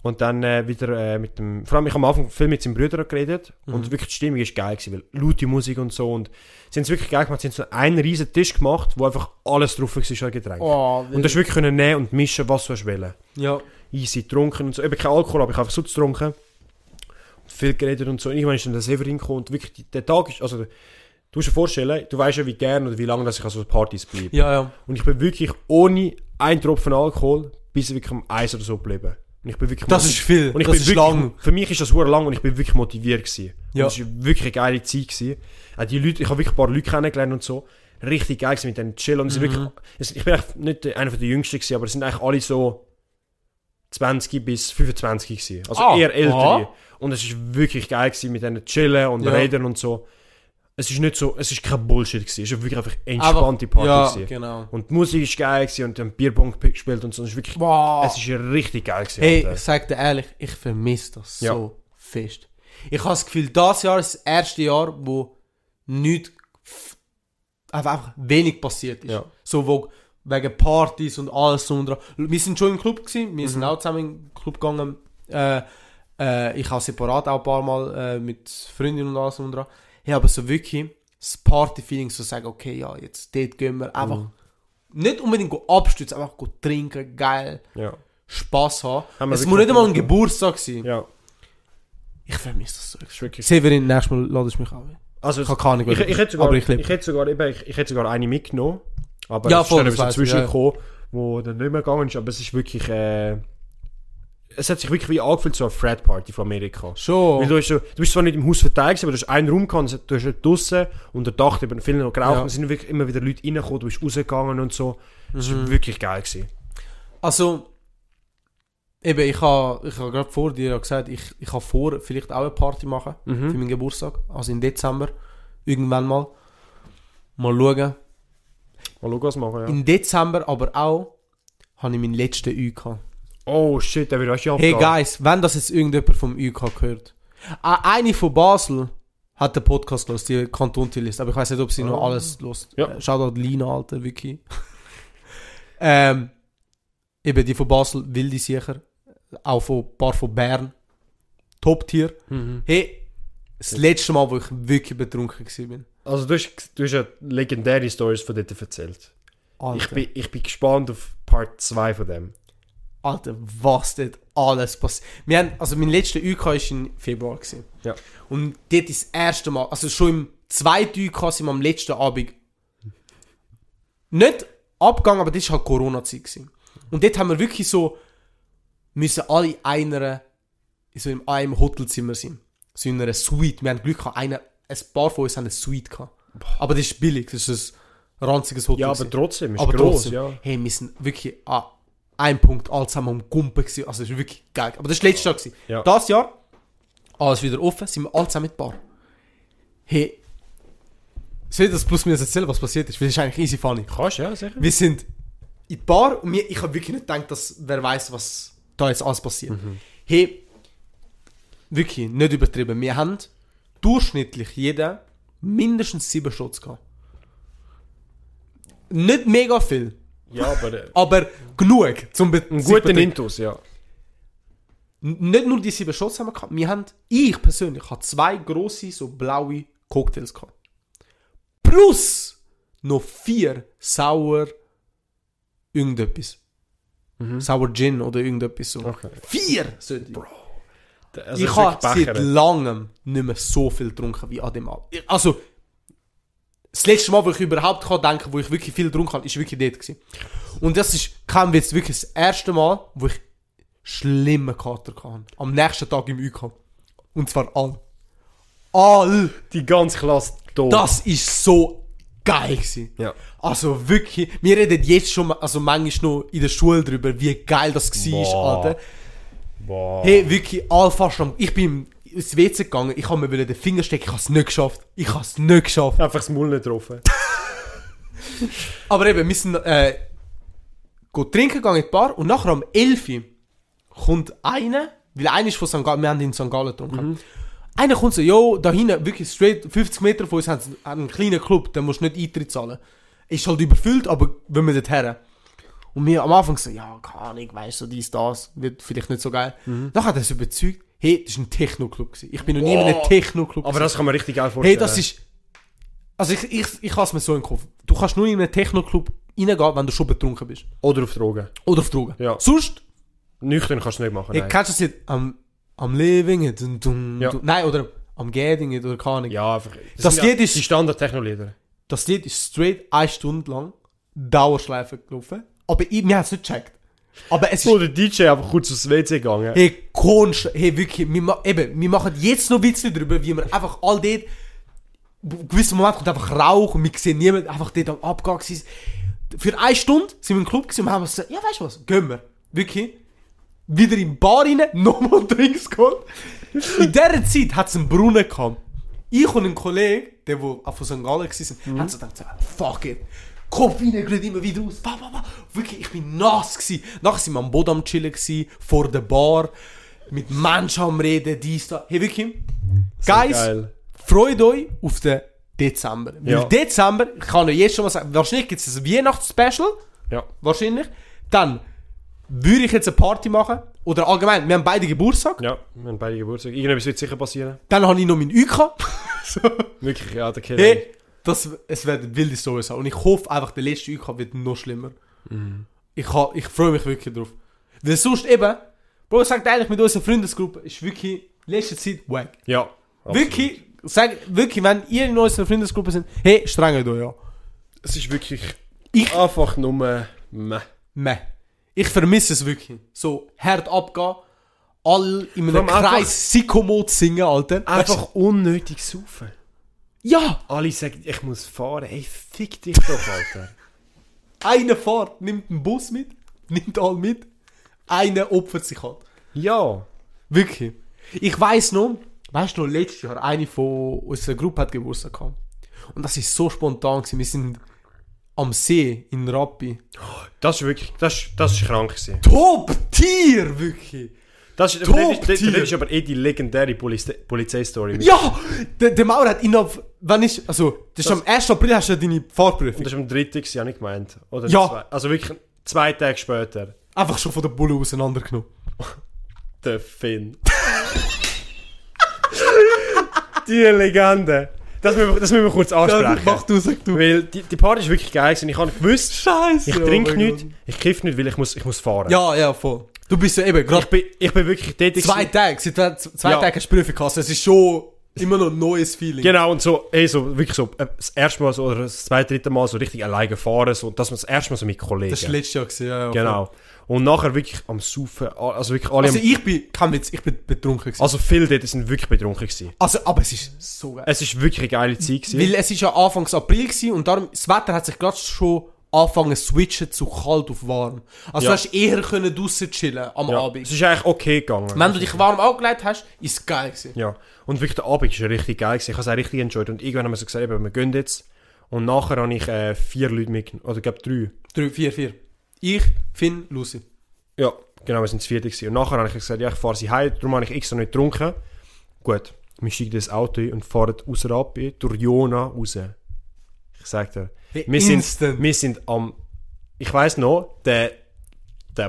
[SPEAKER 2] Und dann äh, wieder äh, mit dem, vor allem ich habe am Anfang viel mit seinem Bruder geredet
[SPEAKER 1] Mhm.
[SPEAKER 2] und wirklich die Stimmung ist geil gewesen, weil laute Musik und so und sie haben es wirklich geil gemacht, sie haben so einen riesen Tisch gemacht, wo einfach alles drauf war an Getränken.
[SPEAKER 1] Oh,
[SPEAKER 2] und das wirklich können nehmen und mischen, was du willst.
[SPEAKER 1] ja.
[SPEAKER 2] Easy, getrunken und so, eben kein Alkohol, aber ich habe einfach so getrunken. Viel geredet und so. Und irgendwann ist dann der Severin gekommen und wirklich, die- der Tag ist, also du musst dir vorstellen, du weißt ja wie gern oder wie lange dass ich an so Partys bleibe.
[SPEAKER 1] Ja, ja.
[SPEAKER 2] Und ich bin wirklich ohne einen Tropfen Alkohol bis wirklich um eins oder so geblieben. Und ich bin wirklich
[SPEAKER 1] Das ist viel.
[SPEAKER 2] und ich
[SPEAKER 1] das
[SPEAKER 2] bin
[SPEAKER 1] ist
[SPEAKER 2] wirklich,
[SPEAKER 1] lang.
[SPEAKER 2] Für mich ist das sehr lang und ich bin wirklich motiviert gewesen.
[SPEAKER 1] Ja.
[SPEAKER 2] Ja. Und es war wirklich eine geile Zeit gewesen. Auch die Leute, ich habe wirklich ein paar Leute kennengelernt und so. Richtig geil gewesen mit denen chillen. Und es sind wirklich,
[SPEAKER 1] Mhm.
[SPEAKER 2] es, ich bin eigentlich nicht der- einer von der Jüngsten gewesen, aber es sind eigentlich alle so 20 bis 25 gewesen. Also
[SPEAKER 1] Ah,
[SPEAKER 2] eher ältere.
[SPEAKER 1] aha.
[SPEAKER 2] Und es ist wirklich geil gewesen mit denen chillen und
[SPEAKER 1] Ja.
[SPEAKER 2] reden und so. Es ist nicht so, es ist kein Bullshit gewesen. Es ist wirklich einfach eine
[SPEAKER 1] Aber-
[SPEAKER 2] entspannte Party
[SPEAKER 1] ja,
[SPEAKER 2] gewesen.
[SPEAKER 1] genau.
[SPEAKER 2] Und die Musik ist geil gewesen und dann Bierbong gespielt und so. Es ist wirklich,
[SPEAKER 1] Wow.
[SPEAKER 2] es ist richtig geil gewesen.
[SPEAKER 1] Hey,
[SPEAKER 2] Alter.
[SPEAKER 1] ich sag dir ehrlich, ich vermisse das
[SPEAKER 2] Ja.
[SPEAKER 1] so fest. Ich habe das Gefühl, das Jahr ist das erste Jahr, wo nichts, f- einfach einfach wenig passiert ist.
[SPEAKER 2] Ja.
[SPEAKER 1] So wo wegen Partys und alles so und dran. Wir sind schon im Club gewesen, wir
[SPEAKER 2] Mhm.
[SPEAKER 1] sind auch zusammen in den Club gegangen. Äh, äh, ich habe separat auch ein paar Mal äh, mit Freundinnen und alles so und dran. Hey, aber so wirklich das Party-Feeling, so sagen, okay, ja, jetzt dort gehen wir einfach
[SPEAKER 2] Mhm.
[SPEAKER 1] nicht unbedingt go abstützen, einfach go trinken, geil.
[SPEAKER 2] Ja.
[SPEAKER 1] Spass haben.
[SPEAKER 2] Haben wir
[SPEAKER 1] es
[SPEAKER 2] wirklich
[SPEAKER 1] muss nicht einmal ein
[SPEAKER 2] gemacht,
[SPEAKER 1] Geburtstag sein.
[SPEAKER 2] Ja,
[SPEAKER 1] Ich vermisse das so.
[SPEAKER 2] das ist wirklich.
[SPEAKER 1] Severin, nächstes Mal lade ich mich an.
[SPEAKER 2] Also,
[SPEAKER 1] Ich habe keine
[SPEAKER 2] ich, ich, hätte sogar,
[SPEAKER 1] aber
[SPEAKER 2] ich,
[SPEAKER 1] ich lebe.
[SPEAKER 2] hätte sogar, eben, ich, ich hätte sogar eine mitgenommen. Aber
[SPEAKER 1] Ja,
[SPEAKER 2] es ist
[SPEAKER 1] voll,
[SPEAKER 2] dann
[SPEAKER 1] das
[SPEAKER 2] etwas
[SPEAKER 1] weiss ich,
[SPEAKER 2] dazwischen
[SPEAKER 1] ja.
[SPEAKER 2] gekommen, wo dann nicht mehr gegangen ist. Aber es ist wirklich. Äh, es hat sich wirklich wie angefühlt, so eine Frat Party von Amerika. Weil
[SPEAKER 1] Schon.
[SPEAKER 2] du, hast, so- du bist zwar nicht im Haus verteilt, aber du hast einen Raum gehabt, und du hast nicht draussen und der Dach eben viel noch geraucht.
[SPEAKER 1] Ja.
[SPEAKER 2] Es sind wirklich immer wieder Leute reingekommen, du bist rausgegangen und so. Es war
[SPEAKER 1] Mhm.
[SPEAKER 2] wirklich geil. Gewesen.
[SPEAKER 1] Also, eben, ich habe ich habe gerade vor dir ja gesagt, ich, ich habe vor, vielleicht auch eine Party machen
[SPEAKER 2] Mhm.
[SPEAKER 1] für meinen Geburtstag. Also im Dezember. Irgendwann mal. Mal schauen.
[SPEAKER 2] Mal schauen, was machen, ja.
[SPEAKER 1] Im Dezember aber auch habe ich meinen letzten UK.
[SPEAKER 2] Oh shit, der wird euch ja
[SPEAKER 1] Hey guys, wenn das jetzt irgendjemand vom UK hört. Ah, eine von Basel hat den Podcast los, die Kantontilist, aber ich weiß nicht, ob sie noch
[SPEAKER 2] Oh.
[SPEAKER 1] alles lost.
[SPEAKER 2] Ja.
[SPEAKER 1] Äh, Shoutout Lina, Alter, wirklich. ähm, eben die von Basel, wilde sicher. Auch von ein paar von Bern. Top-Tier.
[SPEAKER 2] Mhm.
[SPEAKER 1] Hey, das letzte Mal, wo ich wirklich betrunken war.
[SPEAKER 2] Also du hast, du hast ja legendäre Stories von dort erzählt.
[SPEAKER 1] Alter,
[SPEAKER 2] Ich bin, ich bin gespannt auf Part 2 von dem.
[SPEAKER 1] Alter, was dort alles passiert. Wir haben, also mein letzter UK war im Februar. Gewesen.
[SPEAKER 2] Ja.
[SPEAKER 1] Und dort ist das erste Mal, also schon im zweiten UK sind wir am letzten Abend nicht abgegangen, aber das war halt Corona-Zeit. gewesen. Und dort haben wir wirklich so, müssen alle in einer, so in einem Hotelzimmer sein. So in einer Suite. Wir haben Glück gehabt, einer, ein paar von uns haben eine Suite gehabt. Aber das ist billig, das ist ein ranziges Hotel.
[SPEAKER 2] Ja,
[SPEAKER 1] gewesen.
[SPEAKER 2] aber trotzdem, ist
[SPEAKER 1] Aber
[SPEAKER 2] gross,
[SPEAKER 1] trotzdem,
[SPEAKER 2] ja.
[SPEAKER 1] hey, wir sind wirklich an einem Punkt alle zusammen am Gumpen gewesen. Also, es war wirklich geil. Aber das war letztes Jahr. Gewesen.
[SPEAKER 2] Ja.
[SPEAKER 1] Das Jahr, alles wieder offen, sind wir alle zusammen mit Bar. Hey, soll ich das plus minus erzählen, was passiert ist? Weil das ist eigentlich easy funny.
[SPEAKER 2] Kannst ja, sicher.
[SPEAKER 1] Wir sind in die Bar und wir, ich habe wirklich nicht gedacht, dass wer weiß, was da jetzt alles passiert. Hey, wirklich, nicht übertrieben. Wir haben durchschnittlich jeder mindestens sieben Shots gehabt. Nicht mega viel,
[SPEAKER 2] Ja, aber äh,
[SPEAKER 1] aber genug zum Be
[SPEAKER 2] einen
[SPEAKER 1] sich
[SPEAKER 2] guten
[SPEAKER 1] betrinken.
[SPEAKER 2] Intus, ja.
[SPEAKER 1] N- Nicht nur die sieben Shots haben wir gehabt, wir haben, ich persönlich, habe zwei grosse, so blaue Cocktails gehabt. Plus noch vier sauer irgendetwas. Sauer Gin oder irgendetwas so.
[SPEAKER 2] Okay.
[SPEAKER 1] Vier! Sollte ich.
[SPEAKER 2] D- Also,
[SPEAKER 1] ich
[SPEAKER 2] es
[SPEAKER 1] habe
[SPEAKER 2] ist wirklich
[SPEAKER 1] seit
[SPEAKER 2] Becher.
[SPEAKER 1] langem nicht mehr so viel getrunken wie an dem Abend. Ich- Also, das letzte Mal, wo ich überhaupt kann denken, wo ich wirklich viel getrunken habe, ist wirklich dort gewesen. Und das ist, kein Witz, wirklich das erste Mal, wo ich schlimmen Kater kann. Am nächsten Tag im UK. Und zwar all. All!
[SPEAKER 2] Die ganze Klasse tot.
[SPEAKER 1] Das ist so geil gewesen.
[SPEAKER 2] Ja.
[SPEAKER 1] Also wirklich, wir reden jetzt schon, also manchmal noch in der Schule drüber, wie geil das war,
[SPEAKER 2] Boah.
[SPEAKER 1] Alter.
[SPEAKER 2] Boah.
[SPEAKER 1] Hey, wirklich, all fast am, ich bin ins WC gegangen, ich habe mir wollen den Finger stecken, ich habe es nicht geschafft. Ich habe es nicht geschafft.
[SPEAKER 2] Einfach das Maul nicht getroffen.
[SPEAKER 1] Aber eben, wir sind, äh, gut trinken gegangen in die Bar und nachher am 11. Uhr kommt einer, weil einer ist von St. Gallen, wir haben in St. Gallen getrunken. Einer kommt so, yo, da hinten, wirklich straight, 50 Meter von uns, haben sie einen kleinen Club, da musst du nicht Eintritt zahlen. Ist halt überfüllt, aber wenn wir dort her. Und wir am Anfang so, ja, keine Ahnung, weißt du, dies, das, wird vielleicht nicht so geil. Nachher hat er es überzeugt, hey, das war ein Techno-Club. gewesen. Ich bin noch nie in einem
[SPEAKER 2] Wow.
[SPEAKER 1] Techno-Club.
[SPEAKER 2] Aber
[SPEAKER 1] gewesen.
[SPEAKER 2] das kann man richtig geil vorstellen.
[SPEAKER 1] Hey, das ist. Also ich, ich, ich habe es mir so im Kopf. Du kannst nur in einen Techno-Club reingehen, wenn du schon betrunken bist.
[SPEAKER 2] Oder auf Drogen.
[SPEAKER 1] Oder auf Drogen.
[SPEAKER 2] Ja.
[SPEAKER 1] Sonst,
[SPEAKER 2] Nüchtern kannst du nicht machen,
[SPEAKER 1] hey,
[SPEAKER 2] nein.
[SPEAKER 1] kennst du das Lied? I'm, I'm living it. Dun, dun,
[SPEAKER 2] Ja.
[SPEAKER 1] dun. Nein, oder I'm getting it oder keine Ahnung.
[SPEAKER 2] Ja, einfach.
[SPEAKER 1] Das
[SPEAKER 2] sind
[SPEAKER 1] Lied
[SPEAKER 2] ja
[SPEAKER 1] ist-
[SPEAKER 2] Die Standard-Techno-Lieder.
[SPEAKER 1] Das Lied ist straight eine Stunde lang Dauerschleife gelaufen. Aber ich, wir haben es nicht gecheckt. Aber es ist
[SPEAKER 2] Wo der DJ einfach kurz aufs WC gegangen.
[SPEAKER 1] Hey, Kunst, hey, wirklich, wir, ma- eben, wir machen jetzt noch Witze darüber, wie wir einfach all dort, in gewissen Moment kommt einfach Rauch und wir sehen niemanden, einfach dort am Abgang gewesen. Für eine Stunde sind wir im Club gewesen und haben uns gesagt, ja, weißt du was, gehen wir. Wirklich. Wieder in die Bar rein, nochmal Drinks geholt. In dieser Zeit hat es einen Brunnen gehabt. Ich und ein Kollege, der, der auch von St. Gallen war,
[SPEAKER 2] Mhm.
[SPEAKER 1] haben so gedacht, so, fuck it. Kopf rein, grün immer wieder aus. Bah, bah, bah. Wirklich, ich bin nass. Gewesen. Nachher sind wir am Boden am Chillen, gewesen, vor der Bar, mit Menschen am Reden, dies, da. Hey, wirklich. Guys,
[SPEAKER 2] geil.
[SPEAKER 1] freut euch auf den Dezember.
[SPEAKER 2] Ja.
[SPEAKER 1] Weil Dezember, ich kann euch jetzt schon mal sagen, wahrscheinlich gibt es ein Weihnachtsspecial.
[SPEAKER 2] Ja.
[SPEAKER 1] Wahrscheinlich. Dann würde ich jetzt eine Party machen. Oder allgemein, wir haben beide Geburtstag.
[SPEAKER 2] Ja, wir haben beide Geburtstag. Irgendetwas wird sicher passieren.
[SPEAKER 1] Dann habe ich noch meinen UK. so.
[SPEAKER 2] Wirklich, ja, der Killer.
[SPEAKER 1] Hey, das, es werden wilde Stories haben. Und ich hoffe einfach, der letzte UK wird noch schlimmer.
[SPEAKER 2] Mhm.
[SPEAKER 1] Ich, ha- ich freue mich wirklich drauf. Weil sonst eben, Bro, sagt eigentlich mit unserer Freundesgruppe, ist wirklich in letzter Zeit wack.
[SPEAKER 2] Ja. absolut.
[SPEAKER 1] Wirklich, sag, wirklich, wenn ihr in unserer Freundesgruppe sind, hey, strengt euch an.
[SPEAKER 2] Es ist wirklich
[SPEAKER 1] Ich-
[SPEAKER 2] einfach nur meh.
[SPEAKER 1] Meh. Ich vermisse es wirklich. So, hart abgehen, all in einem
[SPEAKER 2] allem einfach-
[SPEAKER 1] Kreis Sikomod singen, Alter. Weißt
[SPEAKER 2] Einfach unnötig saufen.
[SPEAKER 1] du? Ja!
[SPEAKER 2] Alle sagen, ich muss fahren. Ey, fick dich doch, Alter.
[SPEAKER 1] Einer fährt, nimmt einen Bus mit, nimmt all mit, einer opfert sich halt.
[SPEAKER 2] ja.
[SPEAKER 1] Wirklich. Ich weiß noch, weißt du, noch, letztes Jahr eine von unserer Gruppe hat Geburtstag gehabt. Und das ist so spontan gewesen. Wir sind am See in Rappi.
[SPEAKER 2] Das ist wirklich, das, ist- das ist krank gewesen.
[SPEAKER 1] Top-Tier, wirklich!
[SPEAKER 2] Das ist,
[SPEAKER 1] Top
[SPEAKER 2] das, das,
[SPEAKER 1] tier.
[SPEAKER 2] das ist aber eh die legendäre Poliz Polizeistory. mit-
[SPEAKER 1] Ja! Der, der Maurer hat innerhalb, wenn ich, also, das ist
[SPEAKER 2] Das-
[SPEAKER 1] am 1. April hast du ja deine Fahrprüfung.
[SPEAKER 2] Das war am 3. gewesen, habe ich gemeint. Oder
[SPEAKER 1] Ja.
[SPEAKER 2] zwei, also wirklich zwei Tage später.
[SPEAKER 1] Einfach schon von der Bulle auseinandergenommen.
[SPEAKER 2] Der Finn. die Legende. Das müssen, wir, das müssen wir kurz ansprechen.
[SPEAKER 1] Mach du, sag du.
[SPEAKER 2] weil die, die Party ist wirklich geil gewesen. Ich habe gewusst,
[SPEAKER 1] Scheiße!
[SPEAKER 2] ich
[SPEAKER 1] oh
[SPEAKER 2] trinke
[SPEAKER 1] mein
[SPEAKER 2] nichts,
[SPEAKER 1] Gott.
[SPEAKER 2] ich kiffe nicht, weil ich muss, ich muss fahren.
[SPEAKER 1] Ja, ja, voll. Du bist ja eben
[SPEAKER 2] Ich
[SPEAKER 1] gerade
[SPEAKER 2] bin, ich bin wirklich tätig.
[SPEAKER 1] zwei Tage, seit wir- zwei
[SPEAKER 2] Ja.
[SPEAKER 1] Tage hast du Prüfung gehabt. Es ist schon immer noch ein neues Feeling.
[SPEAKER 2] Genau, und so, ey, so, wirklich so, äh, das erste Mal so, oder das zweite, dritte Mal so richtig alleine fahren, so, und das, das erste Mal so mit Kollegen.
[SPEAKER 1] Das war letztes Jahr, gewesen, ja, ja. voll.
[SPEAKER 2] genau. Und nachher wirklich am Saufen, a- also wirklich alle,
[SPEAKER 1] Also
[SPEAKER 2] also, am,
[SPEAKER 1] ich bin, kein Witz, ich bin betrunken gewesen.
[SPEAKER 2] also viele dort sind wirklich betrunken gewesen.
[SPEAKER 1] Also, aber es ist so geil.
[SPEAKER 2] Es ist wirklich eine geile Zeit gewesen.
[SPEAKER 1] Weil es ist ja Anfangs April gewesen und darum, das Wetter hat sich gerade schon angefangen zu switchen zu kalt auf warm. Also
[SPEAKER 2] Ja.
[SPEAKER 1] du hast eher können draussen chillen am
[SPEAKER 2] ja. Es
[SPEAKER 1] Abend.
[SPEAKER 2] ist eigentlich okay gegangen.
[SPEAKER 1] Wenn du dich warm angelegt hast, ist es geil gewesen.
[SPEAKER 2] ja. Und wirklich der Abend war richtig geil gewesen. Ich habe es auch richtig enjoyed. Und irgendwann haben wir so gesagt, eben, wir gehen jetzt. Und nachher habe ich äh, vier Leute mitgenommen, oder ich glaube drei.
[SPEAKER 1] Drei, vier, vier. Ich, Finn, Lucy.
[SPEAKER 2] Ja, genau, wir sind das vierte gewesen. Und nachher habe ich gesagt, ja, ich fahre sie heim, darum habe ich extra nicht getrunken. Gut, wir steigen das Auto ein und fahren aus Rapi eh, durch Jona raus. Ich sag dir.
[SPEAKER 1] Hey,
[SPEAKER 2] Wir
[SPEAKER 1] instant.
[SPEAKER 2] sind, wir sind am... Ich weiss noch, der... Der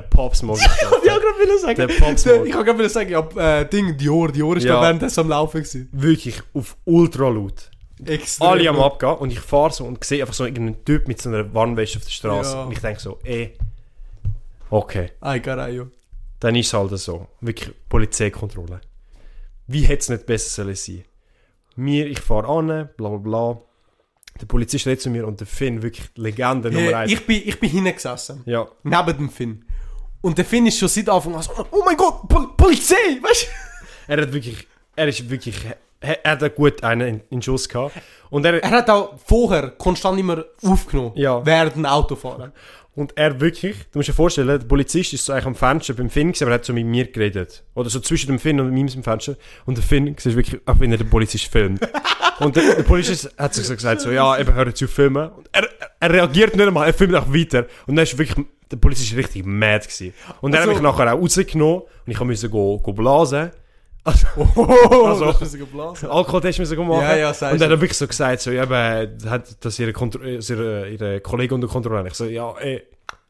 [SPEAKER 2] Popsmog.
[SPEAKER 1] Ich hab gerade wieder sagen.
[SPEAKER 2] Der Popsmoke.
[SPEAKER 1] Der- Ich hab gerade wieder sagen, ja, äh, Ding, Dior, Dior ist
[SPEAKER 2] Ja.
[SPEAKER 1] da währenddessen am Laufen gewesen.
[SPEAKER 2] Wirklich auf ultra laut.
[SPEAKER 1] Extrem.
[SPEAKER 2] alle am Abgehen und ich fahre so und sehe einfach so irgendeinen Typ mit so einer Warnweste auf der Straße.
[SPEAKER 1] Ja.
[SPEAKER 2] Und ich denke so, ey, okay,
[SPEAKER 1] Ay, carajo.
[SPEAKER 2] dann ist es halt so. Wirklich Polizeikontrolle. Wie hätte es nicht besser sollen sein Mir, ich fahre an, bla bla bla. Der Polizist redet zu mir und der Finn, wirklich Legende Nummer
[SPEAKER 1] Äh,
[SPEAKER 2] 1.
[SPEAKER 1] ich bin, ich bin hingesessen.
[SPEAKER 2] Ja,
[SPEAKER 1] Neben dem Finn. Und der Finn ist schon seit Anfang an so, oh mein Gott, Pol Polizei, weißt
[SPEAKER 2] er hat wirklich, er ist wirklich, er, er hat einen gut einen in, in Schuss gehabt. Und
[SPEAKER 1] Er
[SPEAKER 2] er,
[SPEAKER 1] hat auch vorher konstant immer aufgenommen,
[SPEAKER 2] Ja.
[SPEAKER 1] während dem Autofahren.
[SPEAKER 2] und er wirklich, du musst dir vorstellen, der Polizist ist so eigentlich am Fenster beim Finn, gewesen, aber er hat so mit mir geredet. Oder so zwischen dem Finn und meinem Fenster. Und der Finn siehst wirklich, auch wenn er den Polizist filmt. und der, der Polizist hat sich so gesagt, so, ja, eben hör zu filmen. Und er, er reagiert nicht einmal, er filmt auch weiter. Und dann ist wirklich, der Polizist richtig mad gewesen. Und dann
[SPEAKER 1] Also-
[SPEAKER 2] habe ich nachher auch rausgenommen und ich musste go, go blasen.
[SPEAKER 1] Oh,
[SPEAKER 2] Also-
[SPEAKER 1] das ist ein geblasen.
[SPEAKER 2] Alkoholtest müssen go machen.
[SPEAKER 1] Ja, ja, sagst
[SPEAKER 2] und dann hat er wirklich so gesagt, so, eben, äh, hat das ihre, Kontro äh, ihre, ihre Kollegen unter Kontrolle. Ich so, ja, ey,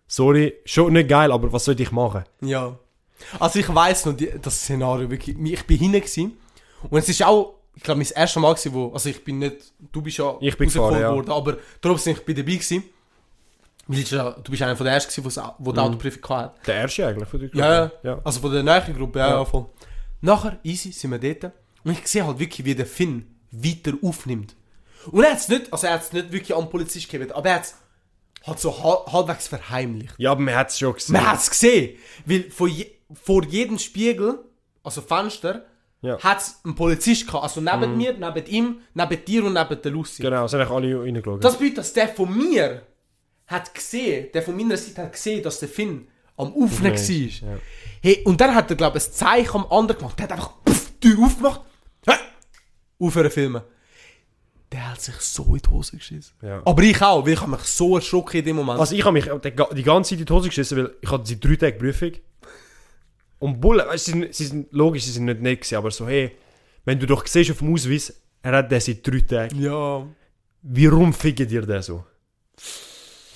[SPEAKER 2] sorry, schon nicht geil, aber was soll ich machen?
[SPEAKER 1] Ja. Also ich weiß noch die, das Szenario wirklich. Ich bin hinten gewesen und es ist auch, ich glaube, mein erstes Mal gewesen, wo, also ich bin nicht, du bist ja
[SPEAKER 2] Ich bin gefahren,
[SPEAKER 1] rausgeholt
[SPEAKER 2] ja.
[SPEAKER 1] worden, aber trotzdem, ich bin dabei gewesen. Weil ich ja- Du bist einer von den ersten, gewesen, wo's au- wo die Autoprüfung hatte.
[SPEAKER 2] Der erste eigentlich von der Gruppe.
[SPEAKER 1] Ja, ja.
[SPEAKER 2] Mhm. ja.
[SPEAKER 1] Also von der neuen Gruppe, ja,
[SPEAKER 2] Ja.
[SPEAKER 1] ja, voll. Nachher, easy, sind wir dort. Und ich sehe halt wirklich, wie der Finn weiter aufnimmt. Und er hat es nicht, also er hat es nicht wirklich an den Polizist gegeben, aber er hat es halt so hal- halbwegs verheimlicht.
[SPEAKER 2] Ja, aber man hat es schon gesehen.
[SPEAKER 1] Man hat es gesehen. Weil vor, je, vor jedem Spiegel, also Fenster,
[SPEAKER 2] Ja. Mhm.
[SPEAKER 1] hat es einen Polizist gehabt. Also neben mir, neben ihm, neben dir und neben der Lucy.
[SPEAKER 2] Genau, sind eigentlich alle reingeschaut.
[SPEAKER 1] Das bedeutet, dass der von mir hat gesehen, der von meiner Seite hat gesehen, dass der Finn am Aufnehmen war.
[SPEAKER 2] Mhm. ja.
[SPEAKER 1] Hey, und dann hat er, glaube ich, ein Zeichen am anderen gemacht. Der hat einfach pff, die Tür aufgemacht. Hey, aufhören filmen. Der hat sich so in die Hose geschissen.
[SPEAKER 2] Ja.
[SPEAKER 1] Aber ich auch, weil ich habe mich so erschrocken in dem Moment.
[SPEAKER 2] Also ich habe mich die ga- die ganze Zeit in die Hose geschissen, weil ich hatte die drei Tage Prüfung. Und Bullen, weißt, sie, sind, sie sind logisch, sie sind nicht nett gewesen, aber so, hey, wenn du doch siehst auf dem Ausweis, er hat den seit drei Tagen.
[SPEAKER 1] ja,
[SPEAKER 2] Wie rumficken dir den so?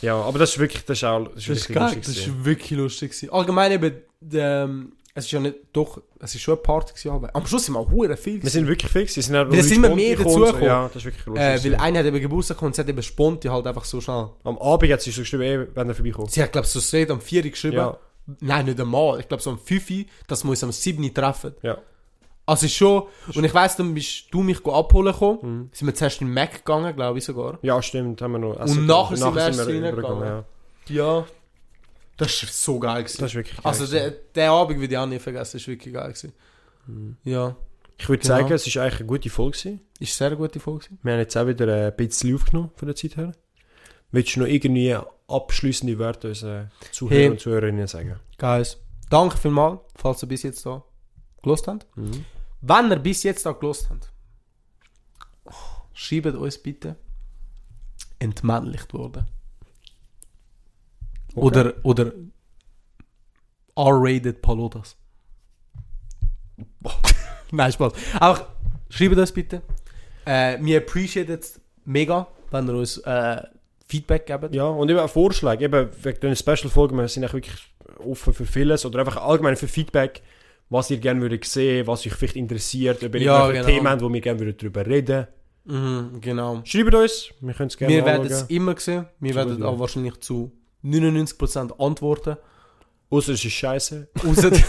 [SPEAKER 2] Ja, aber das ist wirklich, das ist auch das ist
[SPEAKER 1] das ist
[SPEAKER 2] richtig
[SPEAKER 1] geil.
[SPEAKER 2] lustig
[SPEAKER 1] Das
[SPEAKER 2] gewesen.
[SPEAKER 1] ist wirklich lustig. Gewesen. Allgemein eben, ähm, es ist ja nicht, doch, es ist schon eine Party gewesen, aber am Schluss sind wir auch verdammt viel.
[SPEAKER 2] Wir sind wirklich fix, wir sind auch
[SPEAKER 1] Wir sind immer
[SPEAKER 2] Leute
[SPEAKER 1] mehr
[SPEAKER 2] gekommen und so.
[SPEAKER 1] dazugekommen.
[SPEAKER 2] Ja, das ist wirklich lustig.
[SPEAKER 1] äh, weil
[SPEAKER 2] gewesen.
[SPEAKER 1] einer hat eben Geburtstag gehabt und sie hat eben spontan halt einfach so schnell
[SPEAKER 2] Am Abend hat sie so geschrieben, ey, wenn er vorbeikommt.
[SPEAKER 1] Sie hat, glaube ich, so straight am 4 Uhr geschrieben.
[SPEAKER 2] Ja.
[SPEAKER 1] Nein, nicht einmal. Ich glaube, so am 5 Uhr, dass wir uns am 7 Uhr treffen.
[SPEAKER 2] Ja.
[SPEAKER 1] Also ist schon... Und ich weiss, dann bist du mich go abholen gekommen.
[SPEAKER 2] Mhm.
[SPEAKER 1] Sind wir zuerst in den Mac gegangen, glaube ich sogar.
[SPEAKER 2] ja, stimmt, haben wir noch. also
[SPEAKER 1] Und
[SPEAKER 2] gegessen.
[SPEAKER 1] nachher sind wir erst reingegangen.
[SPEAKER 2] übergegangen, ja.
[SPEAKER 1] Ja. Das war so geil. Gewesen.
[SPEAKER 2] Das ist wirklich geil
[SPEAKER 1] Also der, der Abend würde ich auch nie vergessen. Das war wirklich geil. Gewesen.
[SPEAKER 2] Mhm.
[SPEAKER 1] Ja.
[SPEAKER 2] Ich würde
[SPEAKER 1] Genau.
[SPEAKER 2] sagen, es ist eigentlich eine gute Folge gewesen.
[SPEAKER 1] Ist eine sehr gute Folge. gewesen.
[SPEAKER 2] Wir haben jetzt auch wieder ein bisschen aufgenommen von der Zeit her. Willst du noch irgendwie abschließende Werte unseren Zuhörern
[SPEAKER 1] Hey.
[SPEAKER 2] und Zuhörerinnen sagen?
[SPEAKER 1] Guys, danke vielmals, falls ihr bis jetzt da gelost habt. Wenn ihr bis jetzt da gelost habt, schreibt uns bitte entmännlicht worden. Oder, oder R-rated Palodas. Nein, Spaß. Auch schreibt das bitte. Äh, wir appreciaten es mega, wenn ihr uns äh, Feedback gebt.
[SPEAKER 2] Ja, und eben auch Vorschläge. Eben wegen den Special-Folgen, wir sind eigentlich wirklich offen für vieles oder einfach allgemein für Feedback, was ihr gerne würdet sehen, was euch vielleicht interessiert, ob ihr
[SPEAKER 1] Ja,
[SPEAKER 2] irgendwelche
[SPEAKER 1] genau.
[SPEAKER 2] Themen habt, wo wir gerne würdet drüber reden
[SPEAKER 1] Mhm, genau.
[SPEAKER 2] Schreibt uns, wir können es gerne
[SPEAKER 1] Wir werden es
[SPEAKER 2] anschauen.
[SPEAKER 1] immer sehen. Wir
[SPEAKER 2] Schreibt
[SPEAKER 1] werden
[SPEAKER 2] uns.
[SPEAKER 1] auch wahrscheinlich zu 99% antworten.
[SPEAKER 2] Außer es ist scheiße.
[SPEAKER 1] Außer,
[SPEAKER 2] Sagen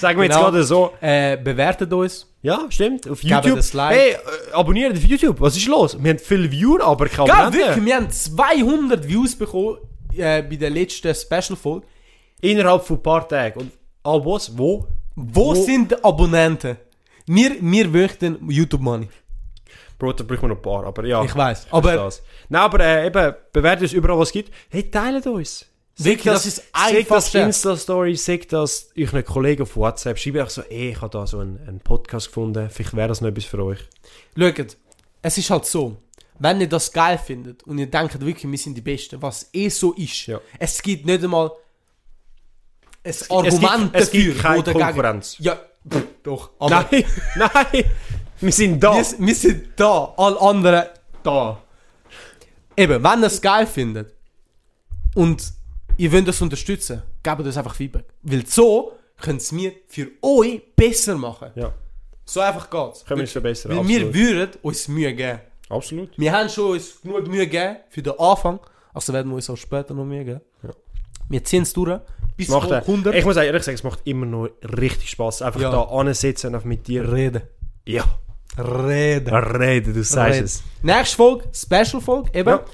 [SPEAKER 2] wir
[SPEAKER 1] Genau.
[SPEAKER 2] jetzt gerade so.
[SPEAKER 1] äh, bewertet uns.
[SPEAKER 2] Ja, stimmt. Auf
[SPEAKER 1] Gebt
[SPEAKER 2] YouTube.
[SPEAKER 1] ein Like.
[SPEAKER 2] Hey, äh, abonniert auf YouTube. Was ist los? Wir haben viele Viewer, aber keine
[SPEAKER 1] Gell,
[SPEAKER 2] Abonnenten.
[SPEAKER 1] wirklich, wir haben 200 Views bekommen äh, bei der letzten Special-Folge.
[SPEAKER 2] Innerhalb von ein paar Tagen. Und all was? Wo?
[SPEAKER 1] Wo,
[SPEAKER 2] Wo-
[SPEAKER 1] sind die Abonnenten? Wir, wir möchten YouTube-Money.
[SPEAKER 2] Bro, da brauchen wir noch ein paar, aber ja.
[SPEAKER 1] Ich weiß. Aber
[SPEAKER 2] das. Nein, aber äh, eben, bewertet uns überall, was es gibt. Hey, teilt uns.
[SPEAKER 1] Wirklich, das ist
[SPEAKER 2] Seht das
[SPEAKER 1] Einfachste.
[SPEAKER 2] Insta-Story, seht das euren Kollegen auf WhatsApp. Schreibt euch so, ey, ich habe da so einen, einen Podcast gefunden. Vielleicht wäre das noch etwas für euch.
[SPEAKER 1] schaut, es ist halt so, wenn ihr das geil findet und ihr denkt wirklich, wir sind die Besten, was eh so ist,
[SPEAKER 2] Ja.
[SPEAKER 1] es gibt nicht einmal ein Argument
[SPEAKER 2] es gibt, es gibt
[SPEAKER 1] dafür
[SPEAKER 2] keine
[SPEAKER 1] oder gegen-
[SPEAKER 2] Konkurrenz.
[SPEAKER 1] Ja, pff, doch. Aber
[SPEAKER 2] Nein, nein. Wir sind da.
[SPEAKER 1] Wir, wir sind da, alle anderen da. Eben, wenn ihr es geil findet und ihr wollt das unterstützen, gebt uns einfach Feedback. Weil so könnt es mir für euch besser machen.
[SPEAKER 2] Ja,
[SPEAKER 1] So einfach geht's.
[SPEAKER 2] können wir uns verbessern.
[SPEAKER 1] Weil wir
[SPEAKER 2] absolut.
[SPEAKER 1] würden uns Mühe geben.
[SPEAKER 2] absolut.
[SPEAKER 1] Wir haben schon uns genug Mühe gegeben für den Anfang, also werden wir uns auch später noch Mühe geben. Wir ziehen es durch, bis
[SPEAKER 2] Macht,
[SPEAKER 1] hoch
[SPEAKER 2] äh,
[SPEAKER 1] 100
[SPEAKER 2] ich muss auch ehrlich sagen, es macht immer noch richtig Spaß. Einfach
[SPEAKER 1] Ja.
[SPEAKER 2] da ansitzen und einfach mit dir.
[SPEAKER 1] reden.
[SPEAKER 2] Ja,
[SPEAKER 1] Reden.
[SPEAKER 2] reden, du sagst
[SPEAKER 1] Red.
[SPEAKER 2] es.
[SPEAKER 1] Nächste Folge, Special-Folge, eben.
[SPEAKER 2] Ja.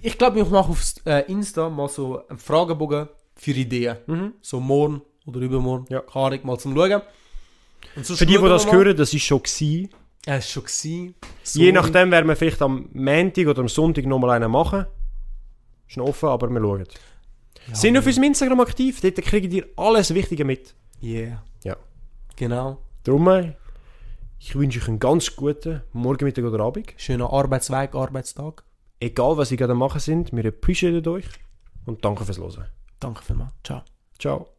[SPEAKER 1] Ich glaube, ich mache auf äh, Insta mal so einen Fragebogen für Ideen. So morgen oder übermorgen.
[SPEAKER 2] Mhm. Ja.
[SPEAKER 1] Keine Ahnung, mal zum Schauen. Und sonst
[SPEAKER 2] Für die, die
[SPEAKER 1] schauen
[SPEAKER 2] das
[SPEAKER 1] wir mal.
[SPEAKER 2] hören, das ist schon gewesen.
[SPEAKER 1] Ja, ist schon gewesen.
[SPEAKER 2] Je nachdem werden wir vielleicht am Montag oder am Sonntag nochmal einen machen. Ist noch offen, aber wir schauen. Sind auf unserem Instagram aktiv, dort kriegt ihr alles Wichtige mit.
[SPEAKER 1] Yeah.
[SPEAKER 2] Ja.
[SPEAKER 1] Genau.
[SPEAKER 2] Darum, äh, ich wünsche euch einen ganz guten Morgen, Mittag oder Abend.
[SPEAKER 1] Schöner Arbeitsweg, Arbeitstag.
[SPEAKER 2] Egal, was ihr gerade am machen sind, wir appreciaten euch und danke fürs Hören.
[SPEAKER 1] Danke vielmals. Ciao.
[SPEAKER 2] Ciao.